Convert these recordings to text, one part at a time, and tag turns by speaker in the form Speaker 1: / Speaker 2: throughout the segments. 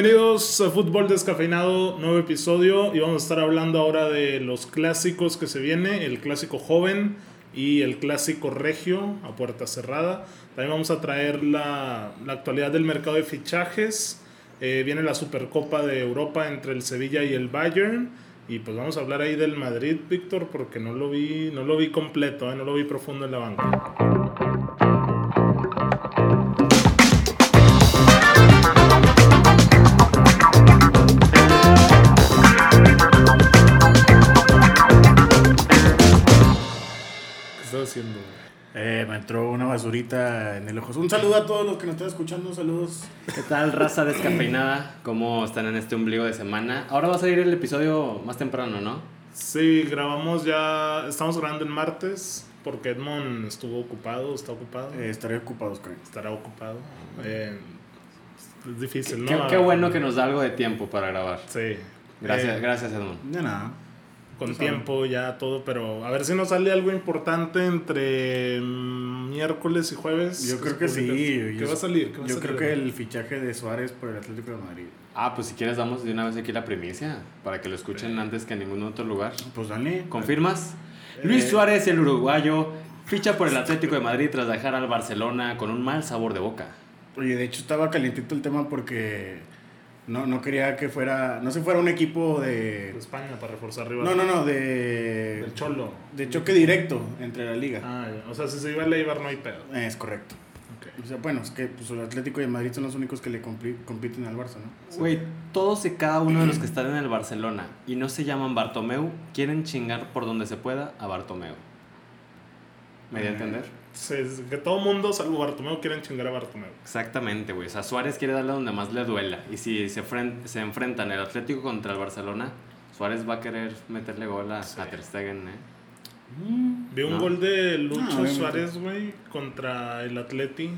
Speaker 1: Bienvenidos a Fútbol Descafeinado, nuevo episodio y vamos a estar hablando ahora de los clásicos que se viene, el clásico joven y el clásico regio a puerta cerrada. También vamos a traer la, la actualidad del mercado de fichajes, Eh, viene la Supercopa de Europa entre el Sevilla y el Bayern y pues vamos a hablar ahí del Madrid, Víctor, porque no lo vi, no lo vi completo, eh, no lo vi profundo en la banca. ¿Qué estás haciendo? güey?
Speaker 2: Eh, me entró una basurita en el ojo. Un saludo a todos los que nos están escuchando. Saludos.
Speaker 3: ¿Qué tal, raza descafeinada? ¿Cómo están en este ombligo de semana? Ahora va a salir el episodio más temprano, ¿no?
Speaker 1: Sí, grabamos ya, estamos grabando en martes porque Edmond estuvo ocupado, está ocupado.
Speaker 2: Eh, estaré ocupados con esto.
Speaker 1: estará ocupado. Eh, es difícil, ¿no?
Speaker 3: Qué, qué bueno que nos da algo de tiempo para grabar.
Speaker 1: Sí.
Speaker 3: Gracias,
Speaker 1: Eh,
Speaker 3: gracias, Edmund.
Speaker 2: De nada.
Speaker 1: Con
Speaker 2: Pues,
Speaker 1: tiempo ya todo, pero a ver si nos sale algo importante entre mm, miércoles y jueves.
Speaker 2: Yo
Speaker 1: que
Speaker 2: creo
Speaker 1: se
Speaker 2: que sí.
Speaker 1: publica. ¿Qué
Speaker 2: yo,
Speaker 1: va a salir? ¿Qué va a
Speaker 2: Yo
Speaker 1: salir?
Speaker 2: creo que el fichaje de Suárez por el Atlético de Madrid.
Speaker 3: Ah, pues si quieres damos de una vez aquí la primicia, para que lo
Speaker 1: Eh.
Speaker 3: escuchen antes que en ningún otro lugar.
Speaker 2: Pues dale.
Speaker 3: ¿Confirmas?
Speaker 1: Eh.
Speaker 3: Luis Suárez, el uruguayo, ficha por el Atlético de Madrid tras dejar al Barcelona con un mal sabor de boca.
Speaker 2: Oye, de hecho estaba calientito el tema porque no, no quería que fuera. No se fuera un equipo de.
Speaker 1: España para reforzar arriba.
Speaker 2: No, eh. no, no. De.
Speaker 1: El Cholo.
Speaker 2: De choque directo entre la liga.
Speaker 1: Ah, ya. o sea, si se iba a Leibar no hay pedo.
Speaker 2: Eh, es correcto.
Speaker 1: Ok.
Speaker 2: O sea, bueno, es que pues, el Atlético de Madrid son los únicos que le compli- compiten al Barça, ¿no?
Speaker 3: Güey, todos y cada uno de los que están en el Barcelona y no se llaman Bartomeu, quieren chingar por donde se pueda a Bartomeu. ¿Me di a entender?
Speaker 1: Se- es que todo mundo, salvo Bartomeu, quieren chingar a Bartomeu.
Speaker 3: Exactamente, güey. O sea, Suárez quiere darle donde más le duela. Y si se, fren- se enfrentan el Atlético contra el Barcelona, Suárez va a querer meterle gol a, a Ter Stegen, ¿eh?
Speaker 1: Vi un
Speaker 3: No.
Speaker 1: gol de Lucho
Speaker 2: obviamente.
Speaker 1: Suárez, güey, contra el Atleti.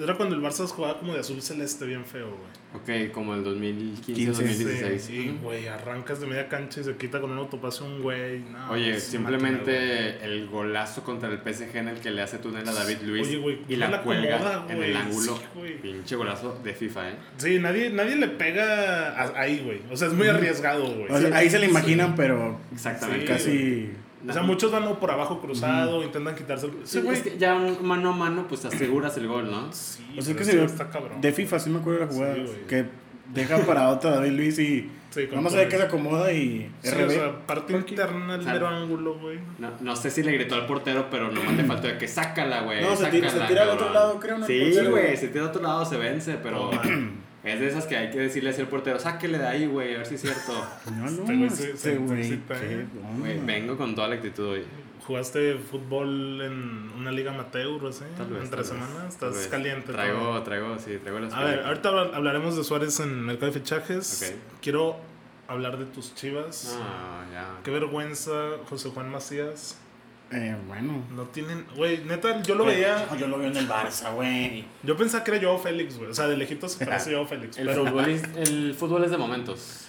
Speaker 1: Era cuando el Barça jugaba como de azul celeste, bien feo, güey.
Speaker 3: Ok, como el 2015, 2016.
Speaker 1: Sí, Y, güey, arrancas de media cancha y se quita con un autopase un güey. No,
Speaker 3: Oye,
Speaker 1: es una máquina, güey.
Speaker 3: simplemente el golazo contra el PSG en el que le hace túnel a David Luis
Speaker 1: Oye, güey,
Speaker 3: y
Speaker 1: ¿cómo
Speaker 3: la,
Speaker 1: la
Speaker 3: cuelga
Speaker 1: acomoda,
Speaker 3: en
Speaker 1: güey?
Speaker 3: el ángulo.
Speaker 1: Sí, güey.
Speaker 3: Pinche golazo de FIFA, ¿eh?
Speaker 1: Sí, nadie, nadie le pega a- ahí, güey. O sea, es muy arriesgado, güey.
Speaker 2: O sea, ahí se le imaginan, pero
Speaker 3: Exactamente.
Speaker 2: casi.
Speaker 1: O sea, muchos van o por abajo cruzado, intentan quitarse el...
Speaker 3: Sí,
Speaker 1: Sí, güey.
Speaker 3: es que ya un mano a mano, pues te aseguras el gol, ¿no?
Speaker 1: Sí,
Speaker 2: O sea,
Speaker 1: pero
Speaker 2: que
Speaker 1: sí,
Speaker 2: se vio
Speaker 1: está cabrón.
Speaker 2: de FIFA, sí me acuerdo de la jugada.
Speaker 1: Sí, güey.
Speaker 2: que deja para otra David Luis y
Speaker 1: Sí, con
Speaker 2: vamos a
Speaker 1: todo
Speaker 2: ver que se
Speaker 1: eso.
Speaker 2: acomoda y
Speaker 1: Sí,
Speaker 2: RB.
Speaker 1: o sea, parte interna, el
Speaker 3: Sale.
Speaker 1: mero ángulo, güey.
Speaker 3: No, no sé si le gritó al portero, pero nomás le faltó de que sácala, güey.
Speaker 2: No, se tira-
Speaker 3: sácala,
Speaker 2: se tira al otro
Speaker 3: cabrón".
Speaker 2: lado, creo, ¿no? El
Speaker 3: Sí,
Speaker 2: portero.
Speaker 3: güey, se tira al otro lado, se vence, pero es de esas que hay que decirle así al portero, sáquele de ahí, güey, a ver si es cierto.
Speaker 2: no, no,
Speaker 1: Este güey se-
Speaker 2: este
Speaker 1: se- eh.
Speaker 2: güey.
Speaker 1: se- se-
Speaker 2: qué
Speaker 3: Güey,
Speaker 2: onda.
Speaker 3: vengo con toda la actitud hoy.
Speaker 1: ¿Jugaste fútbol en una liga amateur o así?
Speaker 3: Tal vez,
Speaker 1: entre
Speaker 3: tal
Speaker 1: semanas,
Speaker 3: vez,
Speaker 1: estás
Speaker 3: tal vez.
Speaker 1: caliente.
Speaker 3: Traigo,
Speaker 1: todavía.
Speaker 3: traigo, sí, traigo las
Speaker 1: A ver, ahorita habl- hablaremos de Suárez en Mercado de Fichajes.
Speaker 3: Ok. Ah.
Speaker 1: Quiero hablar de tus chivas.
Speaker 3: No, ya.
Speaker 1: Qué vergüenza, José Juan Macías.
Speaker 2: Eh, bueno.
Speaker 1: No tienen. Güey, neta, yo lo veía.
Speaker 2: Yo lo veo en el Barça, güey.
Speaker 1: Yo pensaba que era Joao Félix, güey. O sea, de lejitos se parece Joao Félix.
Speaker 3: El,
Speaker 1: Pero.
Speaker 3: fútbol es, el fútbol es de momentos.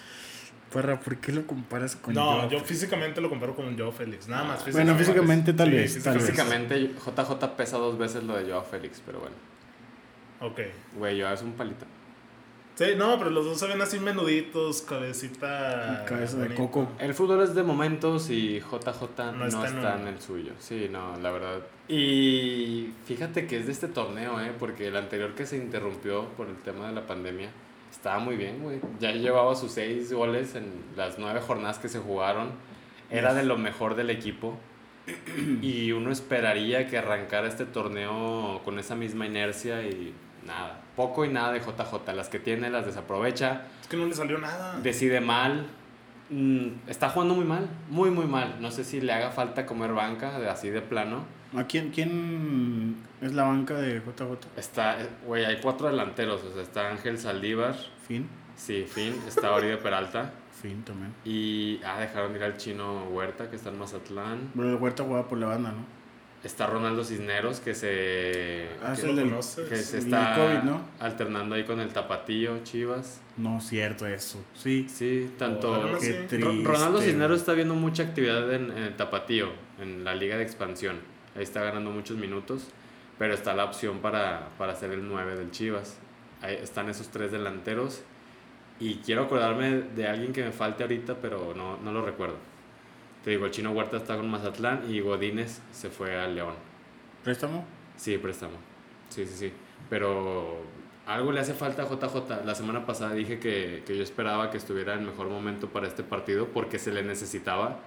Speaker 2: Parra, ¿por qué lo comparas con
Speaker 1: No,
Speaker 2: Joao? Ah.
Speaker 1: yo físicamente lo comparo con Joao Félix. Nada más.
Speaker 2: Bueno, físicamente tal vez, tal vez.
Speaker 3: Básicamente, JJ pesa dos veces lo de Joao Félix, pero bueno.
Speaker 1: Ok.
Speaker 3: Güey, Joao es un palito.
Speaker 1: Sí, no, pero los dos se ven así menuditos, cabecita.
Speaker 2: Cabeza de
Speaker 1: bonita.
Speaker 2: coco.
Speaker 3: El fútbol es de momentos y JJ no,
Speaker 1: No está en
Speaker 3: está,
Speaker 1: uno.
Speaker 3: en el suyo. Sí, no, la verdad. Y fíjate que es de este torneo, ¿eh? Porque el anterior que se interrumpió por el tema de la pandemia estaba muy bien, güey. Ya llevaba sus seis goles en las nueve jornadas que se jugaron. Era de lo mejor del equipo. Y uno esperaría que arrancara este torneo con esa misma inercia y nada. Poco y nada de JJ. Las que tiene las desaprovecha
Speaker 1: Es que no le salió nada.
Speaker 3: decide mal. mm, Está jugando muy mal, muy, muy mal. No sé si le haga falta comer banca, de, así de plano.
Speaker 2: ¿A quién, quién es la banca de JJ?
Speaker 3: Está, eh, güey, hay cuatro delanteros. O sea, está Ángel Saldívar,
Speaker 2: Fin.
Speaker 3: sí, Fin, está Oribe Peralta.
Speaker 2: Fin también.
Speaker 3: Y, ah, dejaron ir al chino Huerta, que está en Mazatlán.
Speaker 2: Pero el Huerta jugaba por la banda, ¿no?
Speaker 3: Está Ronaldo Cisneros, que se,
Speaker 2: Ah,
Speaker 1: ¿Qué
Speaker 2: es el
Speaker 1: lo
Speaker 2: del-
Speaker 1: conoces?
Speaker 3: que se
Speaker 2: el
Speaker 3: está
Speaker 2: COVID, ¿no?
Speaker 3: alternando ahí con el Tapatío, Chivas.
Speaker 2: No, cierto, eso. Sí.
Speaker 3: Sí, tanto...
Speaker 1: Ojalá no
Speaker 2: Qué
Speaker 1: Sí.
Speaker 2: triste.
Speaker 3: Ro- Ronaldo
Speaker 2: este,
Speaker 3: Cisneros está viendo mucha actividad en, en el Tapatío, en la Liga de Expansión. Ahí está ganando muchos minutos, pero está la opción para, para ser el 9 del Chivas. ahí están esos tres delanteros. Y quiero acordarme de alguien que me falte ahorita, pero no, no lo recuerdo. Te digo, el Chino Huerta está con Mazatlán y Godínez se fue al León.
Speaker 2: ¿Préstamo?
Speaker 3: Sí, préstamo. Sí, sí, sí. Pero algo le hace falta a JJ. La semana pasada dije que, que yo esperaba que estuviera en mejor momento para este partido porque se le necesitaba.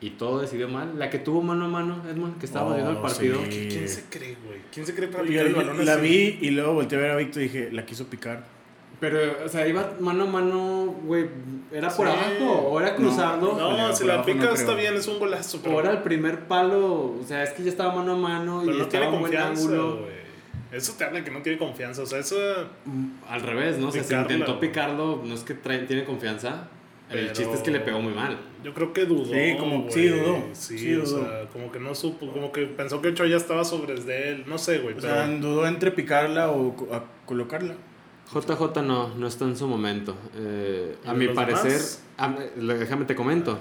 Speaker 3: Y todo decidió mal. La que tuvo mano a mano, Edmond, que estaba
Speaker 2: Oh,
Speaker 3: viendo el partido.
Speaker 1: ¿Qui-
Speaker 2: sí.
Speaker 1: ¿Quién se cree, güey? ¿Quién se cree para
Speaker 2: Yo
Speaker 1: picar el balón
Speaker 2: la
Speaker 1: así?
Speaker 2: vi y luego volteé a ver a Víctor y dije, la quiso picar.
Speaker 3: Pero, o sea, iba mano a mano, güey. Era por
Speaker 1: Sí.
Speaker 3: abajo, o era cruzando,
Speaker 1: No,
Speaker 2: Ojalá,
Speaker 1: si
Speaker 2: por
Speaker 1: la
Speaker 2: abajo no
Speaker 1: pica está
Speaker 2: creo.
Speaker 1: bien, es un golazo. Pero,
Speaker 3: o era el primer palo. O sea, es que ya estaba mano a mano
Speaker 1: pero
Speaker 3: y
Speaker 1: no
Speaker 3: estaba
Speaker 1: tiene
Speaker 3: en buen
Speaker 1: confianza,
Speaker 3: ángulo.
Speaker 1: güey. Eso te habla de que no tiene confianza. O sea, eso...
Speaker 3: Al revés, ¿no? O sea, se
Speaker 1: Picarla,
Speaker 3: intentó
Speaker 1: güey.
Speaker 3: picarlo, no es que trae- tiene confianza. El
Speaker 1: Pero-
Speaker 3: chiste es que le pegó muy mal.
Speaker 1: Yo creo que dudó.
Speaker 2: Sí, como-
Speaker 1: güey.
Speaker 2: sí, dudó.
Speaker 1: Sí,
Speaker 2: Sí,
Speaker 1: o
Speaker 2: dudó.
Speaker 1: sea, como que no supo, como que pensó que Ochoa ya estaba sobre de él. No sé, güey.
Speaker 2: O
Speaker 1: pero
Speaker 2: sea, dudó entre picarla o co- a colocarla.
Speaker 3: JJ no, no está en su momento. Eh,
Speaker 1: ¿Y
Speaker 3: a
Speaker 1: de
Speaker 3: mi
Speaker 1: los
Speaker 3: parecer,
Speaker 1: demás?
Speaker 3: a- lo- déjame te comento.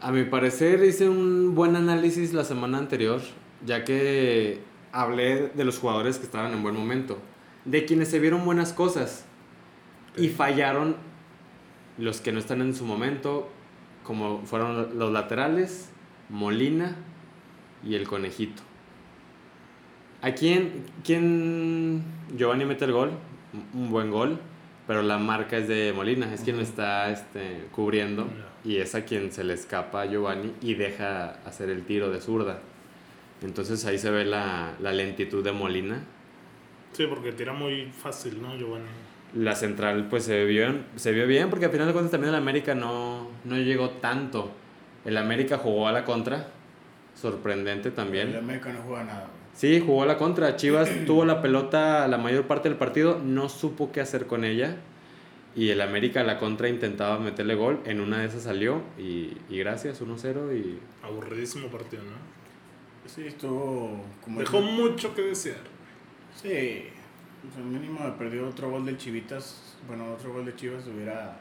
Speaker 3: A mi parecer hice un buen análisis la semana anterior, ya que hablé de los jugadores que estaban en buen momento, de quienes se vieron buenas cosas y fallaron los que no están en su momento, como fueron los laterales, Molina y el conejito. ¿A quién, quién Giovanni mete el gol? un- Un buen gol, pero la marca es de Molina, es quien lo está este, cubriendo y es a quien se le escapa a Giovanni y deja hacer el tiro de zurda. Entonces ahí se ve la, la lentitud de Molina.
Speaker 1: sí, porque tira muy fácil, ¿no, Giovanni?
Speaker 3: La central pues se vio, se vio bien porque al final de cuentas también el América no, no llegó tanto. El América jugó a la contra, sorprendente también.
Speaker 2: El América no juega nada. güey.
Speaker 3: Sí, jugó la contra. Chivas tuvo la pelota la mayor parte del partido, no supo qué hacer con ella. Y el América a la contra intentaba meterle gol. En una de esas salió y, y gracias, 1-0. Y
Speaker 1: Aburridísimo partido, ¿no?
Speaker 2: Sí, estuvo como...
Speaker 1: Dejó mucho que desear.
Speaker 2: Sí. O sea, mínimo de perdido otro gol del Chivitas. Bueno, otro gol de Chivas hubiera...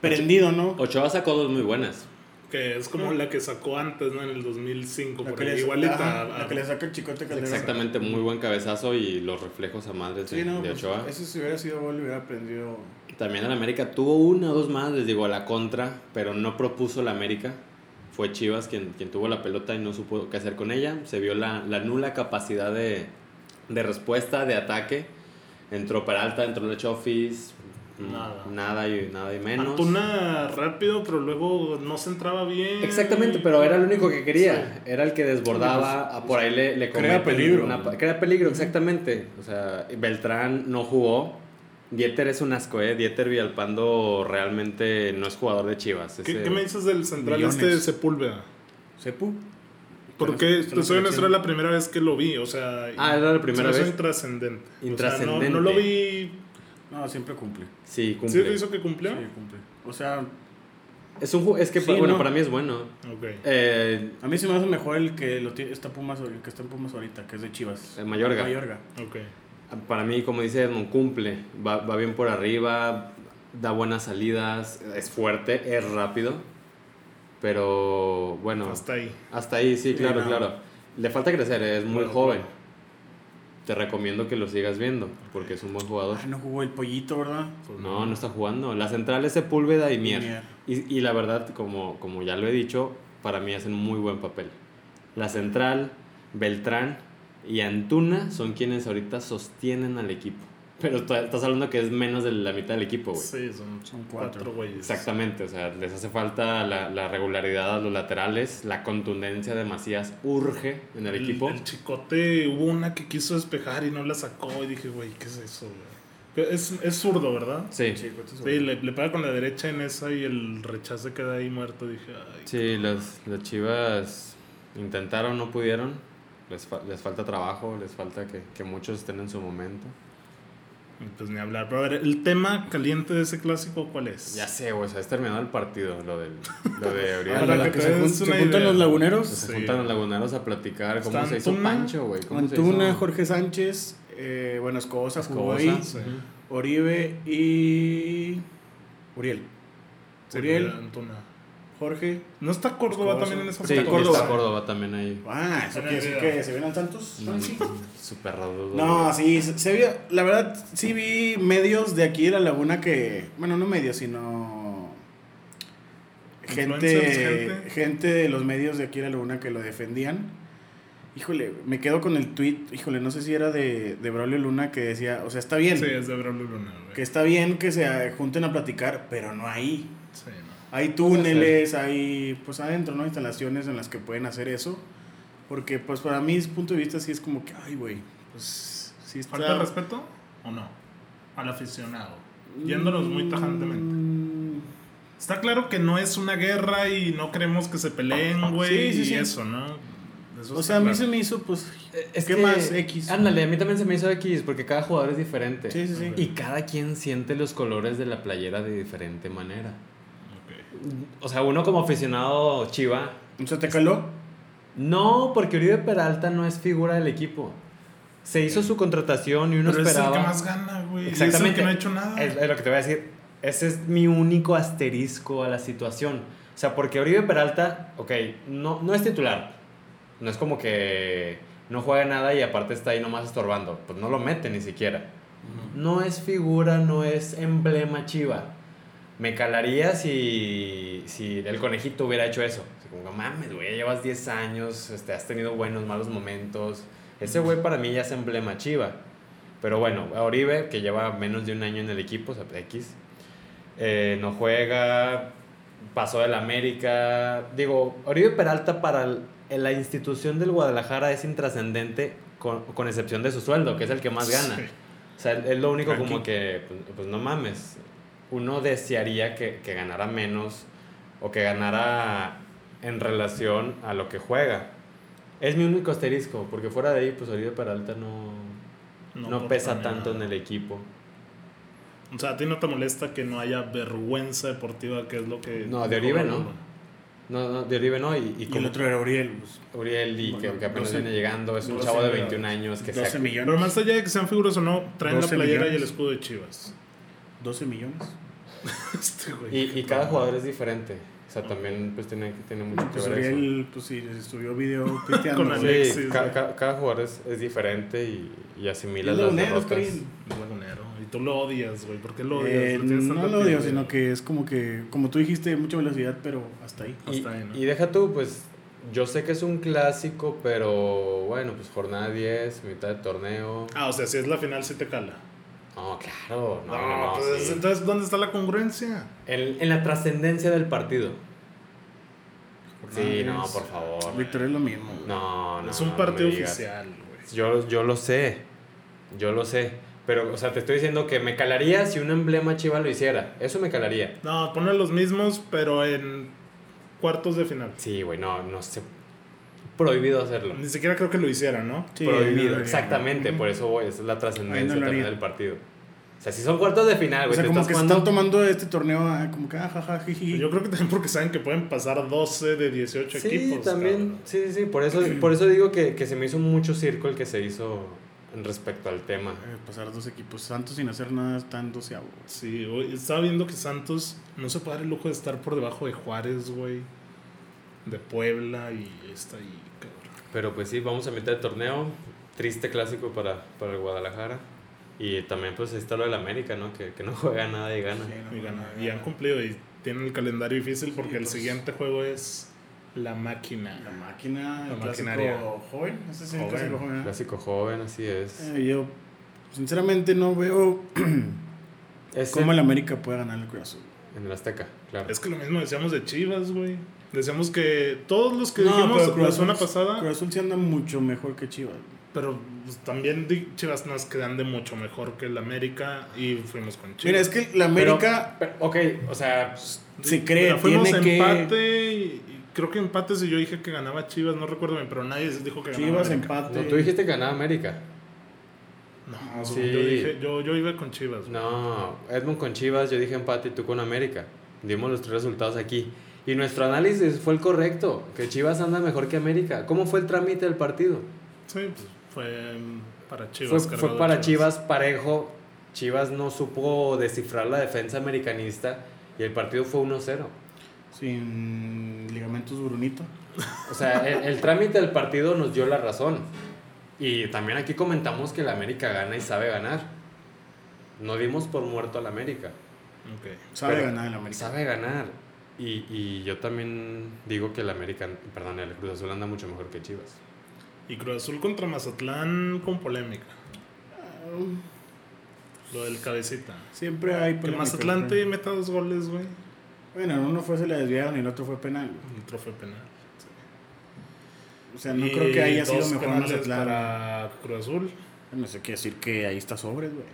Speaker 2: Prendido, ¿no?
Speaker 3: Ochoa sacó dos muy buenas.
Speaker 1: Que es como la que sacó antes, ¿no? En el 2005,
Speaker 2: Mm. La
Speaker 1: por
Speaker 2: que,
Speaker 1: ahí.
Speaker 2: le,
Speaker 1: Igualita.
Speaker 2: ajá,
Speaker 1: a-
Speaker 2: la que le saca el chicote Calderón.
Speaker 3: Exactamente, muy buen cabezazo y los reflejos a madres de,
Speaker 2: Sí, no,
Speaker 3: de
Speaker 2: pues,
Speaker 3: Ochoa.
Speaker 2: eso si hubiera sido gol hubiera prendido...
Speaker 3: También el América tuvo una o dos más, les digo, a la contra, pero no propuso el América. Fue Chivas quien, quien tuvo la pelota y no supo qué hacer con ella. Se vio la, la nula capacidad de, de respuesta, de ataque. Entró Peralta, entró Lechofis, mm,
Speaker 1: Nada.
Speaker 3: nada y, nada y menos.
Speaker 1: Antuna rápido, pero luego no se entraba bien.
Speaker 3: Exactamente, pero era el único que quería. Era el que desbordaba.
Speaker 1: pues,
Speaker 3: a por ahí le, le
Speaker 2: Crea
Speaker 3: cometen
Speaker 2: peligro.
Speaker 3: una pa- crea peligro, exactamente. O sea, Beltrán no jugó. Dieter es un asco, ¿eh? Dieter Villalpando realmente no es jugador de Chivas.
Speaker 1: ¿Qué,
Speaker 3: Ese-
Speaker 1: qué me dices del central
Speaker 2: Millones.
Speaker 1: este de Sepúlveda?
Speaker 2: Sepu.
Speaker 1: Porque,
Speaker 2: Está en la
Speaker 1: te soy honesto,
Speaker 2: selección.
Speaker 1: era la primera vez que lo vi, o sea... y-
Speaker 3: Ah, ¿era la
Speaker 1: se
Speaker 3: primera
Speaker 1: me hizo
Speaker 3: vez?
Speaker 1: intrascendente. O sea,
Speaker 3: Intrascendente.
Speaker 1: no, no lo vi...
Speaker 2: No, siempre cumple.
Speaker 3: Sí,
Speaker 1: ¿Sí
Speaker 3: cumple.
Speaker 1: lo hizo que cumplió?
Speaker 2: Sí, cumple. O sea,
Speaker 3: Es, un, ju- es que,
Speaker 2: Sí,
Speaker 3: bueno,
Speaker 2: no.
Speaker 3: para mí es bueno.
Speaker 1: Ok.
Speaker 3: Eh,
Speaker 2: a mí se me hace mejor el que lo tiene, está Pumas, el que está en Pumas ahorita, que es de Chivas.
Speaker 3: Eh, Mayorga.
Speaker 2: Mayorga.
Speaker 1: Ok.
Speaker 3: para mí, como dice Edmond, cumple. Va, va bien por arriba, da buenas salidas, es fuerte, es rápido. Pero, bueno.
Speaker 1: Hasta ahí.
Speaker 3: Hasta ahí, sí,
Speaker 2: Sí,
Speaker 3: claro,
Speaker 2: no.
Speaker 3: claro. Le falta crecer, eh, es muy
Speaker 1: Claro,
Speaker 3: joven.
Speaker 1: claro.
Speaker 3: Te recomiendo que lo sigas viendo, porque es un buen jugador.
Speaker 2: Ah, no jugó el pollito, ¿verdad?
Speaker 1: Pues
Speaker 3: No, no está jugando. La central es Sepúlveda y Mier.
Speaker 2: Mier.
Speaker 3: Y, y la verdad, como, como ya lo he dicho, para mí hacen muy buen papel. La central, Beltrán y Antuna son quienes ahorita sostienen al equipo. Pero está- estás hablando que es menos de la mitad del equipo, güey.
Speaker 1: Sí, son,
Speaker 2: Son cuatro.
Speaker 1: cuatro güeyes.
Speaker 3: Exactamente, o sea, les hace falta la, la regularidad a los laterales, la contundencia de Macías urge en el
Speaker 1: El,
Speaker 3: equipo.
Speaker 1: el chicote, hubo una que quiso despejar y no la sacó y dije, güey, ¿qué es eso? güey? Es, es zurdo, ¿verdad?
Speaker 3: Sí,
Speaker 2: Sí, pues,
Speaker 3: sí,
Speaker 2: cuatro
Speaker 1: Sí, le, le pega con la derecha en esa y el rechazo queda ahí muerto. Dije, ay,
Speaker 3: las, las chivas intentaron, no pudieron. Les, fa- les falta trabajo, les falta que, que muchos estén en su momento.
Speaker 1: Pues ni hablar. Pero a ver, el tema caliente de ese clásico, ¿cuál es?
Speaker 3: Ya sé, güey, o sea, es terminado el partido, lo, del, lo de
Speaker 2: Ah,
Speaker 1: Para que
Speaker 2: la
Speaker 3: Oriol.
Speaker 2: que
Speaker 1: te
Speaker 2: se,
Speaker 1: des
Speaker 2: jun- se
Speaker 1: una
Speaker 2: juntan
Speaker 1: idea.
Speaker 2: los laguneros.
Speaker 1: Sí.
Speaker 3: Se juntan los laguneros a platicar cómo
Speaker 1: Está
Speaker 3: se hizo
Speaker 1: Antuna,
Speaker 3: Pancho, güey. Pues, ¿Cómo se hizo?
Speaker 2: Antuna, Jorge Sánchez, eh, bueno, Escobosa jugó
Speaker 3: Escobosa,
Speaker 2: ahí,
Speaker 1: Sí.
Speaker 2: Oribe y Uriel.
Speaker 1: Sí,
Speaker 2: Uriel.
Speaker 1: Antuna.
Speaker 2: Jorge.
Speaker 1: ¿No está Córdoba
Speaker 2: Escobar,
Speaker 1: también
Speaker 2: sí.
Speaker 1: en esa
Speaker 3: Sí,
Speaker 1: foto?
Speaker 3: está Córdoba. también ahí.
Speaker 2: Ah, eso quiere decir que se vieron tantos.
Speaker 3: No, Súper raro.
Speaker 2: No, sí, se se vio. La verdad, sí vi medios de aquí de la laguna que. Bueno, no medios, sino. Gente,
Speaker 1: Influencers, gente.
Speaker 2: gente. de los medios de aquí de la laguna que lo defendían. Híjole, me quedo con el tweet. Híjole, no sé si era de, de Braulio Luna que decía. O sea, está bien.
Speaker 1: Sí, es de Braulio Luna, güey.
Speaker 2: Que está bien que se junten a platicar, pero no ahí.
Speaker 1: Sí, no.
Speaker 2: Hay túneles, hay pues adentro, ¿no? Instalaciones en las que pueden hacer eso. Porque pues para mí, desde punto de vista, sí es como que, ay, güey, pues sí está...
Speaker 1: ¿Falta de respeto o no? Al aficionado.
Speaker 3: Mm,
Speaker 1: Yéndonos muy tajantemente.
Speaker 2: Mm,
Speaker 1: Está claro que no es una guerra y no queremos que se peleen, güey.
Speaker 2: Sí, sí,
Speaker 1: y
Speaker 2: sí.
Speaker 1: eso, ¿no? Eso
Speaker 2: O
Speaker 1: está
Speaker 2: sea, a mí
Speaker 1: claro.
Speaker 2: se me hizo, pues,
Speaker 3: Es
Speaker 2: ¿Qué
Speaker 3: que-
Speaker 2: más? X.
Speaker 3: Ándale, a mí también se me hizo X porque cada jugador es diferente.
Speaker 2: sí, sí, sí.
Speaker 3: Y cada quien siente los colores de la playera de diferente manera.
Speaker 1: Ok.
Speaker 3: O sea, uno como aficionado chiva,
Speaker 2: O sea, ¿te caló?
Speaker 3: no, porque Uribe Peralta no es figura del equipo. Se hizo su contratación y uno
Speaker 1: Pero es el
Speaker 3: esperaba.
Speaker 1: que más gana, güey. Exactamente. Es el
Speaker 3: Exactamente.
Speaker 1: que no ha hecho nada.
Speaker 3: Es, es lo que te voy a decir. Ese es mi único asterisco a la situación. O sea, porque Oribe Peralta, ok, no, no es titular. No es como que no juega nada y aparte está ahí nomás estorbando. Pues no lo mete ni siquiera. No es figura, no es emblema chiva. Me calaría si, si el conejito hubiera hecho eso. O sea, como, que, mames, güey, ya llevas 10 años, este, has tenido buenos, malos momentos. Ese güey para mí ya es emblema chiva. Pero bueno, a Oribe, que lleva menos de un año en el equipo, o sea, X, eh, no juega, pasó del América. Digo, Oribe Peralta para el- la institución del Guadalajara es intrascendente, con, con excepción de su sueldo, que es el que más gana.
Speaker 1: Sí.
Speaker 3: O sea, es lo único
Speaker 1: Tranqui.
Speaker 3: como que, pues, pues, no mames, uno desearía que, que ganara menos o que ganara en relación a lo que juega. Es mi único asterisco, porque fuera de ahí, pues Oribe Peralta no, no,
Speaker 1: aporta
Speaker 3: pesa
Speaker 1: ni
Speaker 3: tanto
Speaker 1: nada.
Speaker 3: en el equipo.
Speaker 1: O sea, a ti no te molesta que no haya vergüenza deportiva, que es lo que.
Speaker 3: No, de Oribe no. No, no, de Oribe no. Y, y
Speaker 2: Y,
Speaker 3: como
Speaker 2: el otro era Uriel, pues,
Speaker 3: Uriel, y que,
Speaker 2: Bueno,
Speaker 3: que apenas
Speaker 2: 12,
Speaker 3: viene llegando, es un
Speaker 2: 12
Speaker 3: chavo de
Speaker 2: millones.
Speaker 3: 21 años que
Speaker 2: 12
Speaker 3: se
Speaker 2: millones.
Speaker 1: Pero más allá de que sean figuras o no, traen la
Speaker 2: 12
Speaker 1: playera y el
Speaker 2: millones.
Speaker 1: escudo de Chivas.
Speaker 2: 12 millones.
Speaker 1: Este güey.
Speaker 3: y, y cada jugador es diferente. O sea, también pues tiene, tiene mucho que
Speaker 2: Pues
Speaker 3: ver eso.
Speaker 2: Uriel, pues sí, les subió video pisteando.
Speaker 1: Con
Speaker 2: güey.
Speaker 1: Alexis,
Speaker 3: Sí,
Speaker 1: güey.
Speaker 3: ca- ca- cada jugador es, es diferente y, y asimila
Speaker 2: Es
Speaker 3: las
Speaker 2: lagunero, está
Speaker 3: derrotas.
Speaker 2: bien.
Speaker 1: Lagunero. Y tú lo odias, güey. ¿Por qué lo odias?
Speaker 2: Eh,
Speaker 1: Le tienes
Speaker 2: no
Speaker 1: tanta
Speaker 2: lo odio,
Speaker 1: piel,
Speaker 2: sino
Speaker 1: güey.
Speaker 2: que es como que, como tú dijiste, mucha velocidad, pero hasta ahí.
Speaker 3: Y,
Speaker 1: Hasta ahí, ¿no?
Speaker 3: y deja tú, pues yo sé que es un clásico, pero bueno, pues jornada 10, mitad de torneo.
Speaker 1: Ah, o sea, si es la final, sí te cala.
Speaker 3: No, claro, no,
Speaker 1: No,
Speaker 3: no, no,
Speaker 1: pues,
Speaker 3: sí.
Speaker 1: Entonces, ¿dónde está la congruencia?
Speaker 3: En, en la trascendencia del partido. Sí,
Speaker 2: Jornada
Speaker 3: no,
Speaker 2: 10.
Speaker 3: por favor.
Speaker 2: Víctor es lo mismo. güey.
Speaker 3: Oh, No, no.
Speaker 1: es un
Speaker 3: no me
Speaker 1: partido
Speaker 3: digas.
Speaker 1: oficial, güey.
Speaker 3: Yo, yo lo sé. Yo lo sé. Pero, o sea, te estoy diciendo que me calaría si un emblema chiva lo hiciera. Eso me calaría.
Speaker 1: No, ponle los mismos, pero en cuartos de final.
Speaker 3: Sí, güey, no, no sé. Prohibido hacerlo.
Speaker 1: Ni siquiera creo que lo hicieran, ¿no?
Speaker 2: Sí, ahí no lo
Speaker 3: Prohibido,
Speaker 2: haría.
Speaker 3: exactamente. Por eso voy. Esa es la
Speaker 2: Ahí
Speaker 3: trascendencia
Speaker 2: no lo
Speaker 3: también
Speaker 2: haría.
Speaker 3: del partido. O sea, si son cuartos de final,
Speaker 2: O
Speaker 3: güey,
Speaker 2: sea,
Speaker 3: te
Speaker 2: como
Speaker 3: estás
Speaker 2: que se
Speaker 3: jugando-
Speaker 2: están tomando este torneo ah, como que ah, jaja, jiji.
Speaker 1: Yo creo que también porque saben que pueden pasar 12 de 18
Speaker 3: Sí,
Speaker 1: equipos.
Speaker 3: también.
Speaker 1: cabrón.
Speaker 3: Sí, sí, sí. Por eso, por eso digo que, que se me hizo mucho circo el que se hizo respecto al tema.
Speaker 2: Eh, pasar dos equipos santos sin hacer nada están doceavo.
Speaker 1: Sí, güey, estaba viendo que Santos no se puede dar el lujo de estar por debajo de Juárez, güey. De Puebla y está ahí, cabrón.
Speaker 3: Pero pues sí, vamos a mitad de torneo. Triste clásico para, para el Guadalajara. Y también pues ahí está lo del América, ¿no? Que, que no juega nada y gana.
Speaker 1: Y, gana- y han cumplido y tienen el calendario difícil porque el
Speaker 2: pues.
Speaker 1: siguiente juego es La Máquina.
Speaker 2: La máquina,
Speaker 1: La
Speaker 2: el
Speaker 1: maquinaria.
Speaker 2: clásico joven. Ese es el
Speaker 1: Joven.
Speaker 2: clásico joven. ¿verdad?
Speaker 3: Clásico joven, así es.
Speaker 2: Eh, yo, sinceramente, no veo
Speaker 3: Es
Speaker 2: cómo el
Speaker 3: en,
Speaker 2: América puede ganar el Cruz Azul.
Speaker 3: en el Azteca, claro.
Speaker 1: Es que lo mismo decíamos de Chivas, güey. Decíamos que todos los que
Speaker 2: No, pero
Speaker 1: dijimos
Speaker 2: Cruz
Speaker 1: la
Speaker 2: Azul-
Speaker 1: semana pasada,
Speaker 2: Cruz Azul sí anda mucho mejor que Chivas.
Speaker 1: pero pues, también di- Chivas nos quedan de mucho mejor que el América y fuimos con Chivas.
Speaker 2: Mira, es que la
Speaker 3: Pero-
Speaker 2: América
Speaker 3: pero, ok, o sea,
Speaker 2: se cree,
Speaker 1: Mira, fuimos
Speaker 2: tiene que.
Speaker 1: empate y, y creo que empates y yo dije que ganaba Chivas, no recuerdo bien, pero nadie dijo que ganaba
Speaker 2: Chivas,
Speaker 1: América.
Speaker 2: empate.
Speaker 3: no, tú dijiste que ganaba América.
Speaker 1: No,
Speaker 3: Sí.
Speaker 1: yo dije, yo, yo iba con Chivas. güey.
Speaker 3: No, Edmund con Chivas, yo dije empate y tú con América. Dimos los tres resultados aquí. Y nuestro análisis fue el correcto, que Chivas anda mejor que América. ¿Cómo fue el trámite del partido?
Speaker 1: Sí, pues, fue mm, para
Speaker 3: Fue,
Speaker 1: Chivas.
Speaker 3: fue
Speaker 1: cargado
Speaker 3: para Chivas. parejo. Chivas no supo descifrar la defensa americanista y el partido fue 1-0.
Speaker 2: sin ligamentos brunito.
Speaker 3: O sea, el, el trámite del partido nos dio la razón. Y también aquí comentamos que la América gana y sabe ganar. No dimos por muerto a la América.
Speaker 1: Ok.
Speaker 2: Sabe
Speaker 3: Pero-
Speaker 2: ganar el América.
Speaker 3: Sabe ganar. Y, y yo también digo que el América, perdón, el Cruz Azul anda mucho mejor que Chivas.
Speaker 1: Y Cruz Azul contra Mazatlán con polémica. Lo del cabecita.
Speaker 2: Um, Siempre hay
Speaker 1: Que
Speaker 2: polémica,
Speaker 1: Mazatlán te
Speaker 2: güey.
Speaker 1: meta dos goles, güey.
Speaker 2: Bueno, en uno fue se le desviaron y el otro fue penal. güey.
Speaker 1: Un trofeo penal.
Speaker 2: O sea, no
Speaker 1: Y
Speaker 2: creo que haya sido
Speaker 1: dos
Speaker 2: mejor
Speaker 1: penales
Speaker 2: Mazatlán.
Speaker 1: para Cruz Azul.
Speaker 2: No sé qué decir que ahí está sobres, güey.
Speaker 1: Ok.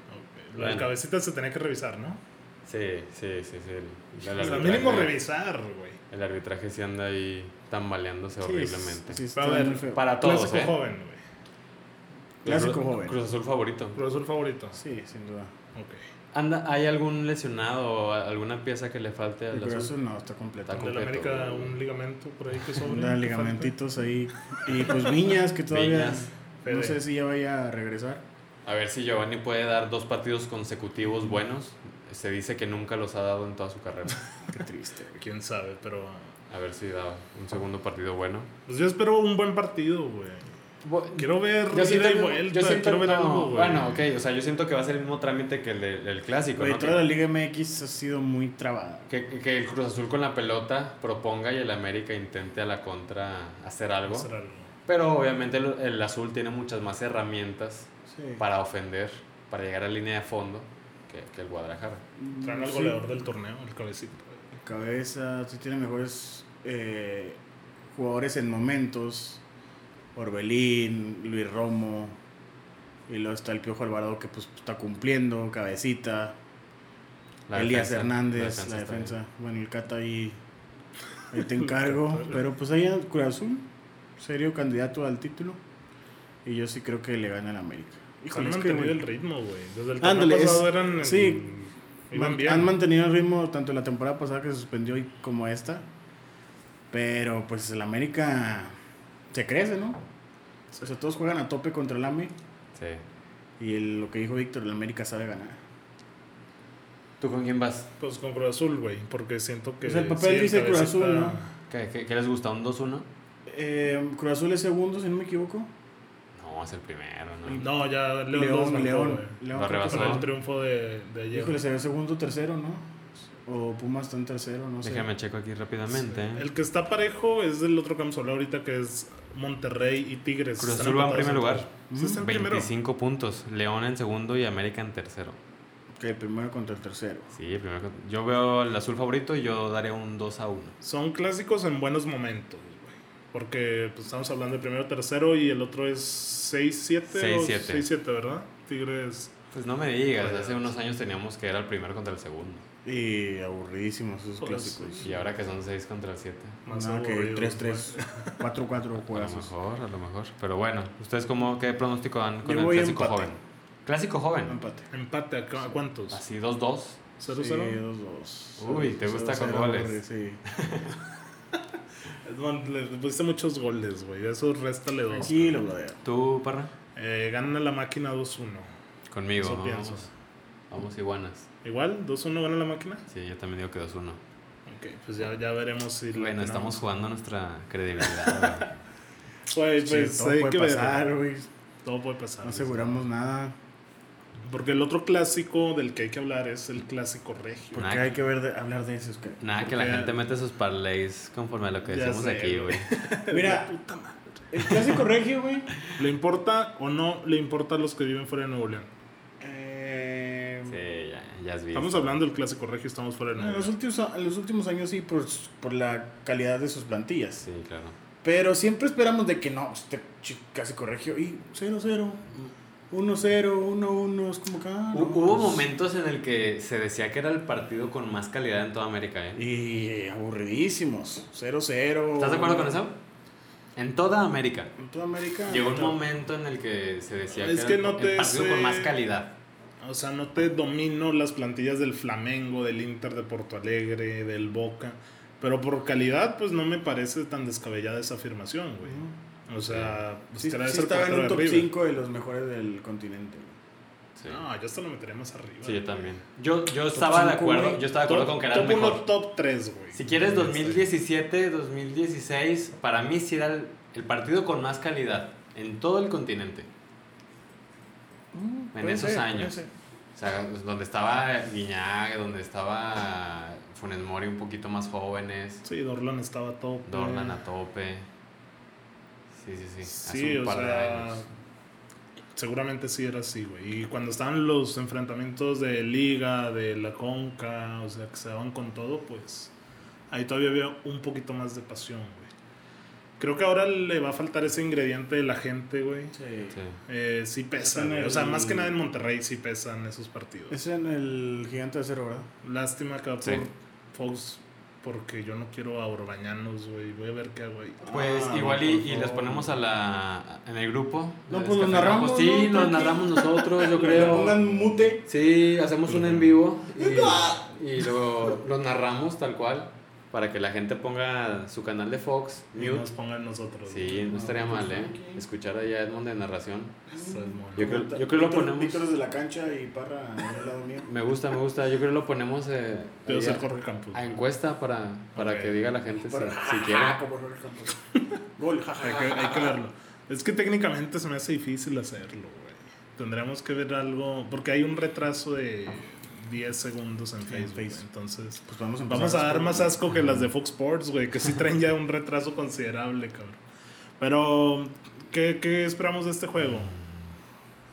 Speaker 1: Lo del
Speaker 3: Bueno.
Speaker 1: cabecita se tenía que revisar, ¿no?
Speaker 3: Sí, sí, sí, sí.
Speaker 2: Pues
Speaker 3: El, el
Speaker 1: O sea,
Speaker 3: arbitraje-
Speaker 1: mínimo revisar, güey.
Speaker 3: el arbitraje sí anda ahí tambaleándose
Speaker 2: Sí,
Speaker 3: horriblemente.
Speaker 2: sí,
Speaker 1: A
Speaker 2: está
Speaker 1: ver,
Speaker 2: muy feo.
Speaker 3: Para todos,
Speaker 1: Clásico
Speaker 3: ¿eh?
Speaker 1: joven, güey.
Speaker 2: Clásico
Speaker 3: Cruz-
Speaker 2: joven.
Speaker 3: Cruz Azul favorito.
Speaker 1: Cruz Azul favorito.
Speaker 2: Sí, sin duda.
Speaker 1: Ok.
Speaker 3: Anda, ¿Hay algún lesionado o a- alguna pieza que le falte al
Speaker 2: El Cruz
Speaker 3: Azul?
Speaker 2: Azul no, está completo.
Speaker 3: Está
Speaker 1: Del
Speaker 3: Completo,
Speaker 1: América,
Speaker 3: güey.
Speaker 1: un ligamento por ahí que sobra.
Speaker 2: Andan ligamentitos ahí. Y pues Viñas, que todavía
Speaker 3: Viñas.
Speaker 2: no
Speaker 1: Fede.
Speaker 2: sé si ya vaya a regresar.
Speaker 3: A ver si Giovanni puede dar dos partidos consecutivos buenos. Se dice que nunca los ha dado en toda su carrera.
Speaker 2: Qué triste, güey.
Speaker 1: Quién sabe, pero.
Speaker 3: A ver si da un segundo partido bueno.
Speaker 1: Pues yo espero un buen partido, güey. Quiero ver
Speaker 3: Yo
Speaker 1: ida
Speaker 3: siento,
Speaker 1: y vuelta.
Speaker 3: yo siento-
Speaker 1: quiero ver
Speaker 3: no,
Speaker 1: algo, güey.
Speaker 3: Bueno, ok, o sea, yo siento que va a ser el mismo trámite que el del el clásico,
Speaker 2: Güey,
Speaker 3: ¿no?
Speaker 2: toda la
Speaker 3: Que,
Speaker 2: Liga MX ha sido muy trabada.
Speaker 3: que- que el Cruz Azul con la pelota proponga y el América intente a la contra hacer algo.
Speaker 1: Hacer algo.
Speaker 3: Pero obviamente el, el Azul tiene muchas más herramientas
Speaker 2: Sí.
Speaker 3: para ofender, para llegar a línea de fondo que, que el Guadalajara.
Speaker 1: Traen al
Speaker 2: Mm, Sí.
Speaker 1: goleador del torneo, el cabecito. güey.
Speaker 2: Cabeza, sí tiene mejores eh, jugadores en momentos. Orbelín, Luis Romo. Y luego está el Piojo Alvarado que pues está cumpliendo, cabecita.
Speaker 3: La
Speaker 2: Elías
Speaker 3: defensa-
Speaker 2: Hernández, la defensa.
Speaker 3: está bien.
Speaker 2: Bueno, el Cata ahí, ahí te encargo. pero pues ahí en Cruz Azul, serio candidato al título. Y yo sí creo que le gana al América.
Speaker 1: Han
Speaker 2: Híjole, es que,
Speaker 1: mantenido
Speaker 2: güey,
Speaker 1: el ritmo, güey. Desde el
Speaker 2: Ándale,
Speaker 1: torneo
Speaker 2: es-
Speaker 1: pasado eran.
Speaker 2: sí.
Speaker 1: Iban
Speaker 2: man-
Speaker 1: bien.
Speaker 2: han mantenido el ritmo tanto la temporada pasada que se suspendió y como esta. Pero pues el América se crece, ¿no? O sea, todos juegan a tope contra el AME.
Speaker 3: Sí.
Speaker 2: Y el- lo que dijo Víctor, el América sabe ganar.
Speaker 3: ¿Tú con quién vas?
Speaker 1: Pues con Cruz Azul, güey. Porque siento que.
Speaker 2: Pues el papel dice Cruz
Speaker 1: Cabecita-
Speaker 2: Azul, ¿no?
Speaker 3: ¿Qué, qué- qué les gusta? ¿Un 2-1?
Speaker 2: Eh, Cruz Azul es segundo, si no me equivoco.
Speaker 3: No, es el primero, ¿no?
Speaker 1: No, ya León,
Speaker 2: León,
Speaker 1: desbancó,
Speaker 2: León,
Speaker 1: güey.
Speaker 2: León.
Speaker 3: Lo
Speaker 2: creo que
Speaker 3: rebasó.
Speaker 1: Con
Speaker 3: Pasó.
Speaker 1: el triunfo de, de ayer.
Speaker 2: Híjole, se ve segundo, tercero, ¿no? O Pumas está en tercero, no sé.
Speaker 3: Déjame checo aquí rápidamente. ¿eh?
Speaker 1: El que está parejo es del otro que vamos a hablar ahorita, que es Monterrey y Tigres.
Speaker 3: Cruz
Speaker 1: Están
Speaker 3: Azul va en primer
Speaker 1: empatados
Speaker 3: lugar. Mm,
Speaker 1: en- Sí, está en primero.
Speaker 3: 25 puntos. León en segundo y América en tercero.
Speaker 2: Que el primero contra el tercero.
Speaker 3: Sí, el primero. Yo veo el azul favorito y yo daré un 2 a 1.
Speaker 1: Son clásicos en buenos momentos, güey. Porque pues, estamos hablando de primero, tercero y el otro es 6-7.
Speaker 3: Seis,
Speaker 1: o
Speaker 3: siete.
Speaker 1: 6-7, ¿verdad? Tigres.
Speaker 3: Pues no me digas, hace unos años teníamos que era el primero contra el segundo.
Speaker 2: Y aburridísimos esos
Speaker 1: Pues,
Speaker 2: clásicos.
Speaker 3: Y ahora que son 6 contra el 7.
Speaker 1: Más
Speaker 2: Nada que
Speaker 1: aburridos,
Speaker 2: 3-3, 4-4
Speaker 3: pues. A lo
Speaker 2: juegazos.
Speaker 3: mejor, a lo mejor. Pero bueno, ¿ustedes cómo, qué pronóstico dan con
Speaker 2: Yo
Speaker 3: el
Speaker 2: voy a
Speaker 3: clásico
Speaker 2: empate.
Speaker 3: joven? Clásico joven.
Speaker 2: Empate.
Speaker 1: Empate, ¿a cu- a cuántos?
Speaker 3: Así 2-2.
Speaker 1: ¿0-0?
Speaker 2: Sí, dos, dos.
Speaker 3: Uy, ¿te gusta con
Speaker 2: Cero,
Speaker 3: goles?
Speaker 2: aburrido, Sí.
Speaker 1: Edmond, le pusiste muchos goles, güey. Eso réstale dos.
Speaker 2: Tranquilo, brother.
Speaker 3: ¿Tú, Parra?
Speaker 1: Eh, gana la máquina 2-1.
Speaker 3: Conmigo.
Speaker 1: Eso
Speaker 3: ¿no?
Speaker 1: pienso.
Speaker 3: Vamos, vamos iguanas.
Speaker 1: Igual, 2-1 gana la máquina.
Speaker 3: Sí, yo también digo que 2-1.
Speaker 1: Ok, pues ya, ya veremos si. le
Speaker 3: Bueno,
Speaker 1: ganamos.
Speaker 3: estamos jugando nuestra credibilidad. güey.
Speaker 1: Güey,
Speaker 2: Sí,
Speaker 1: pues
Speaker 2: todo
Speaker 1: hay
Speaker 2: puede
Speaker 1: que ver.
Speaker 2: pasar, güey.
Speaker 1: Todo puede pasar.
Speaker 2: No aseguramos nada.
Speaker 1: Porque el otro clásico del que hay que hablar es el clásico regio.
Speaker 2: Porque
Speaker 3: Nada.
Speaker 2: hay que ver de- hablar de esos. que-
Speaker 3: Nada, que la
Speaker 1: Porque-
Speaker 3: gente mete sus parlays conforme a lo que
Speaker 1: Ya
Speaker 3: decimos
Speaker 1: sé,
Speaker 3: aquí, güey.
Speaker 2: Mira, el clásico regio, güey.
Speaker 1: ¿Le importa o no le importa a los que viven fuera de Nuevo León?
Speaker 2: Eh,
Speaker 3: Sí, ya, ya has visto.
Speaker 1: Estamos hablando del clásico regio, estamos fuera de
Speaker 2: En
Speaker 1: Nuevo
Speaker 2: los
Speaker 1: León.
Speaker 2: últimos, en los últimos años sí, por, por la calidad de sus plantillas.
Speaker 3: Sí, claro.
Speaker 2: Pero siempre esperamos de que no, este chi- casi corregio. Y 0-0, 1-0, 1-1, es como que... ah, no,
Speaker 3: Hu- Hubo
Speaker 2: pues,
Speaker 3: momentos en el que se decía que era el partido con más calidad en toda América, ¿eh?
Speaker 2: Y aburridísimos, 0-0.
Speaker 3: ¿Estás de acuerdo con eso? En toda América.
Speaker 2: En toda América.
Speaker 3: Llegó un
Speaker 2: neta,
Speaker 3: momento en el que se decía
Speaker 1: Es
Speaker 3: que
Speaker 1: que
Speaker 3: era
Speaker 1: no
Speaker 3: el,
Speaker 1: te
Speaker 3: partido con
Speaker 1: sé-
Speaker 3: más calidad.
Speaker 1: O sea, no te domino las plantillas del Flamengo, del Inter de Porto Alegre, del Boca. Pero por calidad, pues no me parece tan descabellada esa afirmación, güey. O sea, pues,
Speaker 2: Sí,
Speaker 1: te la
Speaker 2: sí
Speaker 1: ves al
Speaker 2: estaba en
Speaker 1: portero
Speaker 2: un
Speaker 1: de
Speaker 2: top
Speaker 1: River.
Speaker 2: 5 de los mejores del continente. güey.
Speaker 3: Sí, Sí,
Speaker 1: No, yo hasta lo metería más arriba.
Speaker 3: Sí, yo también. Yo, yo estaba de
Speaker 2: cinco,
Speaker 3: acuerdo,
Speaker 2: güey.
Speaker 3: yo estaba de acuerdo con que era el
Speaker 1: top uno,
Speaker 3: mejor.
Speaker 1: top 3, güey.
Speaker 3: Si quieres
Speaker 1: Ya está.
Speaker 3: 2017, 2016, para mí sí era el, el partido con más calidad en todo el continente. Mm, En
Speaker 2: Puede
Speaker 3: esos
Speaker 2: ser, puede
Speaker 3: años.
Speaker 2: ser.
Speaker 3: O sea, donde estaba Guiñac, donde estaba Funes Mori un poquito más jóvenes,
Speaker 1: Sí, Dorlan estaba top.
Speaker 2: Mm.
Speaker 3: Dorlan a tope. Sí, sí, sí. Hace
Speaker 1: Sí,
Speaker 3: un
Speaker 1: o
Speaker 3: par de
Speaker 1: sea.
Speaker 3: años.
Speaker 1: Seguramente sí era así, güey. Y cuando estaban los enfrentamientos de Liga, de la Conca, o sea, que se daban con todo, pues ahí todavía había un poquito más de pasión, güey. Creo que ahora le va a faltar ese ingrediente de la gente, güey.
Speaker 2: Sí.
Speaker 3: Sí.
Speaker 1: Eh, sí pesa,
Speaker 2: Están
Speaker 1: güey. O
Speaker 2: en
Speaker 1: sea,
Speaker 2: el-
Speaker 1: más que nada en Monterrey sí pesan esos partidos.
Speaker 2: Es en el gigante de acero, ¿verdad?
Speaker 1: Lástima que va por
Speaker 3: Sí.
Speaker 1: Fox, porque yo no quiero a Orbañanos, güey. Voy a ver qué hago ahí.
Speaker 3: Pues
Speaker 2: Ah,
Speaker 3: igual y,
Speaker 2: por
Speaker 3: y les
Speaker 2: favor.
Speaker 3: ponemos a la en el grupo.
Speaker 2: No,
Speaker 3: Les
Speaker 2: pues los narramos, ¿no?
Speaker 3: cafeteamos. Sí, los
Speaker 2: Tranquilo.
Speaker 3: narramos nosotros, yo
Speaker 2: Que
Speaker 3: creo.
Speaker 2: pongan mute.
Speaker 3: Sí, hacemos un en vivo y, y luego los narramos tal cual para que la gente ponga su canal de Fox,
Speaker 1: Y nos
Speaker 3: Mute.
Speaker 1: pongan nosotros.
Speaker 3: Sí, no estaría mal, ¿eh? Escuchar allá Edmond de narración.
Speaker 1: güey. Eso es mono.
Speaker 3: Yo creo, yo creo lo
Speaker 2: Víctor-
Speaker 3: ponemos.
Speaker 2: Víctor desde la cancha y Parra al lado mío.
Speaker 3: Me gusta, me gusta. Yo creo lo ponemos eh,
Speaker 1: Debo
Speaker 3: ahí
Speaker 1: ser
Speaker 3: a-
Speaker 1: Jorge Campos.
Speaker 3: a, encuesta para, para
Speaker 1: Ok.
Speaker 3: que diga la gente si,
Speaker 2: Parra,
Speaker 3: si
Speaker 2: ja,
Speaker 3: quiere.
Speaker 2: ja, como Jorge Campos. Gol, jaja.
Speaker 1: Hay que, hay que verlo. Es que técnicamente se me hace difícil hacerlo, güey. Tendríamos que ver algo. Porque hay un retraso de 10 segundos en Facebook. güey.
Speaker 2: Facebook.
Speaker 1: Entonces,
Speaker 2: Pues vamos a empezar.
Speaker 1: vamos a dar más asco que las de Fox Sports, güey. Que sí traen ya un retraso considerable, cabrón. Pero, ¿qué, qué esperamos de este juego?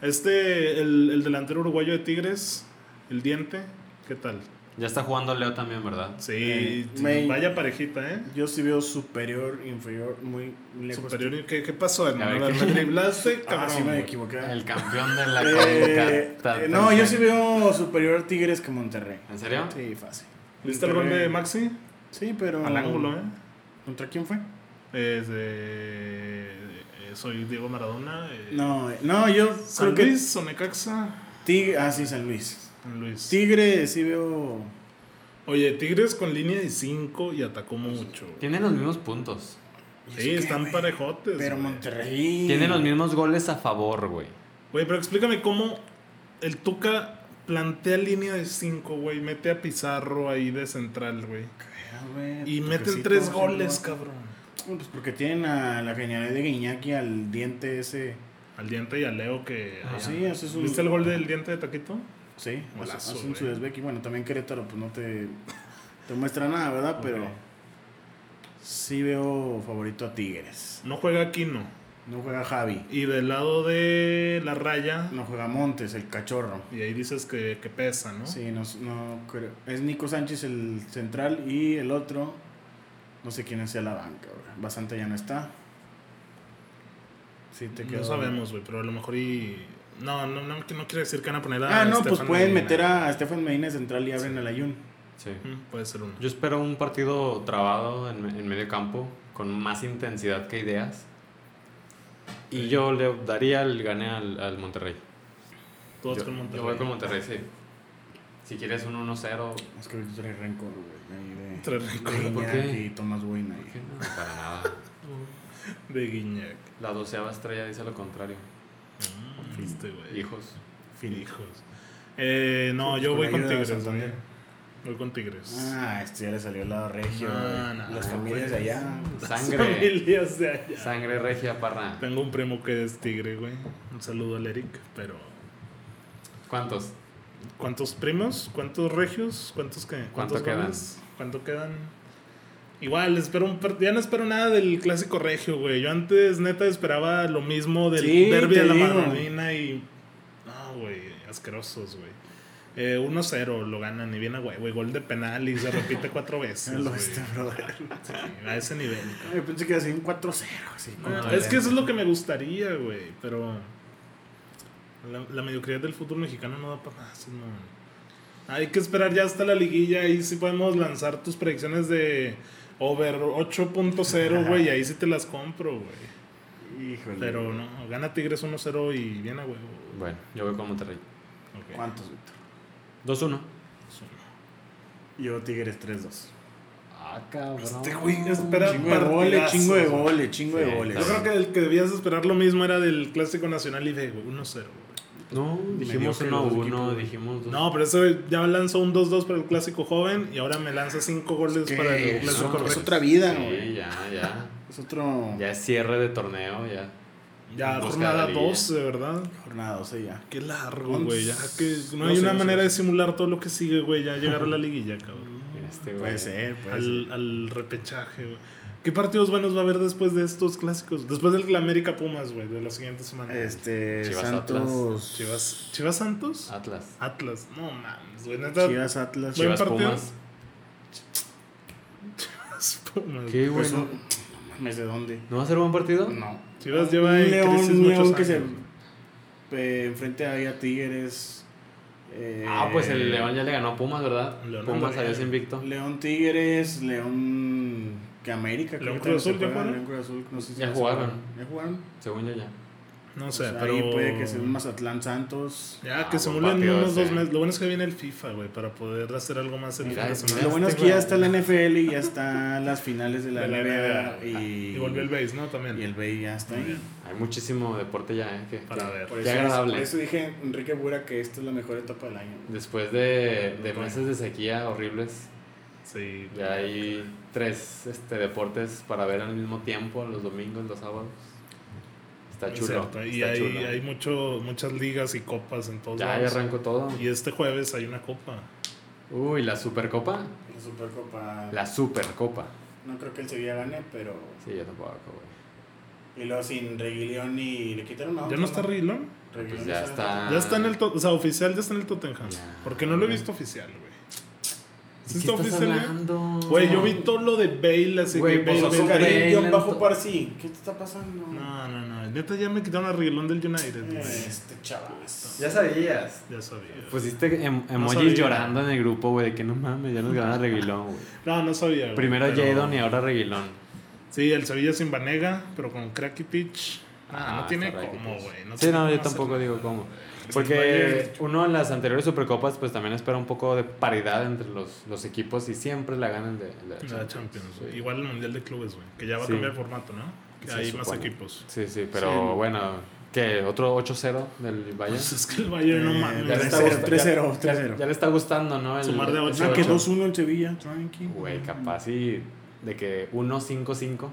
Speaker 1: Este, el, el delantero uruguayo de Tigres, el diente, ¿qué tal?
Speaker 3: Ya está jugando Leo también, ¿verdad?
Speaker 1: Sí,
Speaker 2: Eh,
Speaker 1: sí,
Speaker 2: me-
Speaker 1: vaya parejita, ¿eh?
Speaker 2: Yo sí veo superior, inferior, muy lejos.
Speaker 1: Superior, ¿qué, qué pasó, hermano?
Speaker 3: ver,
Speaker 1: ¿La driblaste,
Speaker 2: Ah,
Speaker 1: cabrón?
Speaker 2: sí me
Speaker 1: güey?
Speaker 2: equivoqué.
Speaker 3: El campeón de la
Speaker 2: Eh,
Speaker 3: Conca. Ta-
Speaker 2: eh,
Speaker 3: ta-
Speaker 2: no, yo sí veo superior Tigres que Monterrey.
Speaker 3: ¿En serio?
Speaker 2: Sí, fácil.
Speaker 1: ¿Viste el gol de
Speaker 2: Monterrey-
Speaker 1: Maxi?
Speaker 2: Sí, pero.
Speaker 1: Al ángulo, ¿eh?
Speaker 2: ¿Contra quién fue?
Speaker 1: Es, eh, eh, soy Diego Maradona. eh,
Speaker 2: No, eh, no, yo
Speaker 1: San
Speaker 2: creo que.
Speaker 1: Luis o Necaxa.
Speaker 2: Tig- ah, sí, San Luis.
Speaker 1: San Luis.
Speaker 2: Tigres sí veo.
Speaker 1: Oye, Tigres con línea de 5 y atacó mucho.
Speaker 3: Tienen los mismos puntos.
Speaker 1: Sí, están parejotes.
Speaker 2: Pero
Speaker 1: güey.
Speaker 2: Monterrey.
Speaker 3: Tienen los mismos goles a favor, güey.
Speaker 1: Güey, pero explícame cómo el Tuca plantea línea de 5, güey. Mete a Pizarro ahí de central, güey.
Speaker 2: Ah, güey,
Speaker 1: Y
Speaker 2: porque
Speaker 1: meten
Speaker 2: sí,
Speaker 1: tres
Speaker 2: todos
Speaker 1: goles,
Speaker 2: son-
Speaker 1: cabrón.
Speaker 2: Pues porque tienen a la genialidad de Guiñaki al diente ese.
Speaker 1: Al diente y a Leo que.
Speaker 2: Ah, sí, ese es un.
Speaker 1: ¿Viste el gol del diente de Taquito?
Speaker 2: Sí,
Speaker 1: Golazo,
Speaker 2: hace- hace un
Speaker 1: güey.
Speaker 2: Sudesbek y bueno, también Querétaro, pues no te, te muestra nada, ¿verdad? Pero
Speaker 1: Ok.
Speaker 2: sí veo favorito a Tigres.
Speaker 1: No juega aquí, no.
Speaker 2: No juega Javi,
Speaker 1: Y del lado de la raya,
Speaker 2: no juega Montes, el cachorro.
Speaker 1: y ahí dices que, que pesa, ¿no?
Speaker 2: Sí, no, no creo. Es Nico Sánchez el central y el otro, no sé quién sea la banca, ahora. Bastante ya no está. Sí, te quedó.
Speaker 1: no sabemos, güey, pero a lo mejor y... No, no, no, que no quiere decir que van a poner a...
Speaker 2: Ah, no, pues
Speaker 1: Estefan
Speaker 2: pueden
Speaker 1: Medina.
Speaker 2: meter a Estefan Medina central y abren el ayun.
Speaker 3: Sí.
Speaker 1: Ujú, Puede ser uno.
Speaker 3: Yo espero un partido trabado en, en medio campo, con más intensidad que ideas. Y yo le daría el gane al, al Monterrey.
Speaker 1: Todos
Speaker 3: yo,
Speaker 1: con Monterrey.
Speaker 3: yo voy con Monterrey, sí. Si quieres un 1-0,
Speaker 2: Es que ahorita trae rencor, güey. ahí de-
Speaker 1: Trae rencor,
Speaker 2: de
Speaker 3: ¿por qué?
Speaker 2: Iñaki y Tomás Buena.
Speaker 3: ¿por qué no? Para nada.
Speaker 1: De Guiñac.
Speaker 3: La doceava estrella dice lo contrario.
Speaker 1: Mm, este, güey.
Speaker 3: Hijos.
Speaker 1: Hijos. Eh, no,
Speaker 2: Pues
Speaker 1: yo
Speaker 2: con
Speaker 1: voy
Speaker 2: la
Speaker 1: con
Speaker 2: ayuda de
Speaker 1: Tigres, güey.
Speaker 2: Santander.
Speaker 1: Voy con Tigres.
Speaker 2: Ah, este ya le salió el lado regio.
Speaker 1: No,
Speaker 2: güey.
Speaker 1: no,
Speaker 2: Las familias de
Speaker 1: güey.
Speaker 2: allá.
Speaker 3: Ah, Sangre.
Speaker 1: Familias de allá.
Speaker 3: Sangre regia parra.
Speaker 1: Tengo un primo que es tigre, güey. Un saludo al Eric, pero...
Speaker 3: ¿Cuántos?
Speaker 1: ¿Cuántos primos? ¿Cuántos regios? ¿Cuántos qué?
Speaker 3: ¿Cuánto
Speaker 1: ¿Cuántos goles? ¿Cuánto quedan? Igual, espero un par- ya no espero nada del clásico regio, güey. Yo antes, neta, esperaba lo mismo del
Speaker 2: Sí,
Speaker 1: derby
Speaker 2: te
Speaker 1: de la
Speaker 2: digo.
Speaker 1: Madonina y. No, güey, asquerosos, güey. Eh, 1-0 lo ganan y viene a güey, gol de penal y se repite cuatro veces.
Speaker 2: El
Speaker 1: güey.
Speaker 2: oeste, brother.
Speaker 1: Sí, a ese nivel.
Speaker 2: Yo pensé que iba a ser un 4-0. así, con
Speaker 1: No,
Speaker 2: todo
Speaker 1: Ah, es que
Speaker 2: el-
Speaker 1: eso es lo que me gustaría, güey. Pero la, la mediocridad del fútbol mexicano no da para más. no. Hay que esperar ya hasta la liguilla. Ahí sí podemos lanzar tus predicciones de over 8.0, güey. Y ahí sí te las compro, güey.
Speaker 2: Híjole.
Speaker 1: Pero no, gana Tigres 1-0 y viene a huevo.
Speaker 3: Bueno, yo voy con Monterrey.
Speaker 1: Ok.
Speaker 2: ¿Cuántos, Víctor?
Speaker 3: 2-1.
Speaker 2: Yo Tigres 3-2.
Speaker 3: Ah, cabrón.
Speaker 2: Pues
Speaker 1: Este güey espera
Speaker 2: Chingo de gole,
Speaker 1: partidazos,
Speaker 2: chingo de
Speaker 1: güey.
Speaker 2: gole, chingo de
Speaker 3: Sí,
Speaker 2: goles.
Speaker 1: Yo creo que el que debías esperar lo mismo era del Clásico Nacional y de güey, 1-0, güey.
Speaker 4: No, dijimos
Speaker 2: Mediocre
Speaker 4: 1 a
Speaker 2: los
Speaker 4: 1,
Speaker 2: equipos, güey.
Speaker 4: dijimos 2
Speaker 1: No, pero eso ya lanzó un 2-2 para el clásico joven y ahora me lanza 5 goles
Speaker 2: Que
Speaker 1: para el
Speaker 2: es,
Speaker 1: clásico
Speaker 2: otro- es
Speaker 1: regio.
Speaker 2: otra vida, güey.
Speaker 3: Sí, ya, ya.
Speaker 2: Es otro
Speaker 3: Ya es cierre de torneo, ya.
Speaker 1: Ya
Speaker 3: Busca
Speaker 1: jornada
Speaker 3: la liga.
Speaker 1: 12, ¿verdad?
Speaker 2: jornada, o sea, ya.
Speaker 1: Qué largo,
Speaker 2: Once.
Speaker 1: güey. Ya que no
Speaker 2: No
Speaker 1: hay
Speaker 2: sé,
Speaker 1: una
Speaker 2: no sé.
Speaker 1: manera de simular todo lo que sigue, güey. Ya llegar a la liguilla, cabrón.
Speaker 3: Este, güey.
Speaker 2: Puede ser, puede
Speaker 1: Al, al repechaje, güey. ¿Qué partidos buenos va a haber después de estos clásicos? Después del América Pumas, güey, de la siguiente semana.
Speaker 2: ser. Este,
Speaker 3: Chivas
Speaker 2: Santos.
Speaker 1: Chivas, Chivas Santos.
Speaker 3: Atlas.
Speaker 1: Atlas. No mames, güey. Neta.
Speaker 2: Chivas Atlas.
Speaker 1: Buen
Speaker 3: Chivas
Speaker 1: partido.
Speaker 3: Pumas.
Speaker 1: Pumas.
Speaker 4: Qué
Speaker 2: Pues,
Speaker 4: bueno.
Speaker 2: no mames, ¿de dónde?
Speaker 4: ¿No va a ser buen partido?
Speaker 2: No.
Speaker 1: Chivas lleva
Speaker 2: Un
Speaker 1: en crisis
Speaker 2: León, un
Speaker 1: muchos
Speaker 2: León que se
Speaker 1: años.
Speaker 2: eh, enfrente ahí a Tigres. eh,
Speaker 3: Ah, pues el León ya le ganó a Pumas, ¿verdad?
Speaker 1: León
Speaker 3: Pumas
Speaker 1: América.
Speaker 3: salió sin invicto.
Speaker 2: León Tigres, León que América. creo
Speaker 1: León
Speaker 2: que también
Speaker 1: Cruz Azul, ¿ya jugaron?
Speaker 2: se juega, León Cruz Azul, no sé si
Speaker 3: Ya
Speaker 2: se
Speaker 3: jugaron.
Speaker 2: Ya jugaron.
Speaker 3: Según yo ya.
Speaker 1: No
Speaker 2: O
Speaker 1: sé,
Speaker 2: sea,
Speaker 1: pero.
Speaker 2: Ahí puede que sea un Mazatlán Santos.
Speaker 1: Ya,
Speaker 3: Ah,
Speaker 1: que
Speaker 3: buen
Speaker 1: se mulen
Speaker 3: partido
Speaker 1: unos
Speaker 3: ese.
Speaker 1: dos meses. Lo bueno es que viene el FIFA, güey, para poder hacer algo más el Este fin
Speaker 3: Mira,
Speaker 1: de
Speaker 3: es-
Speaker 1: semana.
Speaker 2: Lo bueno es que ya está la NFL y ya están las finales de la,
Speaker 1: De la
Speaker 2: NBA,
Speaker 1: NBA.
Speaker 2: y,
Speaker 1: Y volvió el base, ¿no? También.
Speaker 2: y el BI ya está ahí.
Speaker 3: Hay muchísimo deporte ya, ¿eh? Que
Speaker 1: Para ver.
Speaker 2: Por
Speaker 3: Qué
Speaker 2: eso,
Speaker 3: agradable.
Speaker 2: por eso dije Enrique Bura que esta es la mejor etapa del año.
Speaker 3: después de, de meses de sequía horribles,
Speaker 1: Sí.
Speaker 3: ya hay tres este, deportes para ver al mismo tiempo, los domingos, los sábados. Está
Speaker 1: es
Speaker 3: chulo.
Speaker 1: cierto. Y
Speaker 3: está
Speaker 1: hay,
Speaker 3: chulo.
Speaker 1: hay mucho, muchas ligas y copas en todos
Speaker 3: ya, ya
Speaker 1: lados.
Speaker 3: arrancó todo.
Speaker 1: Y este jueves hay una copa.
Speaker 3: Uy, la Supercopa.
Speaker 2: La Supercopa.
Speaker 3: La Supercopa.
Speaker 2: No creo que el Sevilla gane, pero.
Speaker 3: Sí, yo tampoco, güey.
Speaker 2: Y luego sin Reguilón y le quitaron a
Speaker 1: ¿Ya
Speaker 3: Ah,
Speaker 2: otro,
Speaker 1: no está Reguilón?
Speaker 2: Reguilón
Speaker 3: Pues
Speaker 2: no
Speaker 3: ya está.
Speaker 1: Ya está en el. to- O sea, oficial ya está en el Tottenham.
Speaker 3: Ya.
Speaker 1: Porque no lo he visto oficial, güey. ¿Sí
Speaker 3: ¿De
Speaker 1: está
Speaker 3: qué estás
Speaker 1: oficial? ya?
Speaker 3: hablando?
Speaker 1: Güey, yo vi todo lo de Bale así
Speaker 3: Güey,
Speaker 1: que
Speaker 3: pues,
Speaker 1: Bale,
Speaker 3: son
Speaker 1: Bale, Bale.
Speaker 3: Bale,
Speaker 2: Reguilón bajo
Speaker 3: lento.
Speaker 2: Parsi. ¿Qué te está pasando?
Speaker 1: No, no, no. Neta ya me quitaron a Reguilón del United. güey.
Speaker 3: Pues,
Speaker 2: Este chavas.
Speaker 3: Ya sabías.
Speaker 1: Ya sabía.
Speaker 3: Pusiste em
Speaker 1: sabía.
Speaker 3: emojis llorando en el grupo, güey, de que no mames, ya nos ganó Reguilón, güey.
Speaker 1: No, no sabía. güey,
Speaker 3: Primero
Speaker 1: pero-
Speaker 3: Jadon y ahora Reguilón.
Speaker 1: Sí, el Sevilla sin Vanega, pero con Pitch. Ah, no
Speaker 3: Ah,
Speaker 1: tiene
Speaker 3: está
Speaker 1: cómo,
Speaker 3: Rakitic.
Speaker 1: güey. No
Speaker 3: sí,
Speaker 1: sé
Speaker 3: no,
Speaker 1: cómo
Speaker 3: yo
Speaker 1: hacer-
Speaker 3: tampoco digo cómo.
Speaker 1: Es el
Speaker 3: Porque
Speaker 1: Bayern.
Speaker 3: Este uno en las anteriores Supercopas, pues también espera un poco de paridad entre los, los equipos y siempre la ganan de, de la
Speaker 1: La
Speaker 3: Champions.
Speaker 1: Champions,
Speaker 3: Sí.
Speaker 1: güey. Igual el Mundial de Clubes, güey. Que ya va a
Speaker 3: eh, Sí.
Speaker 1: cambiar el formato, ¿no? Que
Speaker 3: Se
Speaker 1: hay más
Speaker 3: supone.
Speaker 1: equipos.
Speaker 3: Sí, sí, pero
Speaker 2: Sí.
Speaker 3: bueno, ¿qué? ¿Otro 8-0 del Bayern?
Speaker 1: Pues es que el Bayern no
Speaker 2: Eh,
Speaker 1: mames.
Speaker 2: ya
Speaker 1: güey.
Speaker 2: está
Speaker 1: Ese-
Speaker 2: bueno. 3-0, 3-0.
Speaker 3: Ya le está gustando, ¿no? El,
Speaker 1: Sumar de
Speaker 3: el
Speaker 1: ocho.
Speaker 2: Ah, que
Speaker 3: 8.
Speaker 2: 2-1 el Sevilla, tranqui.
Speaker 3: Güey, capaz y de que 1-5-5.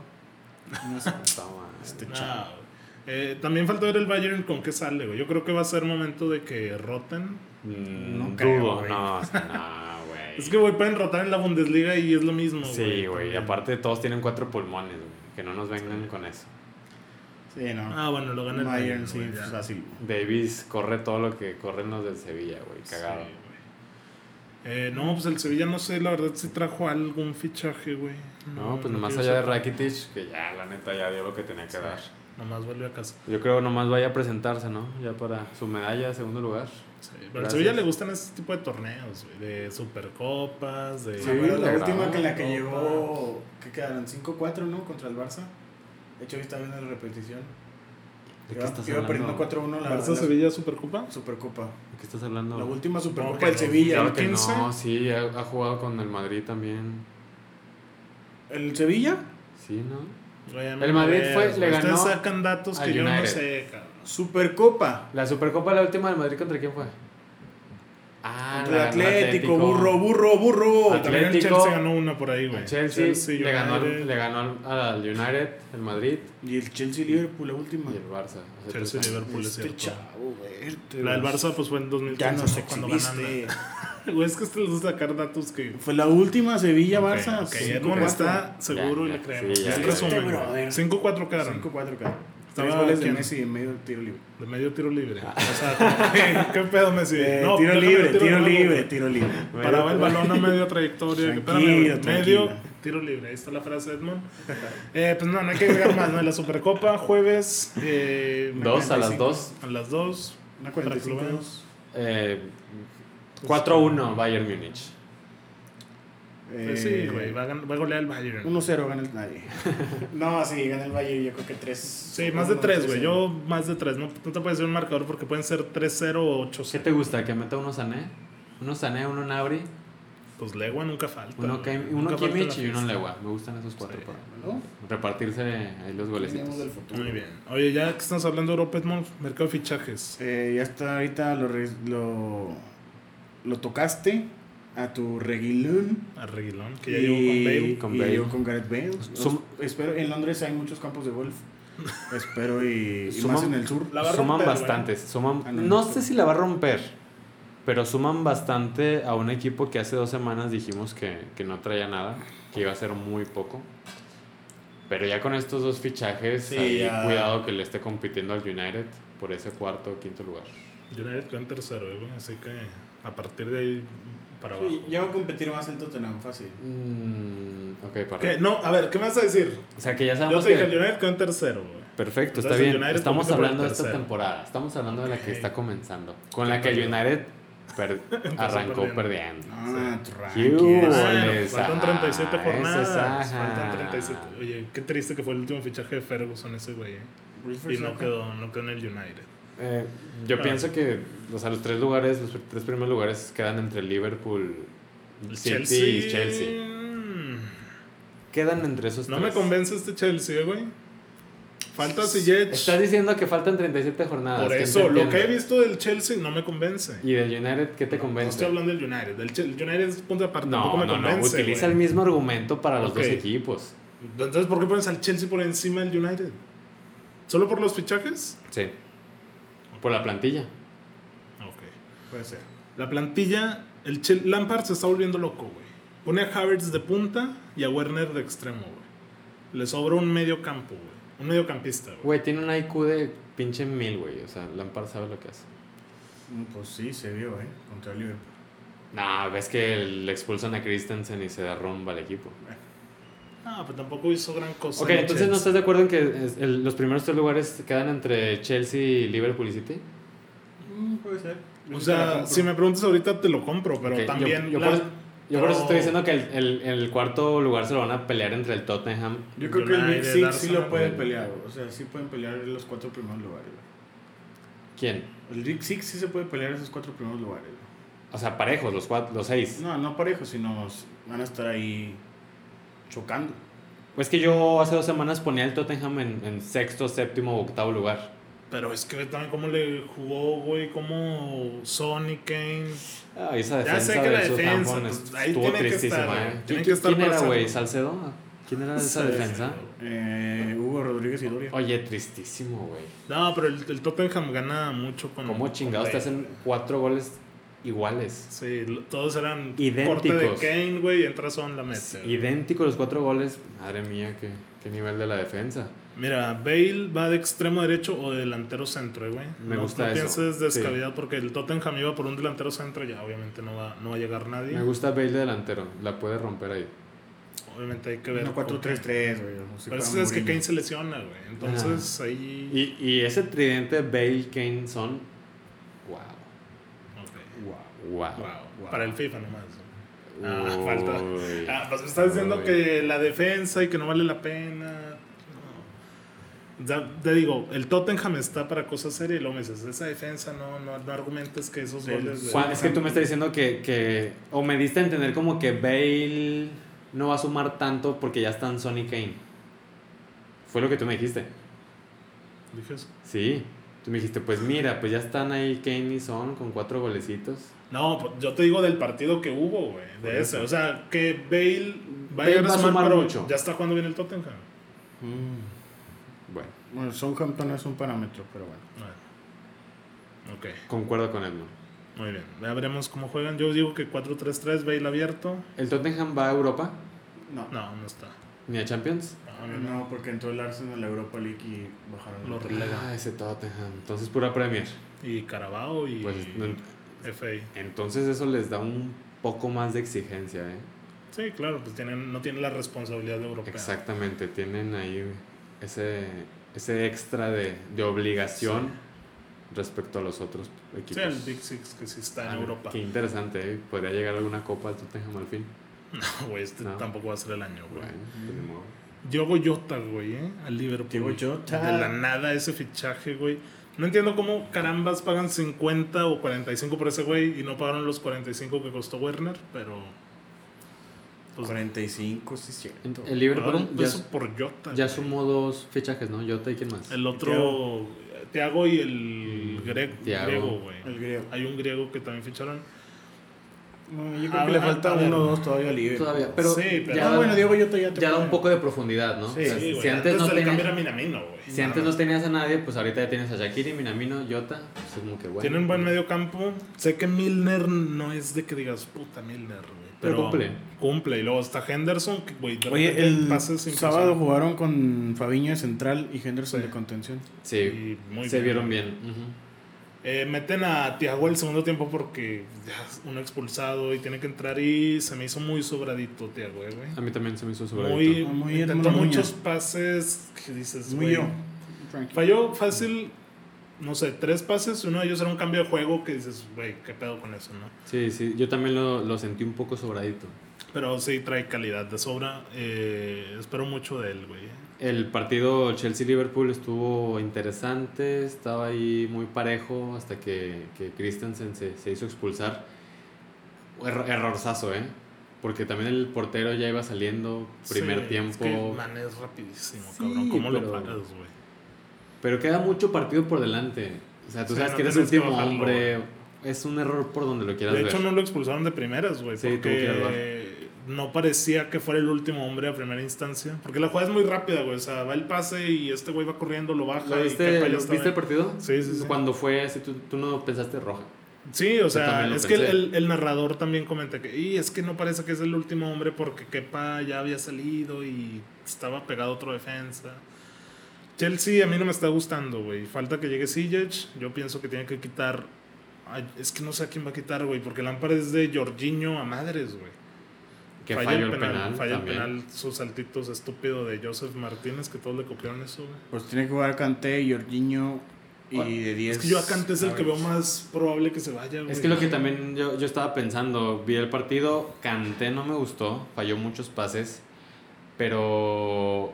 Speaker 2: No sé.
Speaker 3: Toma.
Speaker 2: Este
Speaker 1: No,
Speaker 2: chavo.
Speaker 1: güey. Eh, también falta ver el Bayern con qué sale, güey. Yo creo que va a ser momento de que roten.
Speaker 3: Mm,
Speaker 2: No
Speaker 3: dudo,
Speaker 2: creo, güey.
Speaker 3: no, o sea, no, güey.
Speaker 1: Es que, güey, pueden rotar en la Bundesliga y es lo mismo, güey.
Speaker 3: Sí, güey, y
Speaker 1: también.
Speaker 3: aparte todos tienen cuatro pulmones, güey, que no nos vengan con eso.
Speaker 2: Sí, no.
Speaker 1: Ah, bueno, lo gana el Bayern,
Speaker 2: Bayern, sí,
Speaker 1: güey, ya.
Speaker 2: pues, fácil.
Speaker 3: Davis corre todo lo que corren los del Sevilla, güey, cagado.
Speaker 1: Sí, güey. Eh, no, pues el Sevilla no sé, la verdad si trajo algún fichaje, güey.
Speaker 3: No, pues nomás
Speaker 1: quiero
Speaker 3: allá de
Speaker 1: saber.
Speaker 3: Rakitic, que ya la neta ya dio lo que tenía que dar.
Speaker 1: Nomás vuelve a casa.
Speaker 3: Yo creo nomás vaya a presentarse, ¿no? Ya para su medalla, segundo lugar.
Speaker 1: Sí, Pero al
Speaker 3: Gracias.
Speaker 1: Sevilla le gustan ese tipo de torneos, güey. De supercopas, de...
Speaker 2: Me acuerdo la
Speaker 3: la
Speaker 2: última
Speaker 3: grabaron,
Speaker 2: que en la que
Speaker 1: Copa.
Speaker 2: llegó, que quedaron 5-4, ¿no? Contra el Barça. De hecho, hoy estaba viendo la repetición.
Speaker 3: ¿De qué
Speaker 2: Iba-
Speaker 3: estás
Speaker 2: Iba perdiendo
Speaker 3: hablando?
Speaker 2: 4-1 la, la
Speaker 1: Barça-Sevilla supercopa.
Speaker 2: Supercopa.
Speaker 3: ¿De qué estás hablando?
Speaker 2: La última Supercopa
Speaker 1: que
Speaker 2: del
Speaker 1: no.
Speaker 2: Sevilla.
Speaker 3: Claro que
Speaker 1: 15.
Speaker 3: no, sí, ha, ha jugado con el Madrid también.
Speaker 2: ¿El Sevilla?
Speaker 3: Sí, ¿no?
Speaker 1: Güey, no
Speaker 3: El Madrid
Speaker 1: me
Speaker 3: fue-
Speaker 1: veas,
Speaker 3: le
Speaker 1: güey. Ustedes
Speaker 3: ganó
Speaker 1: sacan datos que
Speaker 3: al
Speaker 1: yo no
Speaker 3: United.
Speaker 1: sé, cabrón.
Speaker 2: Supercopa.
Speaker 3: La Supercopa, la última del Madrid, ¿contra quién fue? Ah,
Speaker 2: Contra el
Speaker 3: la ganó
Speaker 2: Atlético, burro, burro,
Speaker 1: Ah,
Speaker 2: burro.
Speaker 1: también el
Speaker 3: Atlético.
Speaker 1: Chelsea ganó una por ahí,
Speaker 3: El
Speaker 1: güey.
Speaker 3: Chelsea, le, ganó
Speaker 1: United.
Speaker 3: al, le ganó al- al United, el Madrid
Speaker 2: Y el Chelsea-Liverpool, la última.
Speaker 3: y el Barça. hace tres
Speaker 1: Chelsea
Speaker 3: años.
Speaker 1: Liverpool es
Speaker 2: Este
Speaker 1: cierto.
Speaker 2: chavo, verte.
Speaker 1: La del Barça pues fue en 2015
Speaker 2: Ya nos
Speaker 1: ¿no? cuando ganan.
Speaker 2: exhibiste.
Speaker 1: Güey, es que ustedes les gusta sacar datos que
Speaker 2: Fue la última
Speaker 1: Ok,
Speaker 2: Sevilla-Barça.
Speaker 1: ok, Edmond está seguro
Speaker 3: Ya,
Speaker 1: y le
Speaker 3: ya,
Speaker 1: creemos.
Speaker 3: sí, ya,
Speaker 1: El
Speaker 3: ya.
Speaker 1: resumen,
Speaker 2: Este
Speaker 1: güey.
Speaker 2: brother.
Speaker 1: 5-4 quedaron.
Speaker 2: 5-4, cara.
Speaker 1: Estaba
Speaker 2: Tres goles de
Speaker 1: ¿quién?
Speaker 2: Messi y en medio tiro libre.
Speaker 1: De medio tiro libre. O sea, como que, ¿qué pedo, Messi?
Speaker 2: Eh,
Speaker 1: No,
Speaker 2: tiro
Speaker 1: déjame
Speaker 2: libre,
Speaker 1: el
Speaker 2: tiro
Speaker 1: largo,
Speaker 2: libre,
Speaker 1: güey.
Speaker 2: tiro libre.
Speaker 1: Paraba el balón a media trayectoria. que, espérame,
Speaker 2: Tranquilo,
Speaker 1: güey, medio
Speaker 2: tranquila.
Speaker 1: tiro libre. Ahí está la frase de Edmond. Eh, pues no, no hay que agregar más. ¿no? La Supercopa, jueves. Eh,
Speaker 3: Dos a las
Speaker 2: 45.
Speaker 3: dos.
Speaker 1: A las 2.
Speaker 2: Una
Speaker 1: Para que lo
Speaker 2: 45
Speaker 1: vean.
Speaker 3: Eh, 4-1 Bayern Múnich.
Speaker 1: Pues sí, güey. Va, a gan- va a golear el Bayern.
Speaker 2: 1-0 Eh, gana el nadie. no, sí, gana el Valle, yo creo que 3.
Speaker 1: Sí, más de 3, güey. Yo más de 3. No, no te puedes decir un marcador porque pueden ser 3-0 o
Speaker 3: ¿Qué
Speaker 1: 8-0.
Speaker 3: te gusta? ¿Que meta uno Sané? ¿Uno Sané, uno Nabri?
Speaker 1: Pues Legua nunca falta.
Speaker 3: Uno, que,
Speaker 1: güey.
Speaker 3: uno
Speaker 1: Nunca falta
Speaker 3: Kimmich
Speaker 1: la
Speaker 3: y uno
Speaker 1: fiesta.
Speaker 3: Legua. Me gustan esos cuatro. para
Speaker 4: ¿No?
Speaker 3: Repartirse ahí los
Speaker 4: Veníamos del
Speaker 3: golecitos.
Speaker 4: futuro.
Speaker 1: Muy bien. Oye, ya que estás hablando de Europa, Edmond, mercado de fichajes.
Speaker 2: Eh, ya está ahorita lo, re- lo, lo tocaste a tu Reguilón.
Speaker 1: A Reguilón, que ya llegó con Bale.
Speaker 3: con
Speaker 2: y
Speaker 3: Bale. Pues
Speaker 2: llegó con Gareth Bale. Los-
Speaker 3: Sum-
Speaker 2: espero, en Londres hay muchos campos de golf. espero y, y
Speaker 3: Suman-
Speaker 2: más en el sur.
Speaker 1: La va a
Speaker 3: suman
Speaker 1: romper,
Speaker 3: bastantes. Suman,
Speaker 2: Ah, no,
Speaker 3: no
Speaker 2: no
Speaker 3: sé
Speaker 2: sé.
Speaker 3: si la va a romper, pero suman bastante a un equipo que hace dos semanas dijimos que, que no traía nada, que iba a ser muy poco. Pero ya con estos dos fichajes,
Speaker 2: Sí,
Speaker 3: ahí
Speaker 2: ya.
Speaker 3: cuidado que le esté compitiendo al United por ese cuarto o quinto lugar.
Speaker 1: United quedó en tercero, güey. Así que a partir de ahí para abajo.
Speaker 2: Sí, ya va a competir más en Tottenham, fácil.
Speaker 3: Mm, ok, para.
Speaker 1: ¿Qué? No, a ver, ¿qué me vas a decir?
Speaker 3: O sea que ya
Speaker 1: Yo
Speaker 3: sabemos
Speaker 1: te dije, el
Speaker 3: que.
Speaker 1: United quedó en tercero, güey.
Speaker 3: Perfecto, está
Speaker 1: Entonces, el
Speaker 3: bien.
Speaker 1: United
Speaker 3: Estamos
Speaker 1: compite por el
Speaker 3: hablando de esta
Speaker 1: tercero.
Speaker 3: temporada. Estamos hablando de la que
Speaker 1: Ok.
Speaker 3: está comenzando. Con la que el United per- arrancó
Speaker 1: perdiendo.
Speaker 3: perdiendo.
Speaker 2: Ah,
Speaker 3: Hugh.
Speaker 2: tranqui.
Speaker 1: Bueno,
Speaker 3: Goles,
Speaker 1: faltan
Speaker 3: ajá,
Speaker 1: 37 jornadas.
Speaker 3: ese es, ajá.
Speaker 1: faltan 37. Oye, qué triste que fue el último fichaje de Ferguson ese güey. eh. Y no quedó, no quedó en el United.
Speaker 3: Eh, yo
Speaker 1: Ah.
Speaker 3: pienso que o sea, los tres lugares, los tres primeros lugares quedan entre Liverpool,
Speaker 1: El
Speaker 3: City y Chelsea.
Speaker 1: mm,
Speaker 3: Quedan entre esos
Speaker 1: No
Speaker 3: tres.
Speaker 1: me convence este Chelsea, güey. Falta
Speaker 3: Estás
Speaker 1: Ziyech.
Speaker 3: diciendo que faltan 37 jornadas.
Speaker 1: Por
Speaker 3: que
Speaker 1: eso, lo
Speaker 3: entiendo.
Speaker 1: que he visto del Chelsea no me convence.
Speaker 3: ¿Y del United qué te
Speaker 1: No estoy
Speaker 3: convence?
Speaker 1: hablando del United. Del Chel- el United es punto de aparte. tampoco
Speaker 3: No,
Speaker 1: me
Speaker 3: no, no.
Speaker 1: convence.
Speaker 3: Utiliza
Speaker 1: güey.
Speaker 3: el mismo argumento para los
Speaker 1: Ok.
Speaker 3: dos equipos.
Speaker 1: Entonces, ¿por qué pones al Chelsea por encima del United? ¿Solo por los fichajes?
Speaker 3: Sí. Por la plantilla.
Speaker 1: Ok.
Speaker 2: Puede ser.
Speaker 1: La plantilla, el Chel- Lampard se está volviendo loco, güey. Pone a Havertz de punta y a Werner de extremo, güey. Le sobra un medio campo, güey. Un mediocampista, güey.
Speaker 3: Güey, tiene un IQ de pinche mil, güey. O sea, Lampard sabe lo que hace.
Speaker 2: Mm, Pues sí, se vio, ¿eh? Contra el Liverpool.
Speaker 3: No, ves que le expulsan a Christensen y se derrumba el equipo.
Speaker 1: Ah, pues tampoco hizo gran cosa.
Speaker 3: Ok,
Speaker 1: en
Speaker 3: entonces
Speaker 1: Chelsea.
Speaker 3: no estás de acuerdo en que es- el- los primeros tres lugares quedan entre Chelsea, y Liverpool y City.
Speaker 2: Mm, puede ser.
Speaker 1: O
Speaker 2: Yo te la
Speaker 1: sea,
Speaker 2: compro.
Speaker 1: si me preguntas ahorita te lo compro, pero
Speaker 3: Ok, yo-
Speaker 1: también.
Speaker 3: Yo,
Speaker 1: la-
Speaker 3: por, eso- yo por
Speaker 1: pero-
Speaker 3: eso estoy diciendo que el, el- el cuarto lugar se lo van a pelear entre el Tottenham.
Speaker 2: Yo creo que el Big
Speaker 1: United,
Speaker 2: Six sí
Speaker 1: Arsenal,
Speaker 2: lo puede
Speaker 3: güey.
Speaker 2: pelear. O sea, sí pueden pelear los cuatro primeros lugares. güey.
Speaker 3: ¿Quién?
Speaker 2: El Big Six sí se puede pelear esos cuatro primeros lugares. güey.
Speaker 3: O sea, parejos, los cuatro, los seis.
Speaker 2: No, no parejos, sino s- van a estar ahí chocando.
Speaker 3: Pues que yo hace dos semanas ponía el Tottenham en, en sexto, séptimo, octavo lugar.
Speaker 1: Pero es que ve también cómo le jugó, güey. Cómo Sonic Kane.
Speaker 3: Ah, esa
Speaker 1: Ya
Speaker 3: defensa
Speaker 1: sé que la
Speaker 3: del
Speaker 1: defensa,
Speaker 3: Southampton
Speaker 1: pues,
Speaker 3: est-
Speaker 1: ahí
Speaker 3: estuvo
Speaker 1: tiene que
Speaker 3: tristísima.
Speaker 1: estar,
Speaker 3: ¿eh?
Speaker 1: güey.
Speaker 3: ¿Qui-
Speaker 1: Tiene que
Speaker 3: ¿Quién,
Speaker 1: estar para
Speaker 3: era,
Speaker 1: hacerlo.
Speaker 3: güey? ¿Salcedo? ¿Quién era Ah, esa defensa?
Speaker 2: Eh, Hugo Rodríguez y Doria.
Speaker 3: Oye, tristísimo, güey.
Speaker 1: No, pero el, el Tottenham gana mucho con.
Speaker 3: ¿Cómo
Speaker 1: con
Speaker 3: chingados te
Speaker 1: Bale.
Speaker 3: hacen cuatro goles iguales?
Speaker 1: Sí, lo- todos eran corte de
Speaker 3: Idénticos.
Speaker 1: Kane, güey, y entra Son la mete. güey.
Speaker 3: Idénticos los cuatro goles. Madre mía, qué, qué nivel de la defensa.
Speaker 1: Mira, Bale va de extremo derecho o de delantero centro, eh, güey.
Speaker 3: Me
Speaker 1: no,
Speaker 3: gusta
Speaker 1: no
Speaker 3: eso.
Speaker 1: pienses
Speaker 3: Sí.
Speaker 1: descabellado porque el Tottenham iba por un delantero centro, ya obviamente no va, no va a llegar nadie.
Speaker 3: Me gusta Bale de delantero. La puede romper ahí.
Speaker 1: Obviamente hay que ver.
Speaker 2: No, 4-3-3, güey. no sé,
Speaker 1: Pero
Speaker 2: para
Speaker 1: eso es que
Speaker 2: Mourinho.
Speaker 1: Kane se lesiona, güey. Entonces ahí.
Speaker 3: Y, y ese tridente Bale, Kane, Son. Wow.
Speaker 1: Ok.
Speaker 2: Wow.
Speaker 3: Ah, Wow.
Speaker 1: Wow.
Speaker 2: Wow.
Speaker 1: Para el FIFA nomás. Ah,
Speaker 3: Uy.
Speaker 1: falta. Ah, pues me estás diciendo
Speaker 3: Uy.
Speaker 1: que la defensa y que no vale la pena. No. Ya te digo, el Tottenham está para cosas serias y luego me dices, esa defensa no, no, no argumentes que esos
Speaker 2: El
Speaker 1: goles. de-
Speaker 3: Juan, es que tú me estás diciendo que, que- O me diste a entender como que Bale no va a sumar tanto porque ya están Son y Kane. Fue lo que tú me dijiste.
Speaker 1: Dije eso.
Speaker 3: Sí. Tú me dijiste, pues mira, pues ya están ahí Kane y Son con cuatro golecitos.
Speaker 1: No, pues, yo te digo del partido que hubo, güey.
Speaker 3: Por
Speaker 1: De
Speaker 3: eso.
Speaker 1: ese. O sea, que Bale va a
Speaker 3: Bale
Speaker 1: llegar
Speaker 3: va a
Speaker 1: a sumar,
Speaker 3: sumar
Speaker 1: pero
Speaker 3: mucho.
Speaker 1: Ya está jugando bien el Tottenham.
Speaker 2: Mm.
Speaker 3: Bueno,
Speaker 2: Bueno, Southampton es un parámetro, pero bueno.
Speaker 1: Bueno. Ok,
Speaker 3: concuerdo con Edmund.
Speaker 1: muy bien. Ya veremos cómo juegan. Yo digo que 4-3-3, Bale abierto.
Speaker 3: ¿El Tottenham va a Europa?
Speaker 2: No.
Speaker 1: No, no está.
Speaker 3: ¿Ni a Champions?
Speaker 1: No, no, no.
Speaker 2: No, porque entró el Arsenal a Europa League y bajaron.
Speaker 1: Lo
Speaker 2: el-
Speaker 1: relega.
Speaker 3: Ah, ese Tottenham. Entonces pura Premier.
Speaker 1: Y Carabao y
Speaker 3: Pues, no-
Speaker 1: FA.
Speaker 3: entonces eso les da un poco más de exigencia, ¿eh?
Speaker 1: Sí, claro, pues tienen, no tienen la responsabilidad europea.
Speaker 3: Exactamente, tienen ahí ese, ese extra de, de obligación respecto a los otros
Speaker 1: Sí,
Speaker 3: equipos.
Speaker 1: el Big Six que sí está en
Speaker 3: Ah,
Speaker 1: Europa.
Speaker 3: Qué interesante, ¿eh? Podría llegar alguna copa al Tottenham al fin.
Speaker 1: No, güey, este
Speaker 3: No.
Speaker 1: tampoco va a ser el año, güey.
Speaker 3: Bueno, pues, ni modo.
Speaker 1: Diogo Jota, güey, ¿eh? Al Liverpool.
Speaker 2: Diego Jota.
Speaker 1: De la nada ese fichaje, güey. No entiendo cómo carambas pagan 50 o 45 por ese güey y no pagaron los 45 que costó Werner, pero Pues,
Speaker 2: 45, sí, cierto.
Speaker 3: El Liverpool
Speaker 1: dar pues un
Speaker 3: ya,
Speaker 1: peso por Jota.
Speaker 3: ya
Speaker 1: güey.
Speaker 3: sumó dos fichajes, ¿no? Jota y quién más.
Speaker 1: El otro, Tiago y el grego,
Speaker 3: Thiago.
Speaker 1: griego, güey.
Speaker 2: El griego.
Speaker 1: Hay un griego que también ficharon.
Speaker 2: No, yo
Speaker 1: A
Speaker 2: creo que
Speaker 1: ver,
Speaker 2: le falta
Speaker 1: a ver.
Speaker 2: uno o dos todavía al Liverpool.
Speaker 3: Todavía, pero,
Speaker 1: Sí, pero-
Speaker 3: ya,
Speaker 2: Ah, bueno, Diego Jota ya te
Speaker 3: ya da
Speaker 2: puede-
Speaker 3: un poco de profundidad, ¿no?
Speaker 2: Sí,
Speaker 3: O sea,
Speaker 1: Sí, güey.
Speaker 3: si antes, no
Speaker 1: del
Speaker 3: tenías,
Speaker 1: cambio era Minamino, güey.
Speaker 3: si antes no tenías a nadie, pues ahorita ya tienes a Shakiri, Minamino, Jota, pues es como que bueno.
Speaker 1: Tiene un buen medio campo. Sé que Milner no es de que digas, puta Milner, güey.
Speaker 3: Pero cumple.
Speaker 1: Cumple. Y luego está Henderson, que, güey, de
Speaker 2: Oye,
Speaker 1: repente
Speaker 2: el
Speaker 1: pases
Speaker 2: sábado
Speaker 1: impresionantes.
Speaker 2: jugaron con Fabiño de central y Henderson de contención.
Speaker 3: Sí,
Speaker 1: Y muy
Speaker 3: se
Speaker 1: bien.
Speaker 3: vieron bien. ujú.
Speaker 1: Eh, meten a Tiago el segundo tiempo porque ya es uno expulsado y tiene que entrar y se me hizo muy sobradito Tiago, eh, güey.
Speaker 3: A mí también se me hizo sobre
Speaker 1: Muy,
Speaker 2: Ah, muy
Speaker 1: intentó
Speaker 2: hermano
Speaker 1: muchos pases que dices,
Speaker 2: Muy
Speaker 1: güey.
Speaker 2: yo. Tranquilo.
Speaker 1: Falló fácil, no sé, tres pases. Uno de ellos era un cambio de juego que dices, güey, qué pedo con eso, ¿no?
Speaker 3: Sí, sí, yo también lo, lo sentí un poco sobradito.
Speaker 1: Pero sí trae calidad de sobra. Eh, espero mucho de él, güey.
Speaker 3: El partido Chelsea-Liverpool estuvo interesante, estaba ahí muy parejo hasta que, que Christensen se, se hizo expulsar. Error, errorzazo, ¿eh? Porque también el portero ya iba saliendo primer
Speaker 1: Sí, es
Speaker 3: tiempo.
Speaker 1: que, man, es rapidísimo,
Speaker 3: Sí,
Speaker 1: cabrón. ¿Cómo lo
Speaker 3: pero-
Speaker 1: paras, güey?
Speaker 3: Pero queda mucho partido por delante. O sea, tú
Speaker 1: Sí,
Speaker 3: sabes
Speaker 1: no
Speaker 3: que eres
Speaker 1: tienes que
Speaker 3: último
Speaker 1: bajarlo,
Speaker 3: hombre. Es un error por donde lo quieras
Speaker 1: De
Speaker 3: ver.
Speaker 1: hecho, no lo expulsaron de primeras, güey.
Speaker 3: Sí, tuvo que
Speaker 1: porque no parecía que fuera el último hombre a primera instancia. Porque la jugada es muy rápida, güey. O sea, va el pase y este güey va corriendo, lo baja.
Speaker 3: ¿Lo
Speaker 1: y
Speaker 3: viste,
Speaker 1: Kepa ya
Speaker 3: lo-
Speaker 1: está
Speaker 3: ¿Viste
Speaker 1: bien.
Speaker 3: el partido?
Speaker 1: Sí, sí, sí.
Speaker 3: Cuando fue así, tú, tú no pensaste roja.
Speaker 1: Sí, o
Speaker 3: también
Speaker 1: sea,
Speaker 3: lo
Speaker 1: es que el,
Speaker 3: pensé.
Speaker 1: el- el narrador también comenta que, y es que no parece que es el último hombre porque Kepa ya había salido y estaba pegado a otro defensa. Chelsea a mí no me está gustando, güey. Falta que llegue Ziyech. Yo pienso que tiene que quitar. Ay, es que no sé a quién va a quitar, güey, porque Lampard es de Jorginho a madres, güey.
Speaker 3: Que falló el penal.
Speaker 1: falla el
Speaker 3: también.
Speaker 1: penal, sus saltitos estúpidos de Joseph Martínez, que todos le copiaron eso, güey.
Speaker 2: Pues tiene que jugar Kanté, Jorginho y
Speaker 3: Bueno,
Speaker 2: de 10.
Speaker 1: Es que yo a Kanté es el que veo
Speaker 2: Havertz.
Speaker 1: más probable que se vaya, güey.
Speaker 3: Es que lo que también yo, yo estaba pensando, vi el partido, Canté no me gustó, falló muchos pases, pero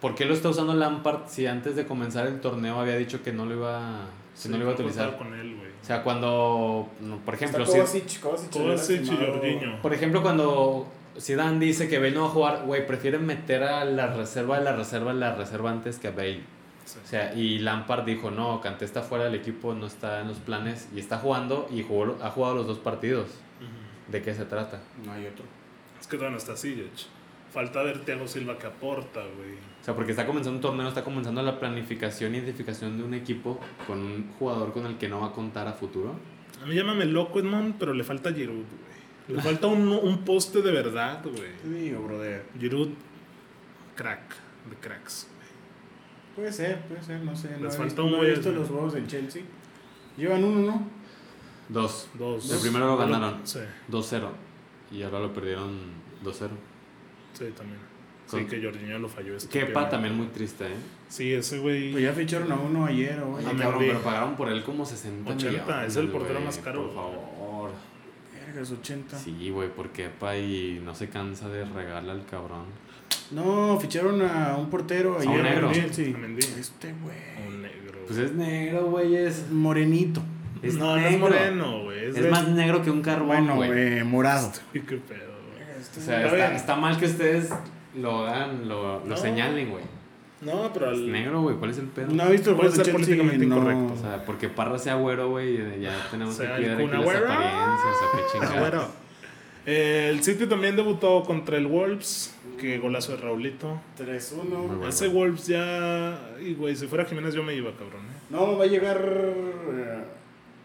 Speaker 3: ¿por qué lo está usando Lampard si antes de comenzar el torneo había dicho que no lo iba, que
Speaker 1: Sí,
Speaker 3: no lo iba a
Speaker 1: no contaba
Speaker 3: utilizar?
Speaker 1: con él, güey.
Speaker 3: O sea, cuando, no, por ejemplo,
Speaker 4: Está
Speaker 3: si-
Speaker 4: Kovacic, Kovacic,
Speaker 1: Kovacic y
Speaker 4: lastimado.
Speaker 1: Jorginho.
Speaker 3: por ejemplo cuando Zidane dice que Bale no va a jugar, güey, prefieren meter a la reserva de la reserva de la reserva antes que a Bale.
Speaker 1: Sí.
Speaker 3: O sea, y Lampard dijo, no, Canté está fuera del equipo, no está en los planes y está jugando y jugó, ha jugado los dos partidos.
Speaker 1: Ujú.
Speaker 3: ¿De qué se trata?
Speaker 2: No hay otro.
Speaker 1: Es que todavía no está Sillech. Falta ver Thiago Silva que aporta, güey.
Speaker 3: O sea, porque está comenzando un torneo, está comenzando la planificación y identificación de un equipo con un jugador con el que no va a contar a futuro.
Speaker 1: A mí llámame loco, Edmond, pero le falta Giroud, güey. Le falta un, un poste de verdad,
Speaker 2: Te
Speaker 1: güey.
Speaker 2: digo, brother.
Speaker 1: Giroud, crack, de cracks. güey.
Speaker 2: Puede ser, puede ser, no sé. no
Speaker 1: Les
Speaker 2: he
Speaker 1: faltó
Speaker 2: visto-
Speaker 1: un
Speaker 2: no he
Speaker 1: güey,
Speaker 2: visto
Speaker 1: ¿no?
Speaker 2: los juegos del Chelsea. Llevan uno, ¿no?
Speaker 3: Dos.
Speaker 1: Dos. Ah,
Speaker 3: El primero lo ganaron.
Speaker 1: Sí,
Speaker 3: 2-0. Y ahora lo perdieron 2-0.
Speaker 1: sí, también. Sí,
Speaker 3: Con-
Speaker 1: que Jorginho lo falló. estúpidamente.
Speaker 3: Kepa también muy triste, ¿eh?
Speaker 1: Sí, ese güey.
Speaker 2: Pues ya ficharon a uno ayer o hoy.
Speaker 3: Oye,
Speaker 1: me
Speaker 3: cabrón,
Speaker 1: olvidé.
Speaker 3: pero pagaron por él como 60
Speaker 1: 80,
Speaker 3: millones,
Speaker 1: es el portero
Speaker 3: güey,
Speaker 1: más caro.
Speaker 3: Por favor.
Speaker 2: Vergas, 80.
Speaker 3: Sí, güey, por Kepa y no se cansa de regalar al cabrón.
Speaker 2: No, ficharon a un portero ayer.
Speaker 3: un negro.
Speaker 2: del
Speaker 1: A
Speaker 2: Chelsea.
Speaker 1: Mendy.
Speaker 2: Este güey.
Speaker 1: Un negro.
Speaker 3: Pues es negro, güey, es...
Speaker 2: Morenito.
Speaker 3: es
Speaker 1: no, no es
Speaker 3: negro.
Speaker 1: moreno, güey. Es,
Speaker 3: Es más negro que un carbón,
Speaker 2: Bueno,
Speaker 3: güey. Este,
Speaker 2: güey, morado.
Speaker 1: Y qué pedo, güey.
Speaker 3: O sea,
Speaker 1: Está
Speaker 3: está,
Speaker 1: bien.
Speaker 3: está mal que ustedes lo hagan, lo, lo
Speaker 1: No.
Speaker 3: señalen, güey.
Speaker 1: No, pero
Speaker 3: Es
Speaker 1: al.
Speaker 3: negro, güey, ¿cuál es el pedo?
Speaker 2: No he visto el
Speaker 1: Puede ser
Speaker 2: juego del Chelsea.
Speaker 1: políticamente
Speaker 2: no.
Speaker 1: incorrecto.
Speaker 3: O sea, porque Parra sea güero, güey, y ya tenemos
Speaker 1: Sea el
Speaker 3: que cuidar aquí
Speaker 1: Kun
Speaker 3: las
Speaker 1: Agüero.
Speaker 3: apariencias, o qué chingados.
Speaker 1: Ah, bueno. Eh, el City también debutó contra el Wolves. Que golazo de Raulito.
Speaker 2: 3-1.
Speaker 3: Muy bueno.
Speaker 1: Ese Wolves ya. Y güey, si fuera Jiménez yo me iba, cabrón. ¿eh?
Speaker 2: No, va a llegar eh,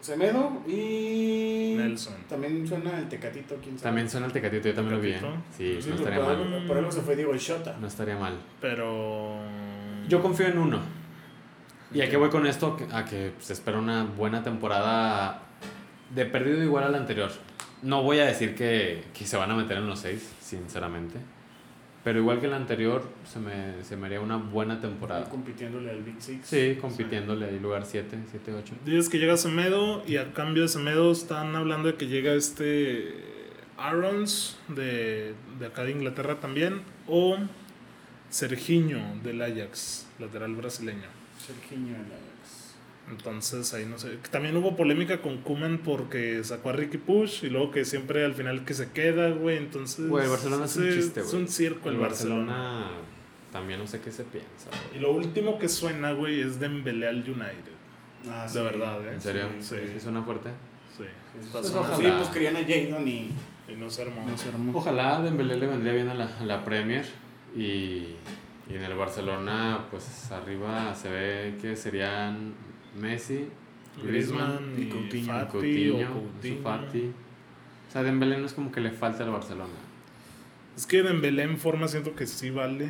Speaker 2: Semedo y.
Speaker 1: Nelson.
Speaker 2: También suena el Tecatito, quién sabe.
Speaker 3: Pues También suena el tecatito, yo también lo vi, ¿eh?
Speaker 1: Tecatito. Pues
Speaker 3: Sí,
Speaker 2: Sí, pero
Speaker 3: no estaría
Speaker 2: por
Speaker 3: mal.
Speaker 2: algo- Por algo se fue Diego el Shota.
Speaker 3: No estaría mal.
Speaker 1: Pero. Mm.
Speaker 3: Yo confío en uno. ¿Y a qué voy con esto? Que- A que se espera una buena temporada de perdido igual a la anterior. No voy a decir que, que se van a meter en los seis, sinceramente. Pero igual que la anterior, se me, se me haría una buena temporada.
Speaker 2: Compitiéndole al Big Six.
Speaker 3: Sí, compitiéndole ahí lugar 7, 7, 8.
Speaker 1: Dices que llega Semedo y a cambio de Semedo están hablando de que llega este Arons de, de acá de Inglaterra también o Serginho del Ajax, lateral brasileño.
Speaker 2: Serginho del Ajax.
Speaker 1: Entonces ahí no sé. También hubo polémica con Kuman porque sacó a Ricky Push y luego que siempre al final que se queda, güey. Entonces.
Speaker 3: Güey, el Barcelona es un
Speaker 1: sí,
Speaker 3: chiste,
Speaker 1: Es
Speaker 3: güey.
Speaker 1: un circo el,
Speaker 3: El
Speaker 1: Barcelona.
Speaker 3: Barcelona también no sé qué se piensa, güey.
Speaker 1: Y lo último que suena, güey, es Dembélé al United.
Speaker 2: Ah,
Speaker 1: De
Speaker 2: sí.
Speaker 1: verdad, ¿eh?
Speaker 3: ¿En serio?
Speaker 1: Sí.
Speaker 3: ¿Es que suena fuerte?
Speaker 1: Sí. Está
Speaker 3: Pues
Speaker 2: Pues,
Speaker 1: sonando.
Speaker 2: sí,
Speaker 3: ojalá.
Speaker 2: pues querían a Jadon y
Speaker 1: Y no se armó.
Speaker 2: no se armó.
Speaker 3: Ojalá Dembélé le vendría bien a la, a la Premier y, y en el Barcelona pues arriba se ve que serían Messi,
Speaker 1: Griezmann
Speaker 3: Griezmann,
Speaker 1: y
Speaker 2: y Coutinho.
Speaker 1: Fati
Speaker 3: Coutinho,
Speaker 1: o
Speaker 3: Ansu
Speaker 1: Coutinho.
Speaker 3: Fati. O sea, Dembélé no es como que le falta al Barcelona.
Speaker 1: Es que Dembélé en forma siento que sí vale,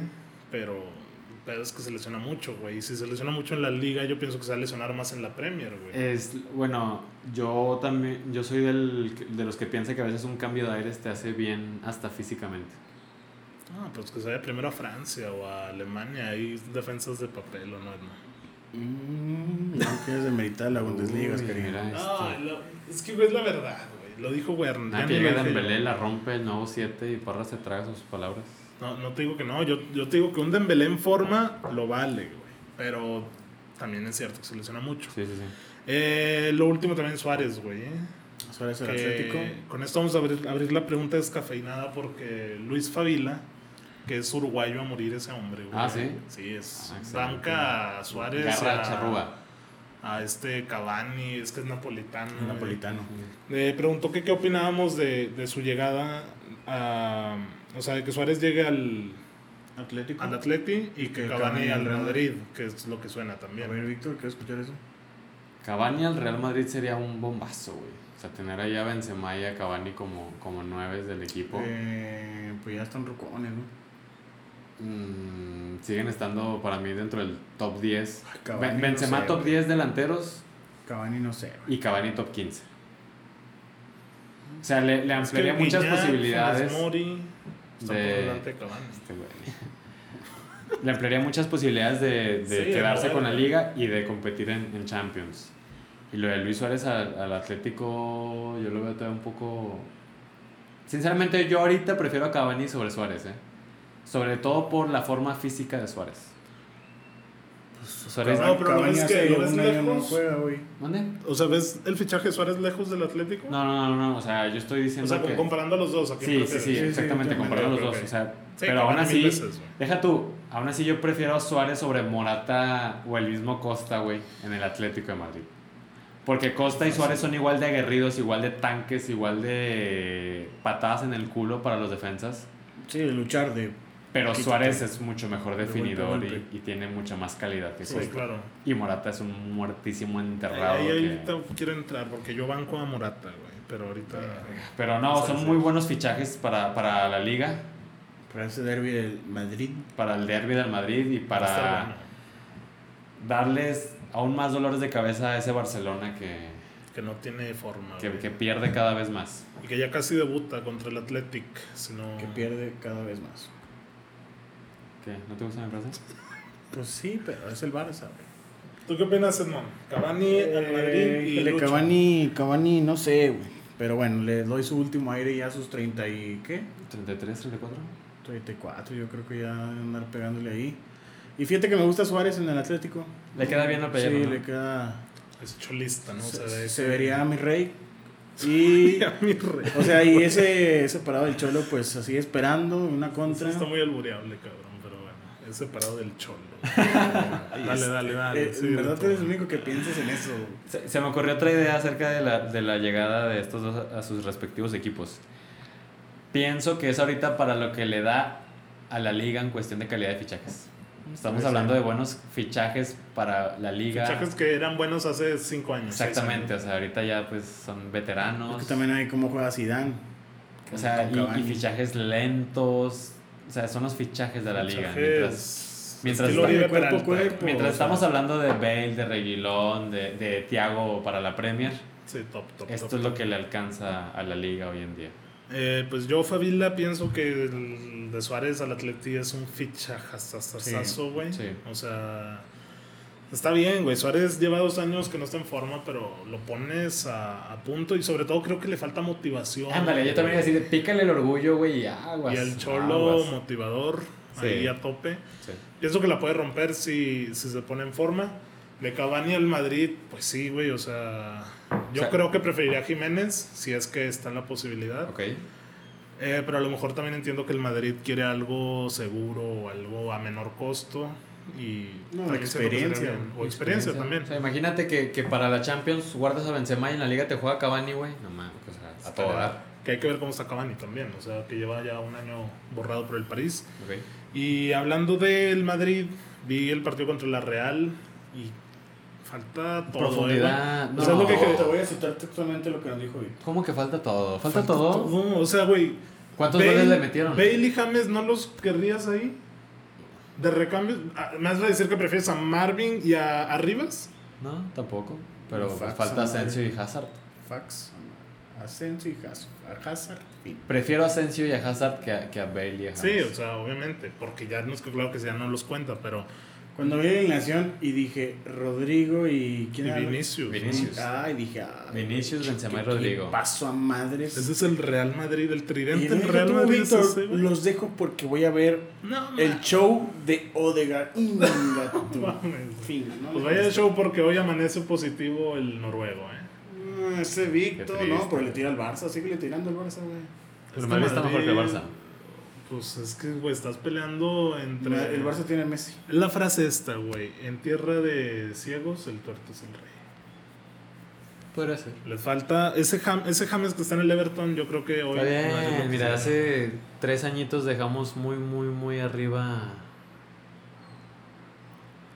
Speaker 1: pero el pedo es que se lesiona mucho, güey. Y si se lesiona mucho en la liga, yo pienso que se va a lesionar más en la Premier, güey.
Speaker 3: Es, bueno, yo también yo soy del, de los que piensa que a veces un cambio de aires te hace bien hasta físicamente.
Speaker 1: Ah, pues que se vaya primero a Francia o a Alemania. Hay defensas de papel o no, no.
Speaker 2: Mm, no quieres demeritar la Bundesliga,
Speaker 3: Uy,
Speaker 2: querido.
Speaker 3: mira
Speaker 1: No,
Speaker 3: este.
Speaker 1: lo- es que, güey, es la verdad, güey. Lo dijo, güey,
Speaker 3: Nada,
Speaker 1: ya
Speaker 3: que
Speaker 1: ni lo
Speaker 3: llega
Speaker 1: dije yo.
Speaker 3: Dembélé, la rompe el nuevo 7 y Parra se traga sus palabras.
Speaker 1: No, no te digo que no. Yo, yo te digo que un Dembélé en forma lo vale, güey. Pero también es cierto que se lesiona mucho.
Speaker 3: Sí, sí, sí.
Speaker 1: Eh, lo último también Suárez, güey. ¿eh?
Speaker 2: Suárez el
Speaker 1: Que
Speaker 2: Atlético.
Speaker 1: Con esto vamos a abrir, abrir la pregunta descafeinada porque Luis Favila, que es uruguayo a morir ese hombre, güey.
Speaker 3: Ah, ¿sí?
Speaker 1: Sí, es
Speaker 3: Ah, excelente.
Speaker 1: banca a Suárez.
Speaker 3: Garra
Speaker 1: a,
Speaker 3: charrúa.
Speaker 1: a este Cavani, es que es napolitano. güey.
Speaker 2: Napolitano.
Speaker 1: Le preguntó que qué opinábamos de, de su llegada a... O sea, de que Suárez llegue al,
Speaker 2: Atlético.
Speaker 1: al Atleti y que
Speaker 2: Que
Speaker 1: Cavani
Speaker 2: Cavani
Speaker 1: al
Speaker 2: al Real
Speaker 1: Madrid, que es lo que suena
Speaker 2: A
Speaker 1: también.
Speaker 2: ver, Víctor, ¿quieres escuchar eso?
Speaker 3: Cavani al Real Madrid sería un bombazo, güey. O sea, tener ahí a Benzema y a Cavani como, como nueves del equipo.
Speaker 2: Eh, pues ya están rucones, ¿no?
Speaker 3: Mm, siguen estando para mí dentro del top 10.
Speaker 2: Ay, Ah, Cavani,
Speaker 3: Ben-
Speaker 2: no
Speaker 3: Benzema
Speaker 2: sé,
Speaker 3: top
Speaker 2: güey.
Speaker 3: 10 delanteros
Speaker 2: Cavani no sé. güey.
Speaker 3: y Cavani top 15. O sea, le, le
Speaker 1: Es que
Speaker 3: ampliaría muchas
Speaker 1: Guiñac,
Speaker 3: posibilidades.
Speaker 1: Funes Mori, está
Speaker 3: de-
Speaker 1: por delante de Cavani.
Speaker 3: Este güey. Le ampliaría muchas posibilidades de, de
Speaker 1: Sí,
Speaker 3: quedarse
Speaker 1: de
Speaker 3: con la
Speaker 1: mover.
Speaker 3: liga y de competir en, en Champions. Y lo de Luis Suárez al, al Atlético, yo lo veo todavía un poco... Sinceramente, yo ahorita prefiero a Cavani sobre Suárez, ¿eh? Sobre todo por la forma física de Suárez. Suárez...
Speaker 1: Pues, Cavani- pero lo ves
Speaker 2: hace
Speaker 1: que- lo ves
Speaker 2: un año no
Speaker 1: lejos.
Speaker 2: juega, güey.
Speaker 3: ¿Dónde?
Speaker 1: O sea, ¿ves el fichaje de Suárez lejos del Atlético?
Speaker 3: No, no, no, no, o sea, yo estoy
Speaker 1: o
Speaker 3: diciendo
Speaker 1: sea, con-
Speaker 3: que...
Speaker 1: comparando a los dos. ¿a quién
Speaker 3: Sí, sí,
Speaker 1: prefieres?
Speaker 3: sí,
Speaker 2: sí,
Speaker 3: exactamente,
Speaker 2: exactamente,
Speaker 3: comparando los
Speaker 1: ok,
Speaker 3: dos,
Speaker 1: ok.
Speaker 3: o sea...
Speaker 1: Sí,
Speaker 3: pero aún
Speaker 1: Cavani mil
Speaker 3: así,
Speaker 1: veces, güey.
Speaker 3: Deja tú, aún así yo prefiero a Suárez sobre Morata o el mismo Costa, güey, en el Atlético de Madrid. Porque Costa
Speaker 1: Pues
Speaker 3: y Suárez son igual de aguerridos, igual de tanques, igual de patadas en el culo para los defensas.
Speaker 2: Sí, de luchar de.
Speaker 3: Pero
Speaker 2: Quítate.
Speaker 3: Suárez es mucho mejor
Speaker 2: De golpe,
Speaker 3: definidor y,
Speaker 2: golpe.
Speaker 3: y tiene mucha más calidad que
Speaker 1: Sí,
Speaker 3: Costa.
Speaker 1: claro.
Speaker 3: Y Morata es un muertísimo enterrado.
Speaker 1: Ahí,
Speaker 3: que-
Speaker 1: ahí ahorita quiero entrar porque yo banco a Morata, güey. Pero ahorita.
Speaker 3: Pero no,
Speaker 1: Sí,
Speaker 3: son
Speaker 1: sí.
Speaker 3: muy buenos fichajes para, para la liga,
Speaker 2: Para ese derby del Madrid.
Speaker 3: para el derby del Madrid y
Speaker 1: va a estar
Speaker 3: para
Speaker 1: bueno.
Speaker 3: darles aún más dolores de cabeza a ese Barcelona que,
Speaker 1: Que no tiene forma.
Speaker 3: que,
Speaker 1: güey.
Speaker 3: que pierde cada vez más.
Speaker 1: Y que ya casi debuta contra el Athletic. Si no...
Speaker 2: Que pierde cada vez más.
Speaker 3: ¿Qué? ¿No te gusta mi frase?
Speaker 2: Pues sí, pero es el Barça, güey. Eh,
Speaker 1: ¿Tú qué opinas, Edmond? Cavani al Madrid y.
Speaker 2: Híjole,
Speaker 1: Lucho.
Speaker 2: Cavani, Cavani, no sé, güey. Pero bueno, le doy su último aire ya a sus 30 y qué?
Speaker 3: ¿33, 34?
Speaker 2: 34, yo creo que ya andar pegándole ahí. Y fíjate que me gusta Suárez en el Atlético.
Speaker 3: Le queda bien la playera,
Speaker 2: Sí,
Speaker 3: ¿no?
Speaker 2: le queda.
Speaker 1: Es cholista, ¿no?
Speaker 2: se,
Speaker 1: Se ve-
Speaker 2: se vería a mi rey. Y.
Speaker 1: Mi rey.
Speaker 2: O sea, y ese, ese parado del Cholo, pues así esperando, una contra.
Speaker 1: Está muy albureable, cabrón, pero bueno. Es separado del cholo. Este, dale, dale, dale.
Speaker 2: Eh,
Speaker 1: sí,
Speaker 2: en verdad
Speaker 1: Beto.
Speaker 2: eres el único que piensas en eso.
Speaker 3: Se, se me ocurrió otra idea acerca de la, de la llegada de estos dos a, a sus respectivos equipos. Pienso que es ahorita para lo que le da a la liga en cuestión de calidad de fichajes. Estamos
Speaker 2: Puede
Speaker 3: hablando
Speaker 2: ser.
Speaker 3: de buenos fichajes para la liga.
Speaker 1: Fichajes que eran buenos hace 5 años. seis
Speaker 3: Exactamente, o
Speaker 1: años.
Speaker 3: sea, ahorita ya pues son
Speaker 2: Es
Speaker 3: veteranos.
Speaker 2: que también hay como juega Zidane.
Speaker 3: o sea,
Speaker 2: con
Speaker 3: y, y
Speaker 2: Cavani.
Speaker 3: fichajes lentos. O sea, son los fichajes de la liga.
Speaker 1: Fichajes
Speaker 3: Mientras, mientras
Speaker 1: estilo
Speaker 3: está-
Speaker 1: Oribe
Speaker 2: cuerpo a
Speaker 1: Peralta.
Speaker 2: cuerpo.
Speaker 3: mientras
Speaker 2: o sea.
Speaker 3: estamos hablando de Bale, de Reguilón, de, de Thiago para la Premier,
Speaker 1: Sí, top, top.
Speaker 3: esto
Speaker 1: top.
Speaker 3: es lo que le alcanza a la liga hoy en día.
Speaker 1: Eh, pues yo, Favila, pienso que el de Suárez al Atleti es un fichajazazazazo, güey.
Speaker 3: sí.
Speaker 1: O sea, está bien, güey. Suárez lleva dos años que no está en forma, pero lo pones a, a punto y sobre todo creo que le falta motivación.
Speaker 3: Ándale, yo también iba a decir, pícale el orgullo, güey, y aguas.
Speaker 1: Y el cholo
Speaker 3: aguas.
Speaker 1: motivador,
Speaker 3: Sí.
Speaker 1: ahí a tope.
Speaker 3: Sí.
Speaker 1: Pienso que la puede romper si, si se pone en forma. De Cavani al Madrid, pues sí, güey, o sea,
Speaker 5: O
Speaker 1: yo
Speaker 5: sea-
Speaker 1: creo que preferiría a Jiménez si es que está la posibilidad.
Speaker 5: Ok.
Speaker 1: Eh, pero a lo mejor también entiendo que el Madrid quiere algo seguro o algo a menor costo y
Speaker 2: No,
Speaker 1: también se lo
Speaker 2: experiencia.
Speaker 1: ofrecería bien. o experiencia, también.
Speaker 3: O sea, imagínate que, que para la Champions guardas a Benzema y en la Liga te juega Cavani, güey. No mames, o sea, a todo dar.
Speaker 1: Que hay que ver cómo está Cavani también, o sea, que lleva ya un año borrado por el París.
Speaker 3: Ok.
Speaker 1: Y hablando del Madrid, vi el partido contra la Real y falta todo.
Speaker 3: Profundidad,
Speaker 1: ¿eh, güey?
Speaker 3: no.
Speaker 1: O sea, es lo que dije,
Speaker 2: Te voy a citar textualmente lo que nos dijo Vito.
Speaker 3: ¿Cómo que falta todo? ¿Falta, todo?
Speaker 1: No, o sea, güey.
Speaker 3: ¿Cuántos
Speaker 1: Bale-
Speaker 3: goles le metieron?
Speaker 1: Bale y James, ¿no los querrías ahí? De recambio, ah, ¿me vas a decir que prefieres a Marvin y a, a Rivas?
Speaker 3: No, tampoco. Pero
Speaker 2: No,
Speaker 3: pues,
Speaker 2: Fax,
Speaker 3: falta
Speaker 2: madre.
Speaker 3: Asensio y Hazard.
Speaker 2: Fax. Asensio y Haz- Hazard. Fin.
Speaker 3: Prefiero a Asensio y a Hazard que a, que a Bale y a James.
Speaker 1: Sí, o sea, obviamente, porque ya nos quedó claro que ya no los cuenta, pero.
Speaker 2: Cuando vi la alineación y dije Rodrigo y
Speaker 1: Y
Speaker 2: quién era?
Speaker 1: Vinicius.
Speaker 3: Vin- Vinicius.
Speaker 2: Ah, y dije, ah,
Speaker 3: Vinicius, Benzema y Rodrigo.
Speaker 2: Paso a
Speaker 1: Ese
Speaker 2: madres.
Speaker 1: es el Real Madrid, el
Speaker 2: Y
Speaker 1: tridente
Speaker 2: luego
Speaker 1: del Real
Speaker 2: tú,
Speaker 1: Madrid. es
Speaker 2: Víctor,
Speaker 1: ese, güey.
Speaker 2: los dejo porque voy a ver
Speaker 1: No,
Speaker 2: el show de Odegaard. Inga tu
Speaker 1: mames.
Speaker 2: fin, ¿no? Este
Speaker 1: Pues
Speaker 3: Este.
Speaker 1: vaya el show porque hoy amanece positivo el noruego, ¿eh?
Speaker 2: Mm, Ese Víctor,
Speaker 5: Qué triste.
Speaker 2: no, pero le tira al Barça, sigue le tirando al Barça, güey.
Speaker 3: Pero
Speaker 1: Este
Speaker 3: Madrid está mejor que el
Speaker 1: Madrid,
Speaker 3: Barça.
Speaker 1: Pues es que, güey, estás peleando entre.
Speaker 2: El Barça tiene a Messi.
Speaker 1: La frase esta, güey. En tierra de ciegos, el tuerto es el rey.
Speaker 3: Podría ser.
Speaker 1: Les falta. Ese, Jam- ese James que está en el Everton, yo creo que hoy.
Speaker 3: Está bien,
Speaker 1: Madrid lo que
Speaker 3: mira,
Speaker 1: sea.
Speaker 3: hace tres añitos dejamos muy, muy, muy arriba.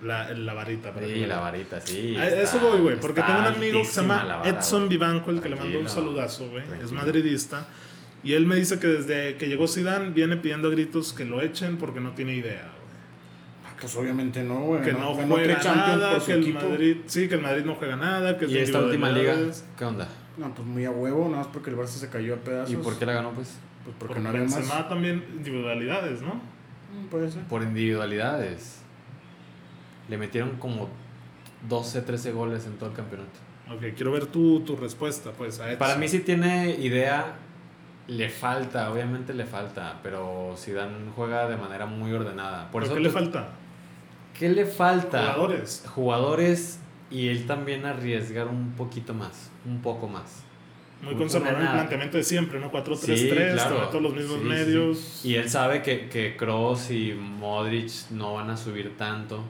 Speaker 1: La, la varita, para
Speaker 3: Sí,
Speaker 1: que-
Speaker 3: la varita, sí.
Speaker 1: A-
Speaker 3: está-
Speaker 1: eso voy, güey, porque
Speaker 3: está
Speaker 1: tengo un amigo que se
Speaker 3: altísima la
Speaker 1: llama
Speaker 3: vara,
Speaker 1: Edson
Speaker 3: güey.
Speaker 1: Vivanco, el que le mandó un
Speaker 3: Tranquilo.
Speaker 1: saludazo, güey. Es
Speaker 3: Tranquilo.
Speaker 1: madridista. Y él me dice que desde que llegó Zidane viene pidiendo a gritos que lo echen porque no tiene idea, güey.
Speaker 2: Pues obviamente no, güey.
Speaker 1: que no, juega nada, que el Madrid, sí, que el Madrid no juega nada, que es
Speaker 3: Y
Speaker 1: de
Speaker 3: esta última liga,
Speaker 1: individualidades,
Speaker 3: ¿qué onda?
Speaker 2: No, pues muy a huevo, nada más porque el Barça se cayó a pedazos.
Speaker 3: ¿Y por qué la ganó, pues?
Speaker 2: Pues porque
Speaker 1: porque
Speaker 2: no había más.
Speaker 1: Benzema también individualidades, ¿no?
Speaker 2: Mm, Puede ser.
Speaker 3: Por individualidades. Le metieron como 12, 13 goles en todo el campeonato.
Speaker 1: Ok, quiero ver tu, tu respuesta, pues, a Edson.
Speaker 3: Para mí sí tiene idea, le falta, obviamente le falta, pero Zidane juega de manera muy ordenada. Por
Speaker 1: ¿Pero
Speaker 3: eso
Speaker 1: qué le
Speaker 3: tú-
Speaker 1: falta?
Speaker 3: ¿Qué le falta?
Speaker 1: Jugadores.
Speaker 3: Jugadores y él también arriesgar un poquito más, un poco más.
Speaker 1: Muy
Speaker 3: Muy
Speaker 1: conservador el
Speaker 3: ordenada.
Speaker 1: planteamiento de siempre, ¿no? 4-3-3,
Speaker 3: Sí, claro.
Speaker 1: sobre todos los mismos
Speaker 3: Sí, sí,
Speaker 1: medios.
Speaker 3: sí. Y él sabe que, que Kroos y Modric no van a subir tanto.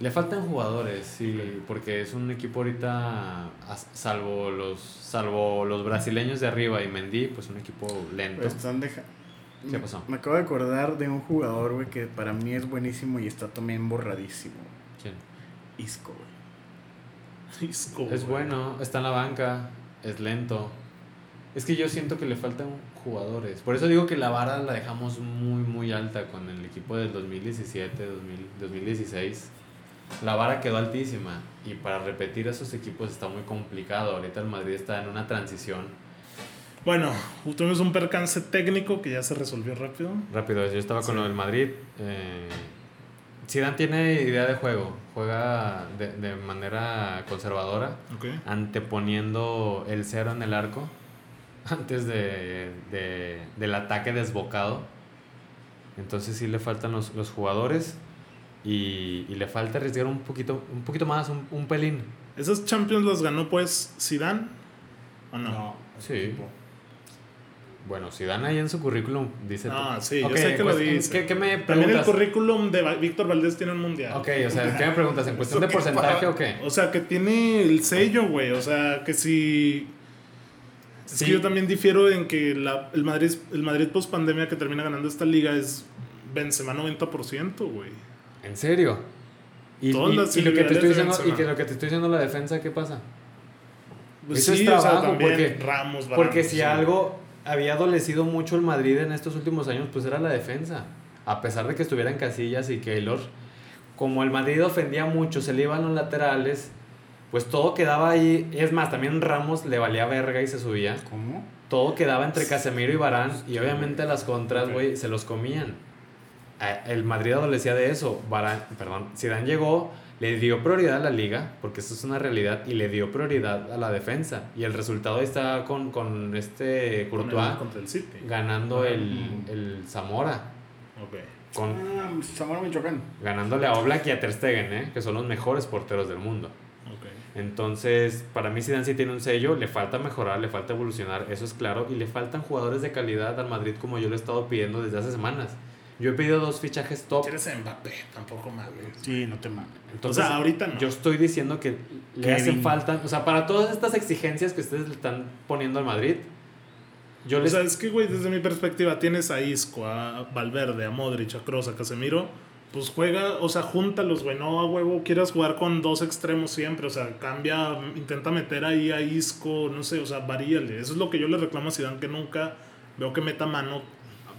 Speaker 3: Le faltan jugadores, sí, porque es un equipo ahorita, a- salvo los, salvo los brasileños de arriba y Mendy, pues un equipo lento.
Speaker 2: Pero
Speaker 1: Pues,
Speaker 2: están dejando.
Speaker 3: ¿Qué pasó?
Speaker 2: Me acabo de acordar de un jugador, güey, que para mí es buenísimo y está también borradísimo.
Speaker 3: ¿Quién?
Speaker 2: Isco, güey.
Speaker 1: Isco,
Speaker 3: Es
Speaker 1: güey.
Speaker 3: bueno, está en la banca, es lento. Es que yo siento que le faltan jugadores. Por eso digo que la vara la dejamos muy, muy alta con el equipo del 2017, 2000, 2016. La vara quedó altísima y para repetir a esos equipos está muy complicado. Ahorita el Madrid está en una transición.
Speaker 1: Bueno, tuvimos un percance técnico que ya se resolvió rápido.
Speaker 3: Rápido, yo estaba con lo del Madrid. Eh, Zidane tiene idea de juego, juega de, de manera conservadora.
Speaker 1: Ok.
Speaker 3: anteponiendo el cero en el arco antes de, de- del ataque desbocado. Entonces sí le faltan los, los jugadores y, y le falta arriesgar un poquito, un poquito más, un, un pelín.
Speaker 1: ¿Esas Champions las ganó, pues, Zidane? ¿O no?
Speaker 2: es
Speaker 3: Sí.
Speaker 2: equipo.
Speaker 3: Bueno, si dan ahí en su currículum, dice...
Speaker 1: Ah, sí, yo
Speaker 3: Ok,
Speaker 1: sé que lo
Speaker 3: pues,
Speaker 1: dice.
Speaker 3: ¿Qué, qué me
Speaker 1: También el
Speaker 3: preguntas?
Speaker 1: currículum de Va- Víctor Valdés tiene un mundial.
Speaker 3: Ok, o sea, ¿qué me preguntas? ¿En cuestión de porcentaje o qué?
Speaker 1: O sea, que tiene el sello, güey. O sea, que si. Es
Speaker 3: Sí.
Speaker 1: que yo también difiero en que la- el Madrid, el Madrid post pandemia que termina ganando esta liga es Benzema 90%, güey.
Speaker 3: ¿En serio? Y,
Speaker 1: Todas
Speaker 3: y-
Speaker 1: las
Speaker 3: y lo que te
Speaker 1: individualidades
Speaker 3: estoy
Speaker 1: de
Speaker 3: diciendo, y
Speaker 1: Benzema.
Speaker 3: que lo que te estoy diciendo la defensa, ¿qué pasa?
Speaker 1: Pues
Speaker 3: Eso es
Speaker 1: o sea,
Speaker 3: trabajo, porque-
Speaker 1: Ramos, Varane,
Speaker 3: Porque si
Speaker 1: Pues, sí.
Speaker 3: algo había adolecido mucho el Madrid en estos últimos años, pues era la defensa. A pesar de que estuvieran Casillas y Keylor, como el Madrid ofendía mucho, se le iban los laterales, pues todo quedaba ahí. Es más, también Ramos le valía verga y se subía.
Speaker 2: ¿Cómo?
Speaker 3: Todo quedaba entre Casemiro y Barán y obviamente las contras, güey, se los comían. A- El Madrid adolecía de eso. Varane, perdón, Zidane llegó, le dio prioridad a la liga, porque eso es una realidad, y le dio prioridad a la defensa. Y el resultado ahí está con, con este
Speaker 1: Con el-
Speaker 3: Courtois
Speaker 1: Contra el City.
Speaker 3: ganando el, el Zamora.
Speaker 1: Ok.
Speaker 3: Con,
Speaker 2: Ah, Zamora Michoacán.
Speaker 3: ganándole a Oblak y a Ter Stegen, ¿eh? que son los mejores porteros del mundo.
Speaker 1: Ok.
Speaker 3: Entonces, para mí Zidane sí tiene un sello, le falta mejorar, le falta evolucionar, eso es claro, y le faltan jugadores de calidad al Madrid como yo lo he estado pidiendo desde hace semanas. Yo he pedido dos fichajes top.
Speaker 1: Tienes a Mbappé, tampoco mames.
Speaker 2: Sí, no te mames.
Speaker 3: Entonces,
Speaker 1: o sea, ahorita no.
Speaker 3: yo estoy diciendo que le
Speaker 2: Kevin.
Speaker 3: hacen falta, o sea, para todas estas exigencias que ustedes le están poniendo al Madrid, yo
Speaker 1: O
Speaker 3: les
Speaker 1: sea, es que, güey, desde mi perspectiva, tienes a Isco, a Valverde, a Modric, a Kroos, a Casemiro. Pues juega, o sea, júntalos, güey. No a huevo quieras jugar con dos extremos siempre. O sea, cambia, intenta meter ahí a Isco, no sé, o sea, varíale. Eso es lo que yo le reclamo a Zidane, que nunca veo que meta mano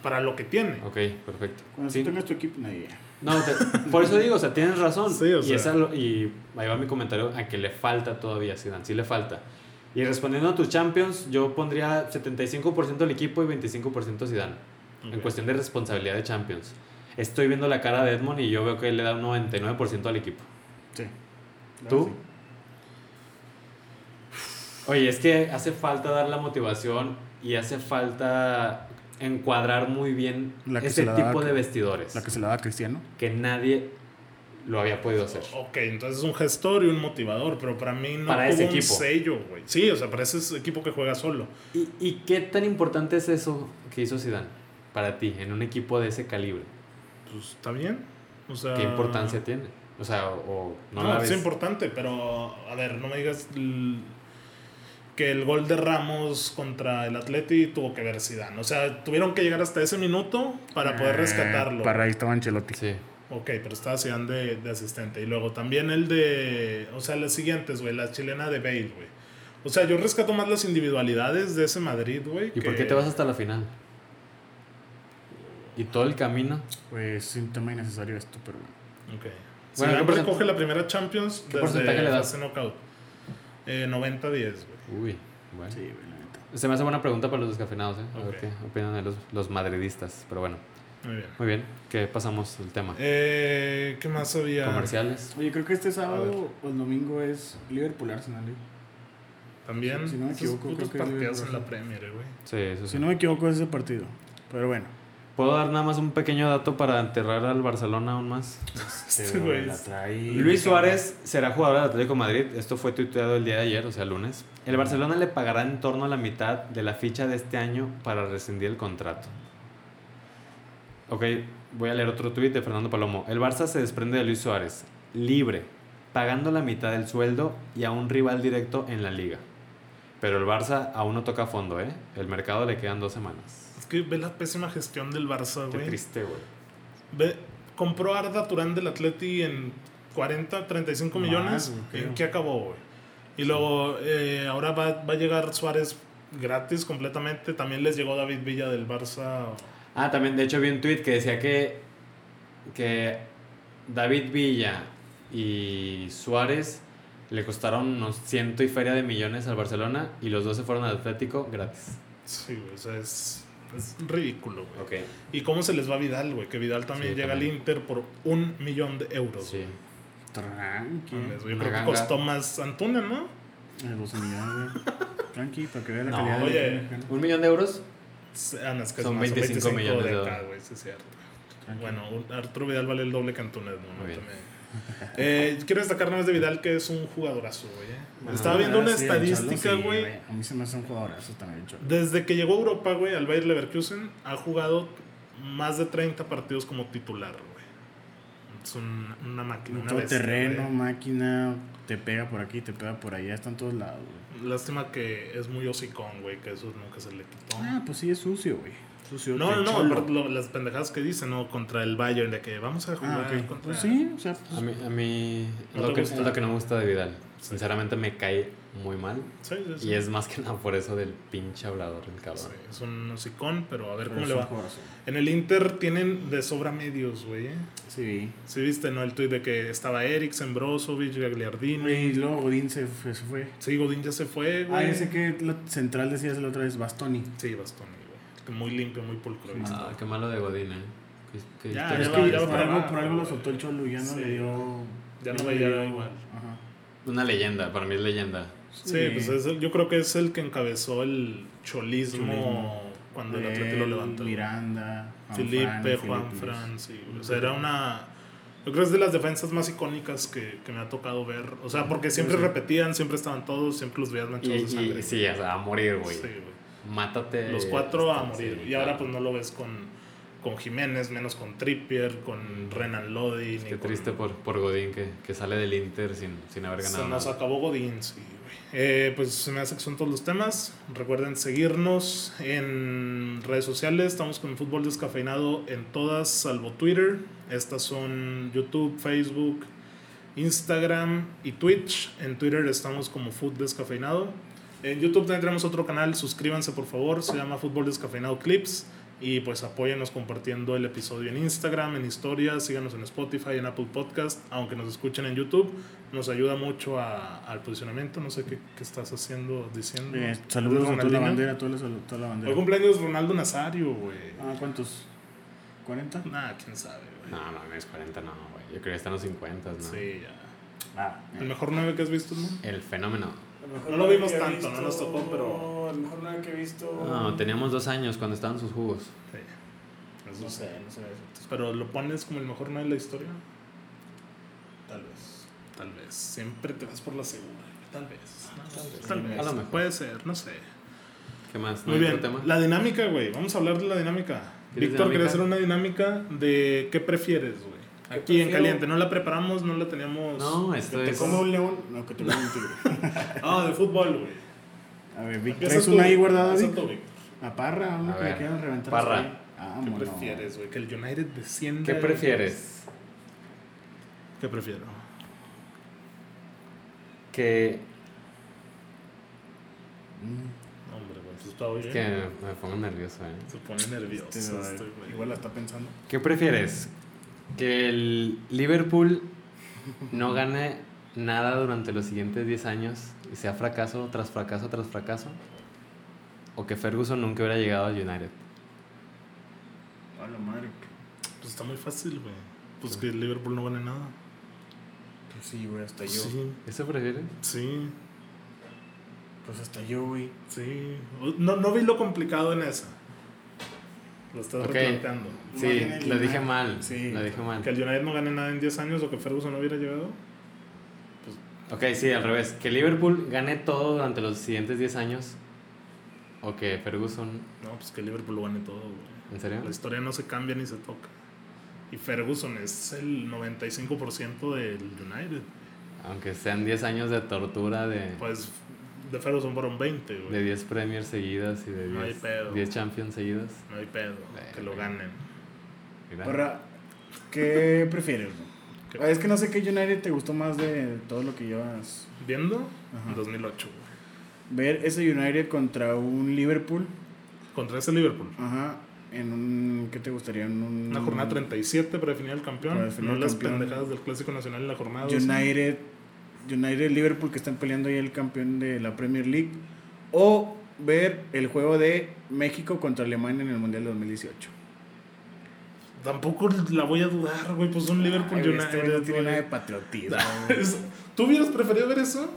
Speaker 1: para lo que tiene.
Speaker 3: Ok, perfecto.
Speaker 2: Cuando
Speaker 3: Sí.
Speaker 2: tú tengas tu equipo, nadie.
Speaker 3: No, te- por eso digo, o sea, tienes razón.
Speaker 1: Sí, o
Speaker 3: y,
Speaker 1: sea.
Speaker 3: esa lo- y ahí va mi comentario a que le falta todavía a Zidane, sí le falta. Y respondiendo a tus Champions, yo pondría 75% al equipo y 25% Zidane. En
Speaker 1: Ok.
Speaker 3: cuestión de responsabilidad de Champions. Estoy viendo la cara de Edmond y yo veo que le da un 99% al equipo.
Speaker 2: Ah, Sí.
Speaker 3: ¿Tú? Oye, es que hace falta dar la motivación y hace falta encuadrar muy bien
Speaker 2: La que
Speaker 3: ese
Speaker 2: se la da
Speaker 3: tipo
Speaker 2: a-
Speaker 3: de vestidores
Speaker 2: La que se la da a Cristiano.
Speaker 3: que nadie lo había podido hacer.
Speaker 1: Ok, entonces es un gestor y un motivador, pero para mí no
Speaker 3: Para
Speaker 1: tuvo
Speaker 3: ese
Speaker 1: un
Speaker 3: equipo.
Speaker 1: sello, güey. Sí, o sea, para ese equipo que juega solo.
Speaker 3: ¿Y, y qué tan importante es eso que hizo Zidane para ti en un equipo de ese calibre?
Speaker 1: Pues está bien. O sea,
Speaker 3: ¿Qué importancia tiene? O sea, o, o no,
Speaker 1: Ah. No,
Speaker 3: la
Speaker 1: es
Speaker 3: ves.
Speaker 1: importante, pero a ver, no me digas l- que el gol de Ramos contra el Atleti tuvo que ver Zidane. O sea, tuvieron que llegar hasta ese minuto para poder
Speaker 2: Eh,
Speaker 1: rescatarlo.
Speaker 2: Para ahí estaba Ancelotti.
Speaker 3: Sí.
Speaker 1: Ok, pero estaba Zidane de, de asistente. Y luego también el de... O sea, las siguientes, güey. La chilena de Bale, güey. O sea, yo rescato más las individualidades de ese Madrid, güey.
Speaker 3: ¿Y por qué te vas hasta la final? ¿Y todo el camino?
Speaker 2: Pues es un tema innecesario esto, pero bueno.
Speaker 1: Ok.
Speaker 3: Bueno,
Speaker 1: Zidane
Speaker 3: ¿qué porcent-
Speaker 1: recoge la primera Champions
Speaker 3: ¿Qué porcentaje le das?
Speaker 1: fase knockout. Eh, 90-10, güey.
Speaker 3: Uy, bueno.
Speaker 2: Sí, güey, la neta.
Speaker 3: Se me hace buena pregunta para los descafeinados, ¿eh? A ver
Speaker 1: Ok.
Speaker 3: qué opinan de los, los madridistas. Pero bueno,
Speaker 1: Muy bien.
Speaker 3: muy bien, que pasamos el tema.
Speaker 1: Eh, ¿Qué más había?
Speaker 3: Comerciales.
Speaker 2: Oye, creo que este
Speaker 1: A
Speaker 2: sábado o el domingo es Liverpool Arsenal. ¿eh?
Speaker 1: También.
Speaker 2: Si no me
Speaker 1: Esos
Speaker 2: equivoco,
Speaker 1: putos
Speaker 2: creo que es
Speaker 1: partidos en
Speaker 2: Liverpool.
Speaker 1: la Premier, güey.
Speaker 3: Sí, eso sí.
Speaker 2: Si no me equivoco, es ese partido. Pero bueno.
Speaker 3: ¿Puedo dar nada más un pequeño dato para enterrar al Barcelona aún más?
Speaker 1: Este güey.
Speaker 2: la traí.
Speaker 3: Luis Suárez será jugador del Atlético de Madrid. Esto fue tuiteado el día de ayer, o sea, lunes. El Barcelona le pagará en torno a la mitad de la ficha de este año para rescindir el contrato. Ok, voy a leer otro tuit de Fernando Palomo. El Barça se desprende de Luis Suárez, libre, pagando la mitad del sueldo y a un rival directo en la liga. Pero el Barça aún no toca fondo, ¿eh? El mercado le quedan dos semanas.
Speaker 1: Es que ve la pésima gestión del Barça,
Speaker 3: Qué
Speaker 1: güey.
Speaker 3: triste, güey.
Speaker 1: Ve, compró a Arda Turán del Atleti en 40, 35
Speaker 2: Más,
Speaker 1: millones.
Speaker 2: güey, creo.
Speaker 1: ¿En qué acabó, güey? Y luego eh, ahora va, va a llegar Suárez gratis completamente. También les llegó David Villa del Barça.
Speaker 3: Ah, también, de hecho, vi un tweet que decía que, que David Villa y Suárez le costaron unos ciento y feria de millones al Barcelona y los dos se fueron al Atlético gratis.
Speaker 1: Sí, güey. O sea, es, es ridículo, güey.
Speaker 3: Ok.
Speaker 1: ¿Y cómo se les va Vidal, güey? Que Vidal también
Speaker 3: Sí,
Speaker 1: llega
Speaker 3: también.
Speaker 1: al Inter por un millón de euros.
Speaker 3: Sí.
Speaker 1: güey.
Speaker 2: Tranqui.
Speaker 1: Mames, güey. Yo
Speaker 3: Una
Speaker 1: creo que
Speaker 3: ganga.
Speaker 1: costó más Antuna, ¿no?
Speaker 2: Eh, 12 millones, güey. Tranqui, para que vean la
Speaker 3: No,
Speaker 2: calidad. de-
Speaker 1: oye.
Speaker 3: ¿Un millón de euros?
Speaker 1: Ah, no, es que
Speaker 3: Son
Speaker 1: es más,
Speaker 3: 25 millones de
Speaker 1: acá,
Speaker 3: dólares.
Speaker 1: güey, sí es cierto.
Speaker 2: Pues, Tranqui.
Speaker 1: Bueno, un- Arturo Vidal vale el doble que Antuna, ¿no?
Speaker 3: Muy bien.
Speaker 1: También. Eh, quiero destacar nada más de Vidal que es un jugadorazo, güey. eh.
Speaker 2: Bueno,
Speaker 1: Estaba viendo una
Speaker 2: Ah, sí, el
Speaker 1: estadística,
Speaker 2: Cholo, sí,
Speaker 1: güey.
Speaker 2: A mí se me hace un jugadorazo también el Cholo.
Speaker 1: Desde que llegó a Europa, güey, al Bayer Leverkusen, ha jugado más de 30 partidos como titular, güey. Es un- una máquina. Una
Speaker 2: Todo
Speaker 1: bestia,
Speaker 2: terreno,
Speaker 1: güey.
Speaker 2: máquina, te pega por aquí, te pega por allá, está en todos lados, güey.
Speaker 1: Lástima que es muy hocicón, güey, que eso nunca se le quitó.
Speaker 2: Ah, pues sí, es sucio, güey. Sucio.
Speaker 1: Oh. No, no, no,
Speaker 2: cholo.
Speaker 1: aparte lo- las pendejadas que dicen, ¿no? Contra el Bayern, de que vamos a
Speaker 2: Ah,
Speaker 1: jugar
Speaker 2: ok.
Speaker 1: contra...
Speaker 2: Pues sí, o sea, pues,
Speaker 3: A mí, a mí
Speaker 1: ¿No
Speaker 3: lo
Speaker 1: te
Speaker 3: que,
Speaker 1: gusta?
Speaker 3: lo que no me gusta de Vidal. Sinceramente me cae muy mal.
Speaker 1: Sí, sí, sí.
Speaker 3: Y es más que nada por eso del pinche hablador, el
Speaker 1: Sí,
Speaker 3: cabrón.
Speaker 1: es un hocicón, pero a ver
Speaker 2: pero
Speaker 1: cómo
Speaker 2: pues es
Speaker 1: le
Speaker 2: un
Speaker 1: va.
Speaker 2: jugadorazo.
Speaker 1: En el Inter tienen de sobra medios, güey. ¿eh?
Speaker 2: Sí.
Speaker 1: Sí, viste, ¿no? El tuit de que estaba Eriksen, Brozovic, Gagliardini.
Speaker 2: Y luego Godín se fue. se fue.
Speaker 1: Sí, Godín ya se fue,
Speaker 2: Ah,
Speaker 1: güey. Ah,
Speaker 2: ya sé que la central decías la otra vez, Bastoni.
Speaker 1: Sí, Bastoni, güey. Que Muy limpio, muy pulcro. ¿viste?
Speaker 3: Ah, qué malo de Godín, ¿eh? Qué- qué
Speaker 1: Ya,
Speaker 3: historia
Speaker 2: Pero es
Speaker 1: va-
Speaker 2: que
Speaker 1: ya va
Speaker 2: por,
Speaker 1: para
Speaker 2: algo,
Speaker 1: abajo,
Speaker 2: por algo lo
Speaker 1: güey.
Speaker 2: soltó el Cholo, ya no
Speaker 1: Sí.
Speaker 2: le dio.
Speaker 1: Ya no
Speaker 2: le
Speaker 1: veía
Speaker 2: dio-
Speaker 1: igual.
Speaker 2: Ajá.
Speaker 3: Una leyenda, para mí es leyenda.
Speaker 1: pues Sí, pues es el- yo creo que es el que encabezó el cholismo
Speaker 2: Cholismo.
Speaker 1: cuando el Atlético lo
Speaker 2: Él,
Speaker 1: levanta. güey.
Speaker 2: Miranda, Juan
Speaker 1: Felipe,
Speaker 2: Fran,
Speaker 1: Juan
Speaker 2: Felipe Eh,
Speaker 1: Fran,
Speaker 2: Luis.
Speaker 1: sí. güey. O sea, era una. Yo creo que es de las defensas más icónicas que, que me ha tocado ver. O sea, porque siempre
Speaker 3: Sí.
Speaker 1: repetían, siempre estaban todos, siempre los veías
Speaker 3: Y,
Speaker 1: manchados de
Speaker 3: y-
Speaker 1: sangre.
Speaker 3: sí, o sea, a morir, güey.
Speaker 1: Sí, güey.
Speaker 3: Mátate. este
Speaker 1: Los cuatro a
Speaker 3: Sí,
Speaker 1: morir. Y
Speaker 3: claro.
Speaker 1: ahora pues no lo ves con, con Jiménez, menos con Trippier, con Renan Lodi. ni
Speaker 3: Qué
Speaker 1: con-
Speaker 3: triste por, por Godín que, que sale del Inter sin, sin haber ganado.
Speaker 1: Se nos
Speaker 3: nada.
Speaker 1: acabó Godín, sí, güey. Eh, pues se me hace que son todos los temas. Recuerden seguirnos en redes sociales. Estamos con Fútbol Descafeinado en todas, salvo Twitter. Estas son YouTube, Facebook, Instagram y Twitch. En Twitter estamos como Fútbol Descafeinado. En YouTube también tenemos otro canal. Suscríbanse, por favor. Se llama Fútbol Descafeinado Clips. Y pues apóyennos compartiendo el episodio en Instagram, en historias, síganos en Spotify, en Apple Podcast, aunque nos escuchen en YouTube, nos ayuda mucho a- al posicionamiento. No sé qué, qué estás haciendo, diciendo.
Speaker 2: Eh, saludos a toda la
Speaker 1: Ronaldinho.
Speaker 2: bandera, toda la, toda la bandera.
Speaker 1: Hoy cumpleaños Ronaldo Nazario, güey.
Speaker 2: Ah, ¿cuántos? ¿40?
Speaker 1: Nah, quién sabe, güey.
Speaker 2: Ah,
Speaker 3: No, no, no es 40, no, güey. Yo creo que están los 50, ¿no?
Speaker 1: Sí, ya.
Speaker 2: Ah,
Speaker 1: El mejor 9 que has visto, ¿no?
Speaker 3: El fenómeno.
Speaker 1: No lo vimos tanto, no nos tocó, pero-
Speaker 2: A lo mejor nada que he visto.
Speaker 3: No, teníamos dos años cuando estaban sus jugos.
Speaker 1: Sí. Eso
Speaker 2: No
Speaker 1: sí.
Speaker 2: sé, no sé.
Speaker 1: Pero lo pones como el mejor 9 de la historia.
Speaker 2: Tal vez.
Speaker 1: Tal vez. Siempre te vas por la segunda. Tal vez.
Speaker 3: Ah,
Speaker 1: Tal vez.
Speaker 3: A lo mejor.
Speaker 1: Puede ser, no sé.
Speaker 3: ¿Qué más? ¿No
Speaker 1: Muy
Speaker 3: hay
Speaker 1: bien.
Speaker 3: otro tema?
Speaker 1: La dinámica, güey. Vamos a hablar de la dinámica.
Speaker 3: ¿Quieres
Speaker 1: Víctor, quería
Speaker 3: dinámica?
Speaker 1: hacer una dinámica de qué prefieres, güey.
Speaker 2: ¿Qué
Speaker 1: Aquí en
Speaker 2: prefiero?
Speaker 1: caliente. No la preparamos, no la teníamos.
Speaker 3: No, esto
Speaker 2: ¿Te
Speaker 3: es.
Speaker 2: como un león? No, que te como un tigre.
Speaker 1: Ah, de fútbol, güey.
Speaker 2: A ver, Vic,
Speaker 1: Empieza
Speaker 2: ¿traes
Speaker 1: tú,
Speaker 2: una ahí
Speaker 1: Víctor.
Speaker 2: guardada,
Speaker 1: Empieza
Speaker 2: Vic?
Speaker 1: tú, Víctor.
Speaker 2: A Parra, uno
Speaker 3: A
Speaker 2: que
Speaker 3: ver,
Speaker 2: le quieran reventar.
Speaker 3: Parra.
Speaker 2: así. Ah,
Speaker 1: ¿Qué
Speaker 2: mono.
Speaker 1: prefieres, güey? Que el United descienda.
Speaker 3: ¿Qué prefieres?
Speaker 1: ¿Qué prefiero?
Speaker 3: Que.
Speaker 2: Mm,
Speaker 1: No, Hombre, güey, pues está bien.
Speaker 3: Es que me pongo nervioso, ¿eh?
Speaker 1: Se pone nervioso.
Speaker 2: este, a ver,
Speaker 1: este, güey.
Speaker 2: igual la está pensando.
Speaker 3: ¿Qué prefieres? ¿Que el Liverpool no gane nada durante los siguientes 10 años y sea fracaso tras fracaso tras fracaso? ¿O que Ferguson nunca hubiera llegado al United?
Speaker 2: A la madre.
Speaker 1: Pues está muy fácil, güey. Pues que el Liverpool no gane nada.
Speaker 2: Pues sí, güey, hasta yo.
Speaker 1: Sí,
Speaker 3: ¿Eso prefieres?
Speaker 1: sí,
Speaker 2: Pues hasta yo, güey.
Speaker 1: sí. No, no vi lo complicado en esa. Lo estás
Speaker 3: Ok. Ah.
Speaker 1: replanteando.
Speaker 2: No
Speaker 3: Sí,
Speaker 2: gane el
Speaker 3: lo dije
Speaker 2: United.
Speaker 3: mal.
Speaker 2: Sí.
Speaker 3: Lo dije mal.
Speaker 1: Que el United no gane nada en 10 años o que Ferguson no hubiera llegado.
Speaker 3: Ok, sí, al revés. Que Liverpool gane todo durante los siguientes 10 años. O que Ferguson.
Speaker 1: No, pues que Liverpool lo gane todo, güey.
Speaker 3: ¿En serio?
Speaker 1: La historia no se cambia ni se toca. Y Ferguson es el 95% del United.
Speaker 3: Aunque sean 10 años de tortura, de,
Speaker 1: Pues de Ferguson fueron 20,
Speaker 3: de
Speaker 1: güey.
Speaker 3: 10 Premiers seguidas y de
Speaker 1: No hay
Speaker 3: 10,
Speaker 1: pedo.
Speaker 3: 10 Champions seguidas.
Speaker 1: No hay pedo. Que lo ganen.
Speaker 3: Mira.
Speaker 2: Parra, ¿qué prefieres, güey?
Speaker 1: ¿Qué?
Speaker 2: Ah, Es que no sé qué United te gustó más de todo lo que llevas.
Speaker 1: ¿Viendo?
Speaker 2: Ajá.
Speaker 1: 2008, güey.
Speaker 2: Ver ese United contra un Liverpool.
Speaker 1: Contra ese Liverpool.
Speaker 2: Ajá. En un. ¿Qué te gustaría? En un.
Speaker 1: Una jornada 37 para definir al campeón.
Speaker 2: Mm. Para definir
Speaker 1: no
Speaker 2: al
Speaker 1: las
Speaker 2: campeón.
Speaker 1: pendejadas del Clásico Nacional en la jornada. dos.
Speaker 2: United. United Liverpool que están peleando ahí el campeón de la Premier League. O ver el juego de México contra Alemania en el Mundial de 2018.
Speaker 1: Tampoco la voy a dudar, güey. Pues un Liverpool
Speaker 2: Ay, güey, este güey
Speaker 1: United.
Speaker 2: no tiene nada de
Speaker 1: güey.
Speaker 2: patriotismo. güey.
Speaker 1: ¿Tú hubieras preferido ver eso?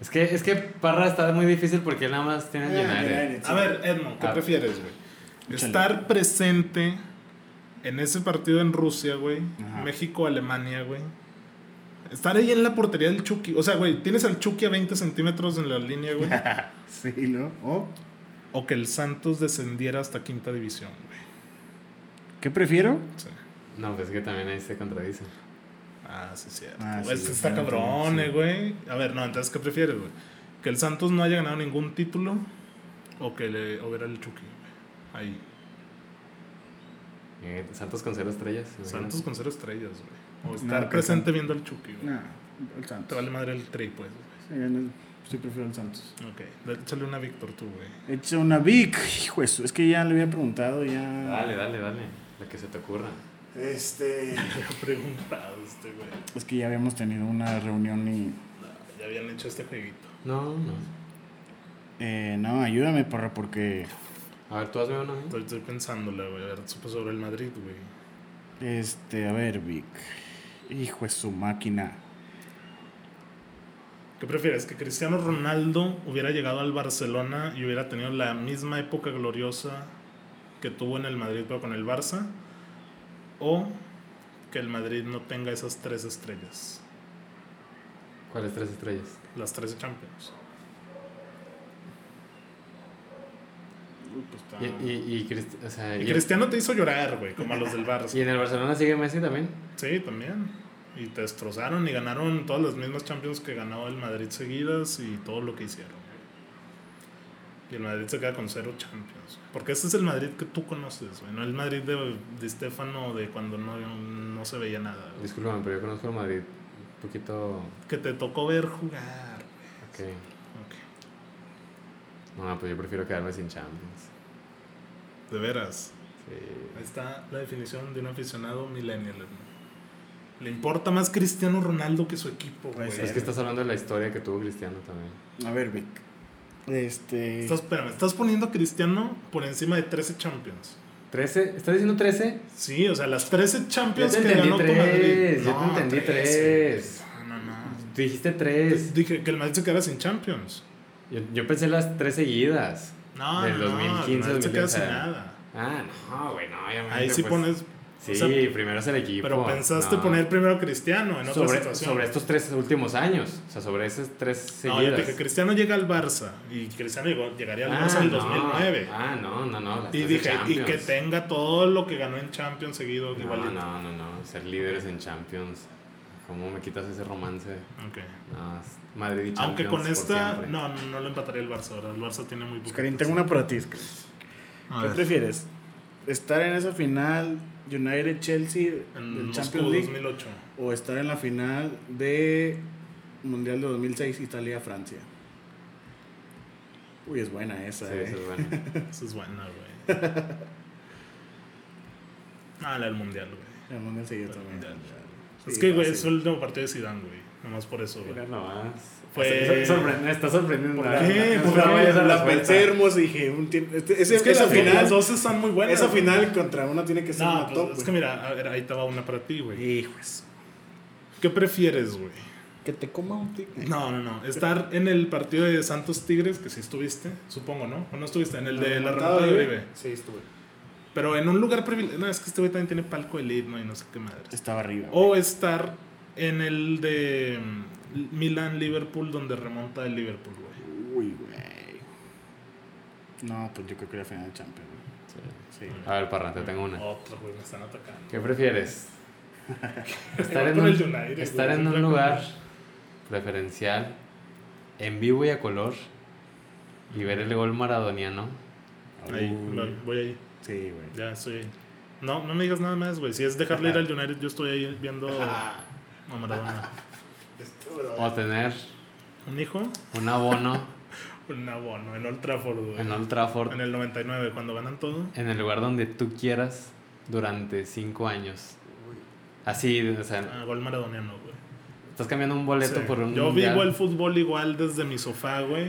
Speaker 3: Es que, es que Parra está muy difícil porque él nada más tiene el
Speaker 2: Ah,
Speaker 3: United.
Speaker 2: United, sí.
Speaker 1: A ver, Edmond, ¿qué
Speaker 3: Ah.
Speaker 1: prefieres, güey? Estar presente en ese partido en Rusia, güey.
Speaker 2: Ajá.
Speaker 1: México-Alemania, güey. Estar ahí en la portería del Chucky. O sea, güey, tienes al Chucky a 20 centímetros en la línea, güey.
Speaker 2: Sí, ¿no? O,
Speaker 1: o que el Santos descendiera hasta quinta división, güey.
Speaker 2: ¿Qué prefiero?
Speaker 1: Sí.
Speaker 3: No, pues es que también ahí se contradice.
Speaker 1: Ah, sí, cierto.
Speaker 2: Ah,
Speaker 1: Pues
Speaker 2: sí,
Speaker 1: está
Speaker 2: sí,
Speaker 1: cabrón,
Speaker 2: sí.
Speaker 1: eh, güey. A ver, no, entonces, ¿qué prefieres, güey? ¿Que el Santos no haya ganado ningún título o que le hubiera el Chucky? güey? Ahí.
Speaker 3: Eh, Santos con cero estrellas. imagínate.
Speaker 1: Santos con cero estrellas, güey. O
Speaker 2: No,
Speaker 1: estar
Speaker 2: que
Speaker 1: presente
Speaker 2: Santos-
Speaker 1: viendo al Chucky, güey.
Speaker 2: No, el
Speaker 1: Te
Speaker 2: Santos.
Speaker 1: vale madre el tri, pues. güey.
Speaker 2: Sí, yo no- sí, prefiero el Santos.
Speaker 1: Ok. Dale, Échale una Víctor tú, güey.
Speaker 2: Echa una Vic, hijo eso. Es que ya le había preguntado, ya.
Speaker 3: Dale, dale, dale. La que se te ocurra.
Speaker 2: Este.
Speaker 1: Qué preguntado este, güey.
Speaker 2: Es que ya habíamos tenido una reunión y.
Speaker 1: No, ya habían hecho este jueguito.
Speaker 3: No, no.
Speaker 2: Eh, no, ayúdame, porra, porque.
Speaker 3: A ver, tú hazme uno a mí.
Speaker 1: Estoy, estoy pensándole, güey. A ver, supe sobre el Madrid, güey.
Speaker 2: Este, a ver, Vic. Hijo de su máquina.
Speaker 1: ¿Qué prefieres? ¿Que Cristiano Ronaldo hubiera llegado al Barcelona y hubiera tenido la misma época gloriosa que tuvo en el Madrid pero con el Barça? ¿O que el Madrid no tenga esas tres estrellas?
Speaker 3: ¿Cuáles tres estrellas?
Speaker 1: Las tres Champions.
Speaker 2: Uy, pues está-
Speaker 3: Y, y, y Crist- o sea,
Speaker 1: Y
Speaker 3: y-
Speaker 1: Cristiano te hizo llorar, güey, como a los del
Speaker 3: y
Speaker 1: Barça.
Speaker 3: en el Barcelona sigue Messi también.
Speaker 1: Sí, también. Y te destrozaron y ganaron todas las mismas Champions que ganó el Madrid seguidas y todo lo que hicieron. Y el Madrid se queda con cero Champions. Porque este es el Madrid que tú conoces, güey. No el Madrid de, de Stefano de cuando no, no se veía nada. güey.
Speaker 3: Discúlpame, pero yo conozco al Madrid un poquito.
Speaker 1: Que te tocó ver jugar.
Speaker 3: Ok.
Speaker 1: Ok.
Speaker 3: No, pues yo prefiero quedarme sin Champions.
Speaker 1: De veras.
Speaker 3: Sí.
Speaker 1: Ahí está la definición de un aficionado millennial. hermano. Le importa más Cristiano Ronaldo que su equipo, güey.
Speaker 2: Puede ser.
Speaker 3: Es que estás hablando de la historia que tuvo Cristiano también.
Speaker 2: A ver, Vic. Este.
Speaker 1: Estás, espérame, estás poniendo a Cristiano por encima de 13 Champions.
Speaker 3: ¿13? ¿Estás diciendo 13?
Speaker 1: Sí, o sea, las 13 Champions
Speaker 3: Yo te
Speaker 1: que
Speaker 3: entendí
Speaker 1: ganó tu Madrid.
Speaker 3: 3. Yo te
Speaker 1: No,
Speaker 3: entendí
Speaker 1: tres,
Speaker 3: 3.
Speaker 1: güey. No, no, no.
Speaker 3: Dijiste 3.
Speaker 1: Dije que el Madrid se quedara sin Champions.
Speaker 3: Yo, yo pensé las 3 seguidas.
Speaker 1: No,
Speaker 3: Del
Speaker 1: no, no, el
Speaker 3: 2015,
Speaker 1: Madrid se queda sin
Speaker 3: 2015.
Speaker 1: nada.
Speaker 3: Ah, no, güey, no. obviamente,
Speaker 1: Ahí sí
Speaker 3: pues,
Speaker 1: pones.
Speaker 3: Sí,
Speaker 1: o sea,
Speaker 3: primero es el equipo.
Speaker 1: pero pensaste
Speaker 3: no.
Speaker 1: poner primero a Cristiano en otra
Speaker 3: sobre,
Speaker 1: situación.
Speaker 3: sobre estos tres últimos años. O sea, sobre esas tres
Speaker 1: no, yo
Speaker 3: seguidas. Ah,
Speaker 1: te dije, Cristiano llega al Barça. Y Cristiano llegó- llegaría al Barça en el
Speaker 3: no.
Speaker 1: 2009.
Speaker 3: Ah, no, no, no. las
Speaker 1: y
Speaker 3: tres de
Speaker 1: dije, y
Speaker 3: Champions.
Speaker 1: que tenga todo lo que ganó en Champions seguido.
Speaker 3: No,
Speaker 1: igualito.
Speaker 3: no, no, no. Ser líderes en Champions. ¿Cómo me quitas ese romance?
Speaker 1: Ok.
Speaker 3: No, es Madrid y Champions.
Speaker 1: Aunque con
Speaker 3: por
Speaker 1: esta,
Speaker 3: siempre.
Speaker 1: no, no, no lo empataría el Barça. ¿verdad? El Barça tiene muy poco.
Speaker 2: Karim, tengo una para ti.
Speaker 1: A
Speaker 2: ¿Qué
Speaker 1: ver.
Speaker 2: prefieres? ¿Estar en esa final United-Chelsea
Speaker 1: En
Speaker 2: del
Speaker 1: Moscú
Speaker 2: Champions League?
Speaker 1: 2008.
Speaker 2: ¿O estar en la final de Mundial de 2006 Italia-Francia? Uy, es buena
Speaker 3: Sí,
Speaker 2: esa, eh.
Speaker 3: eso es bueno.
Speaker 1: Esa es buena, güey. ah, la del Mundial, güey.
Speaker 2: El Mundial sí, yo
Speaker 1: El
Speaker 2: también.
Speaker 1: Mundial.
Speaker 2: Sí,
Speaker 1: es que, güey,
Speaker 2: fácil.
Speaker 1: es el último partido de Zidane, güey. Nomás por eso,
Speaker 3: Mira
Speaker 1: güey.
Speaker 3: nomás.
Speaker 1: Fue-
Speaker 3: Sor- sorpre- me está sorprendiendo.
Speaker 1: ¿Por
Speaker 3: la
Speaker 1: qué?
Speaker 3: verdad.
Speaker 1: ¿Por
Speaker 3: No
Speaker 1: qué?
Speaker 3: vayas a
Speaker 2: pues, La
Speaker 3: respuesta.
Speaker 2: pensé hermoso y dije, un tiempo- este- ese-
Speaker 1: Es que
Speaker 2: esa
Speaker 1: las, final,
Speaker 2: final,
Speaker 1: dos están muy buenas.
Speaker 2: esa
Speaker 1: güey.
Speaker 2: final contra una tiene que ser
Speaker 1: No,
Speaker 2: una
Speaker 1: pues,
Speaker 2: top.
Speaker 1: es que mira, a ver, ahí te va una para ti, güey.
Speaker 2: Hijos.
Speaker 1: ¿Qué prefieres, güey?
Speaker 2: Que te coma un tigre.
Speaker 1: No, no, no. Estar en el partido de Santos Tigres, que sí estuviste, supongo, ¿no? ¿O no estuviste? En el de la remontada de Uribe.
Speaker 2: Sí, estuve.
Speaker 1: Pero en un lugar privilegiado. No, es que este güey también tiene palco elite, ¿no? Y no sé qué madre.
Speaker 2: Estaba arriba.
Speaker 1: O estar en el de Milan-Liverpool, donde remonta el Liverpool, güey.
Speaker 2: Uy, güey. No, pues yo creo que la final de Champions. güey.
Speaker 3: Sí.
Speaker 2: Sí.
Speaker 3: A ver, Parra, te tengo una.
Speaker 1: Otro, güey, me están atacando.
Speaker 3: ¿Qué prefieres? Estar en
Speaker 1: Por
Speaker 3: un,
Speaker 1: el United,
Speaker 3: estar
Speaker 1: güey,
Speaker 3: en
Speaker 1: siempre
Speaker 3: un lugar preferencial, en vivo y a color, y ver el gol maradoniano.
Speaker 1: Ahí,
Speaker 2: Uy.
Speaker 1: lo- voy ahí.
Speaker 2: Sí, güey.
Speaker 1: Ya estoy ahí. No, no me digas nada más, güey. Si es dejarle ir al United, yo estoy ahí viendo a Maradona.
Speaker 3: O tener
Speaker 1: ¿Un hijo?
Speaker 3: un abono
Speaker 1: Un abono en Old Trafford, güey.
Speaker 3: en Old Trafford,
Speaker 1: En el 99, cuando ganan todo.
Speaker 3: en el lugar donde tú quieras, durante cinco años. Así, o sea,
Speaker 1: Ah, gol maradoniano, güey.
Speaker 3: estás cambiando un boleto
Speaker 1: Sí.
Speaker 3: por un
Speaker 1: Yo
Speaker 3: mundial.
Speaker 1: vivo el fútbol igual desde mi sofá, güey,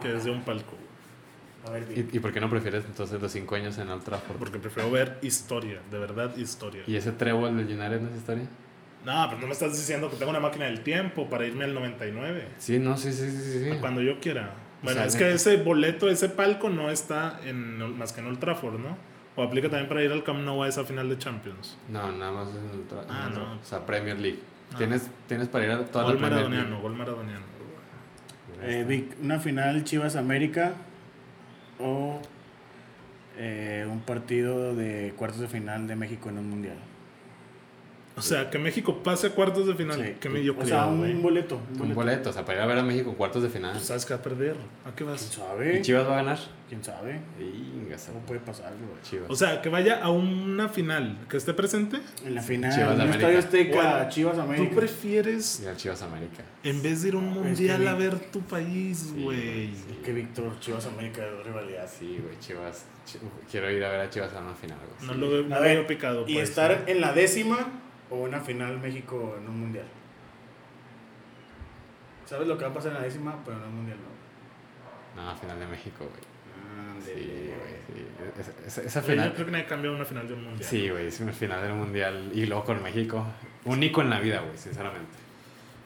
Speaker 1: que desde un palco. güey.
Speaker 2: A ver,
Speaker 3: ¿Y, y por qué no prefieres entonces los cinco años en Old Trafford?
Speaker 1: Porque prefiero ver historia, de verdad historia.
Speaker 3: ¿Y ese trébol del United no es historia?
Speaker 1: No, pero no me estás diciendo que tengo una máquina del tiempo para irme al 99.
Speaker 3: Sí, no, sí, sí, sí, sí. sí.
Speaker 1: Cuando yo quiera. Bueno,
Speaker 3: sea,
Speaker 1: es que
Speaker 3: neta.
Speaker 1: ese boleto, ese palco no está en más que en Old Trafford, ¿no? O aplica también para ir al Camp Nou a esa final de Champions.
Speaker 3: No, nada más en el tra-
Speaker 1: Ah,
Speaker 3: en el tra-
Speaker 1: no.
Speaker 3: O sea, Premier League.
Speaker 1: Ah.
Speaker 3: Tienes, tienes para ir a toda
Speaker 1: Gol
Speaker 3: la Premier
Speaker 1: maradoniano, gol maradoniano.
Speaker 3: League.
Speaker 2: Eh, Vic, una final Chivas América o eh, un partido de cuartos de final de México en un mundial.
Speaker 1: O sea, que México pase a cuartos de final.
Speaker 2: Sí.
Speaker 1: Qué mediocridad,
Speaker 2: o sea, un
Speaker 1: güey.
Speaker 2: boleto. Un
Speaker 3: Un
Speaker 2: boleto.
Speaker 3: boleto, o sea, para ir a ver a México en cuartos de final.
Speaker 1: Pues sabes que va a perder. ¿A qué
Speaker 2: ¿Quién
Speaker 1: vas?
Speaker 3: ¿Y
Speaker 2: sabe?
Speaker 3: Chivas va a ganar?
Speaker 2: ¿Quién sabe?
Speaker 3: Inga, esa
Speaker 2: ¿Cómo puede pasar, güey?
Speaker 3: Chivas.
Speaker 1: O sea, que vaya a una final, que esté presente.
Speaker 2: En la final,
Speaker 3: Chivas
Speaker 2: en
Speaker 3: de
Speaker 2: un
Speaker 3: América.
Speaker 2: estadio azteca,
Speaker 1: Bueno,
Speaker 2: Chivas
Speaker 1: ¿Tú
Speaker 2: América.
Speaker 1: prefieres,
Speaker 3: Y a Chivas América.
Speaker 1: en vez de ir a un
Speaker 2: No, es
Speaker 1: mundial,
Speaker 2: que-
Speaker 1: a ver tu país,
Speaker 3: Sí,
Speaker 1: güey?
Speaker 3: sí.
Speaker 2: Que Víctor, Chivas América de rivalidad.
Speaker 3: Sí, güey, Chivas. Chi- Quiero ir a ver a Chivas a una final, güey.
Speaker 1: No lo veo, no
Speaker 2: A
Speaker 1: lo
Speaker 2: ver,
Speaker 1: veo picado.
Speaker 2: Y
Speaker 1: pues.
Speaker 2: estar en la décima o una final México en un mundial. ¿Sabes lo que va a pasar en la décima? Pero en un mundial no.
Speaker 3: No, final de México, güey. Ah, Sí,
Speaker 2: Ándele.
Speaker 3: güey, sí. Esa, esa- esa
Speaker 1: Güey, Yo creo
Speaker 3: final.
Speaker 1: que nadie cambia una final de un mundial.
Speaker 3: Sí, güey, es una final del mundial. Y luego con México. Único en la vida, güey, sinceramente.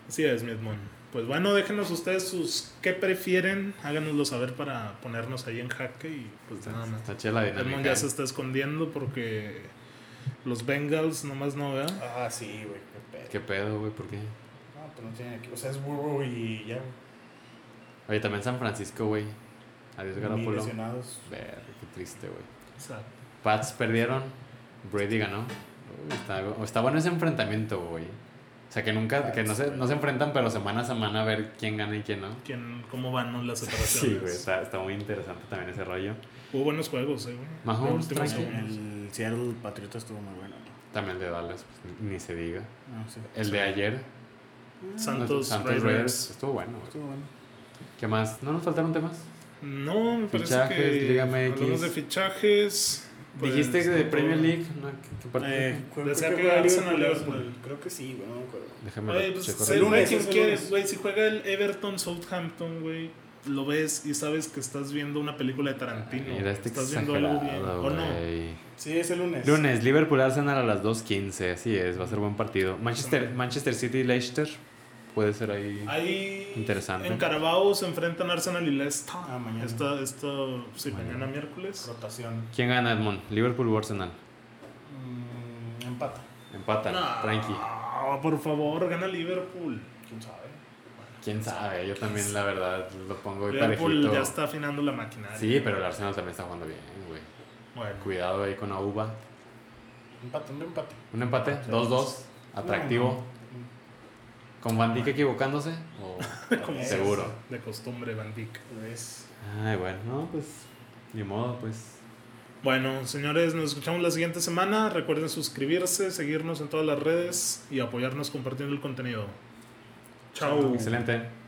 Speaker 1: Así es, mi Edmond. Pues bueno, déjenos ustedes sus qué prefieren, háganoslo saber para ponernos ahí en jaque y pues nada más.
Speaker 3: Está chela la dinámica,
Speaker 1: Edmond ya
Speaker 3: ¿eh?
Speaker 1: se está escondiendo porque los Bengals nomás no, ¿verdad?
Speaker 2: Ah, sí, güey, qué pedo.
Speaker 3: ¿Qué pedo, güey? ¿Por qué?
Speaker 2: No, pues no tiene aquí. O sea, es burro y ya. güey.
Speaker 3: Oye, también San Francisco, güey. Adiós,
Speaker 2: Ni
Speaker 3: Garoppolo.
Speaker 2: lesionados.
Speaker 3: Ver, qué triste, güey.
Speaker 1: O sea,
Speaker 3: Pats perdieron, Brady ganó. Uy, Está, está bueno ese enfrentamiento, güey. O sea, que nunca, que no se, no se enfrentan, pero semana a semana a ver quién gana y quién no.
Speaker 1: ¿quién, ¿cómo van no, las
Speaker 3: Sí, güey,
Speaker 1: separaciones?
Speaker 3: está, está muy interesante también ese rollo.
Speaker 1: Hubo buenos juegos, eh, güey.
Speaker 3: Mahomes,
Speaker 1: Los últimos
Speaker 3: tranqui.
Speaker 1: juegos.
Speaker 2: El Seattle Patriota estuvo muy bueno. Ah,
Speaker 3: También el de Dallas, pues, ni se diga.
Speaker 2: ¿no? No sé.
Speaker 3: El de ayer,
Speaker 1: Santos, Raiders.
Speaker 3: estuvo bueno, güey.
Speaker 2: Estuvo bueno.
Speaker 3: ¿Qué más? ¿No nos faltaron temas?
Speaker 1: No, me parece
Speaker 3: Fichajes,
Speaker 1: que
Speaker 3: Liga MX.
Speaker 1: hablamos de fichajes. pues,
Speaker 3: Dijiste que de
Speaker 1: no.
Speaker 3: Premier League, ¿no? ¿Qué, qué parte?
Speaker 2: Eh, creo,
Speaker 1: Decía
Speaker 2: creo
Speaker 1: que
Speaker 2: que era
Speaker 1: Arsenal,
Speaker 2: Liverpool.
Speaker 1: Liverpool.
Speaker 2: Creo que sí, güey, no me acuerdo.
Speaker 3: Déjame
Speaker 1: Güey,
Speaker 3: ver.
Speaker 1: pues,
Speaker 3: checo
Speaker 1: sé,
Speaker 3: rápido.
Speaker 1: güey,
Speaker 2: lunes,
Speaker 1: quién
Speaker 2: es
Speaker 1: quieres,
Speaker 2: lunes.
Speaker 1: güey. Si juega el Everton Southampton, güey, lo ves y sabes que estás viendo una película de Tarantino.
Speaker 3: Mira, este
Speaker 1: estás viendo algo bien.
Speaker 3: exagerado,
Speaker 1: ¿O no?
Speaker 3: güey.
Speaker 2: Sí, es el lunes.
Speaker 3: Lunes, Liverpool Arsenal a las 2.15, así es, va a ser buen partido. Manchester, Manchester City Leicester, puede ser ahí.
Speaker 1: Ahí
Speaker 3: Interesante.
Speaker 1: en Carabao se enfrentan Arsenal y Leicester.
Speaker 2: Ah, mañana.
Speaker 1: Esta, esta, sí,
Speaker 3: Mañana.
Speaker 1: mañana miércoles.
Speaker 2: Rotación.
Speaker 3: ¿Quién gana Edmond? Liverpool o Arsenal.
Speaker 2: Mm, empata.
Speaker 3: Empatan,
Speaker 1: No,
Speaker 3: tranqui.
Speaker 1: Ah, por favor, gana Liverpool.
Speaker 2: ¿Quién sabe?
Speaker 3: ¿Quién sabe? Yo también la verdad lo pongo ahí
Speaker 1: Liverpool
Speaker 3: parejito.
Speaker 1: ya está afinando la maquinaria.
Speaker 3: Sí, pero el Arsenal también está jugando bien, güey.
Speaker 1: Bueno,
Speaker 3: Cuidado ahí con Auba.
Speaker 2: Empate, un empate.
Speaker 3: Un empate, 2-2, atractivo. ¿Con Van Dijk equivocándose? O-
Speaker 1: como
Speaker 2: Es.
Speaker 3: Seguro.
Speaker 1: de costumbre, Van Dijk.
Speaker 2: Es
Speaker 3: Ay, bueno, no, pues ni modo, pues.
Speaker 1: Bueno, señores, nos escuchamos la siguiente semana. Recuerden suscribirse, seguirnos en todas las redes y apoyarnos compartiendo el contenido. Chao.
Speaker 3: Excelente.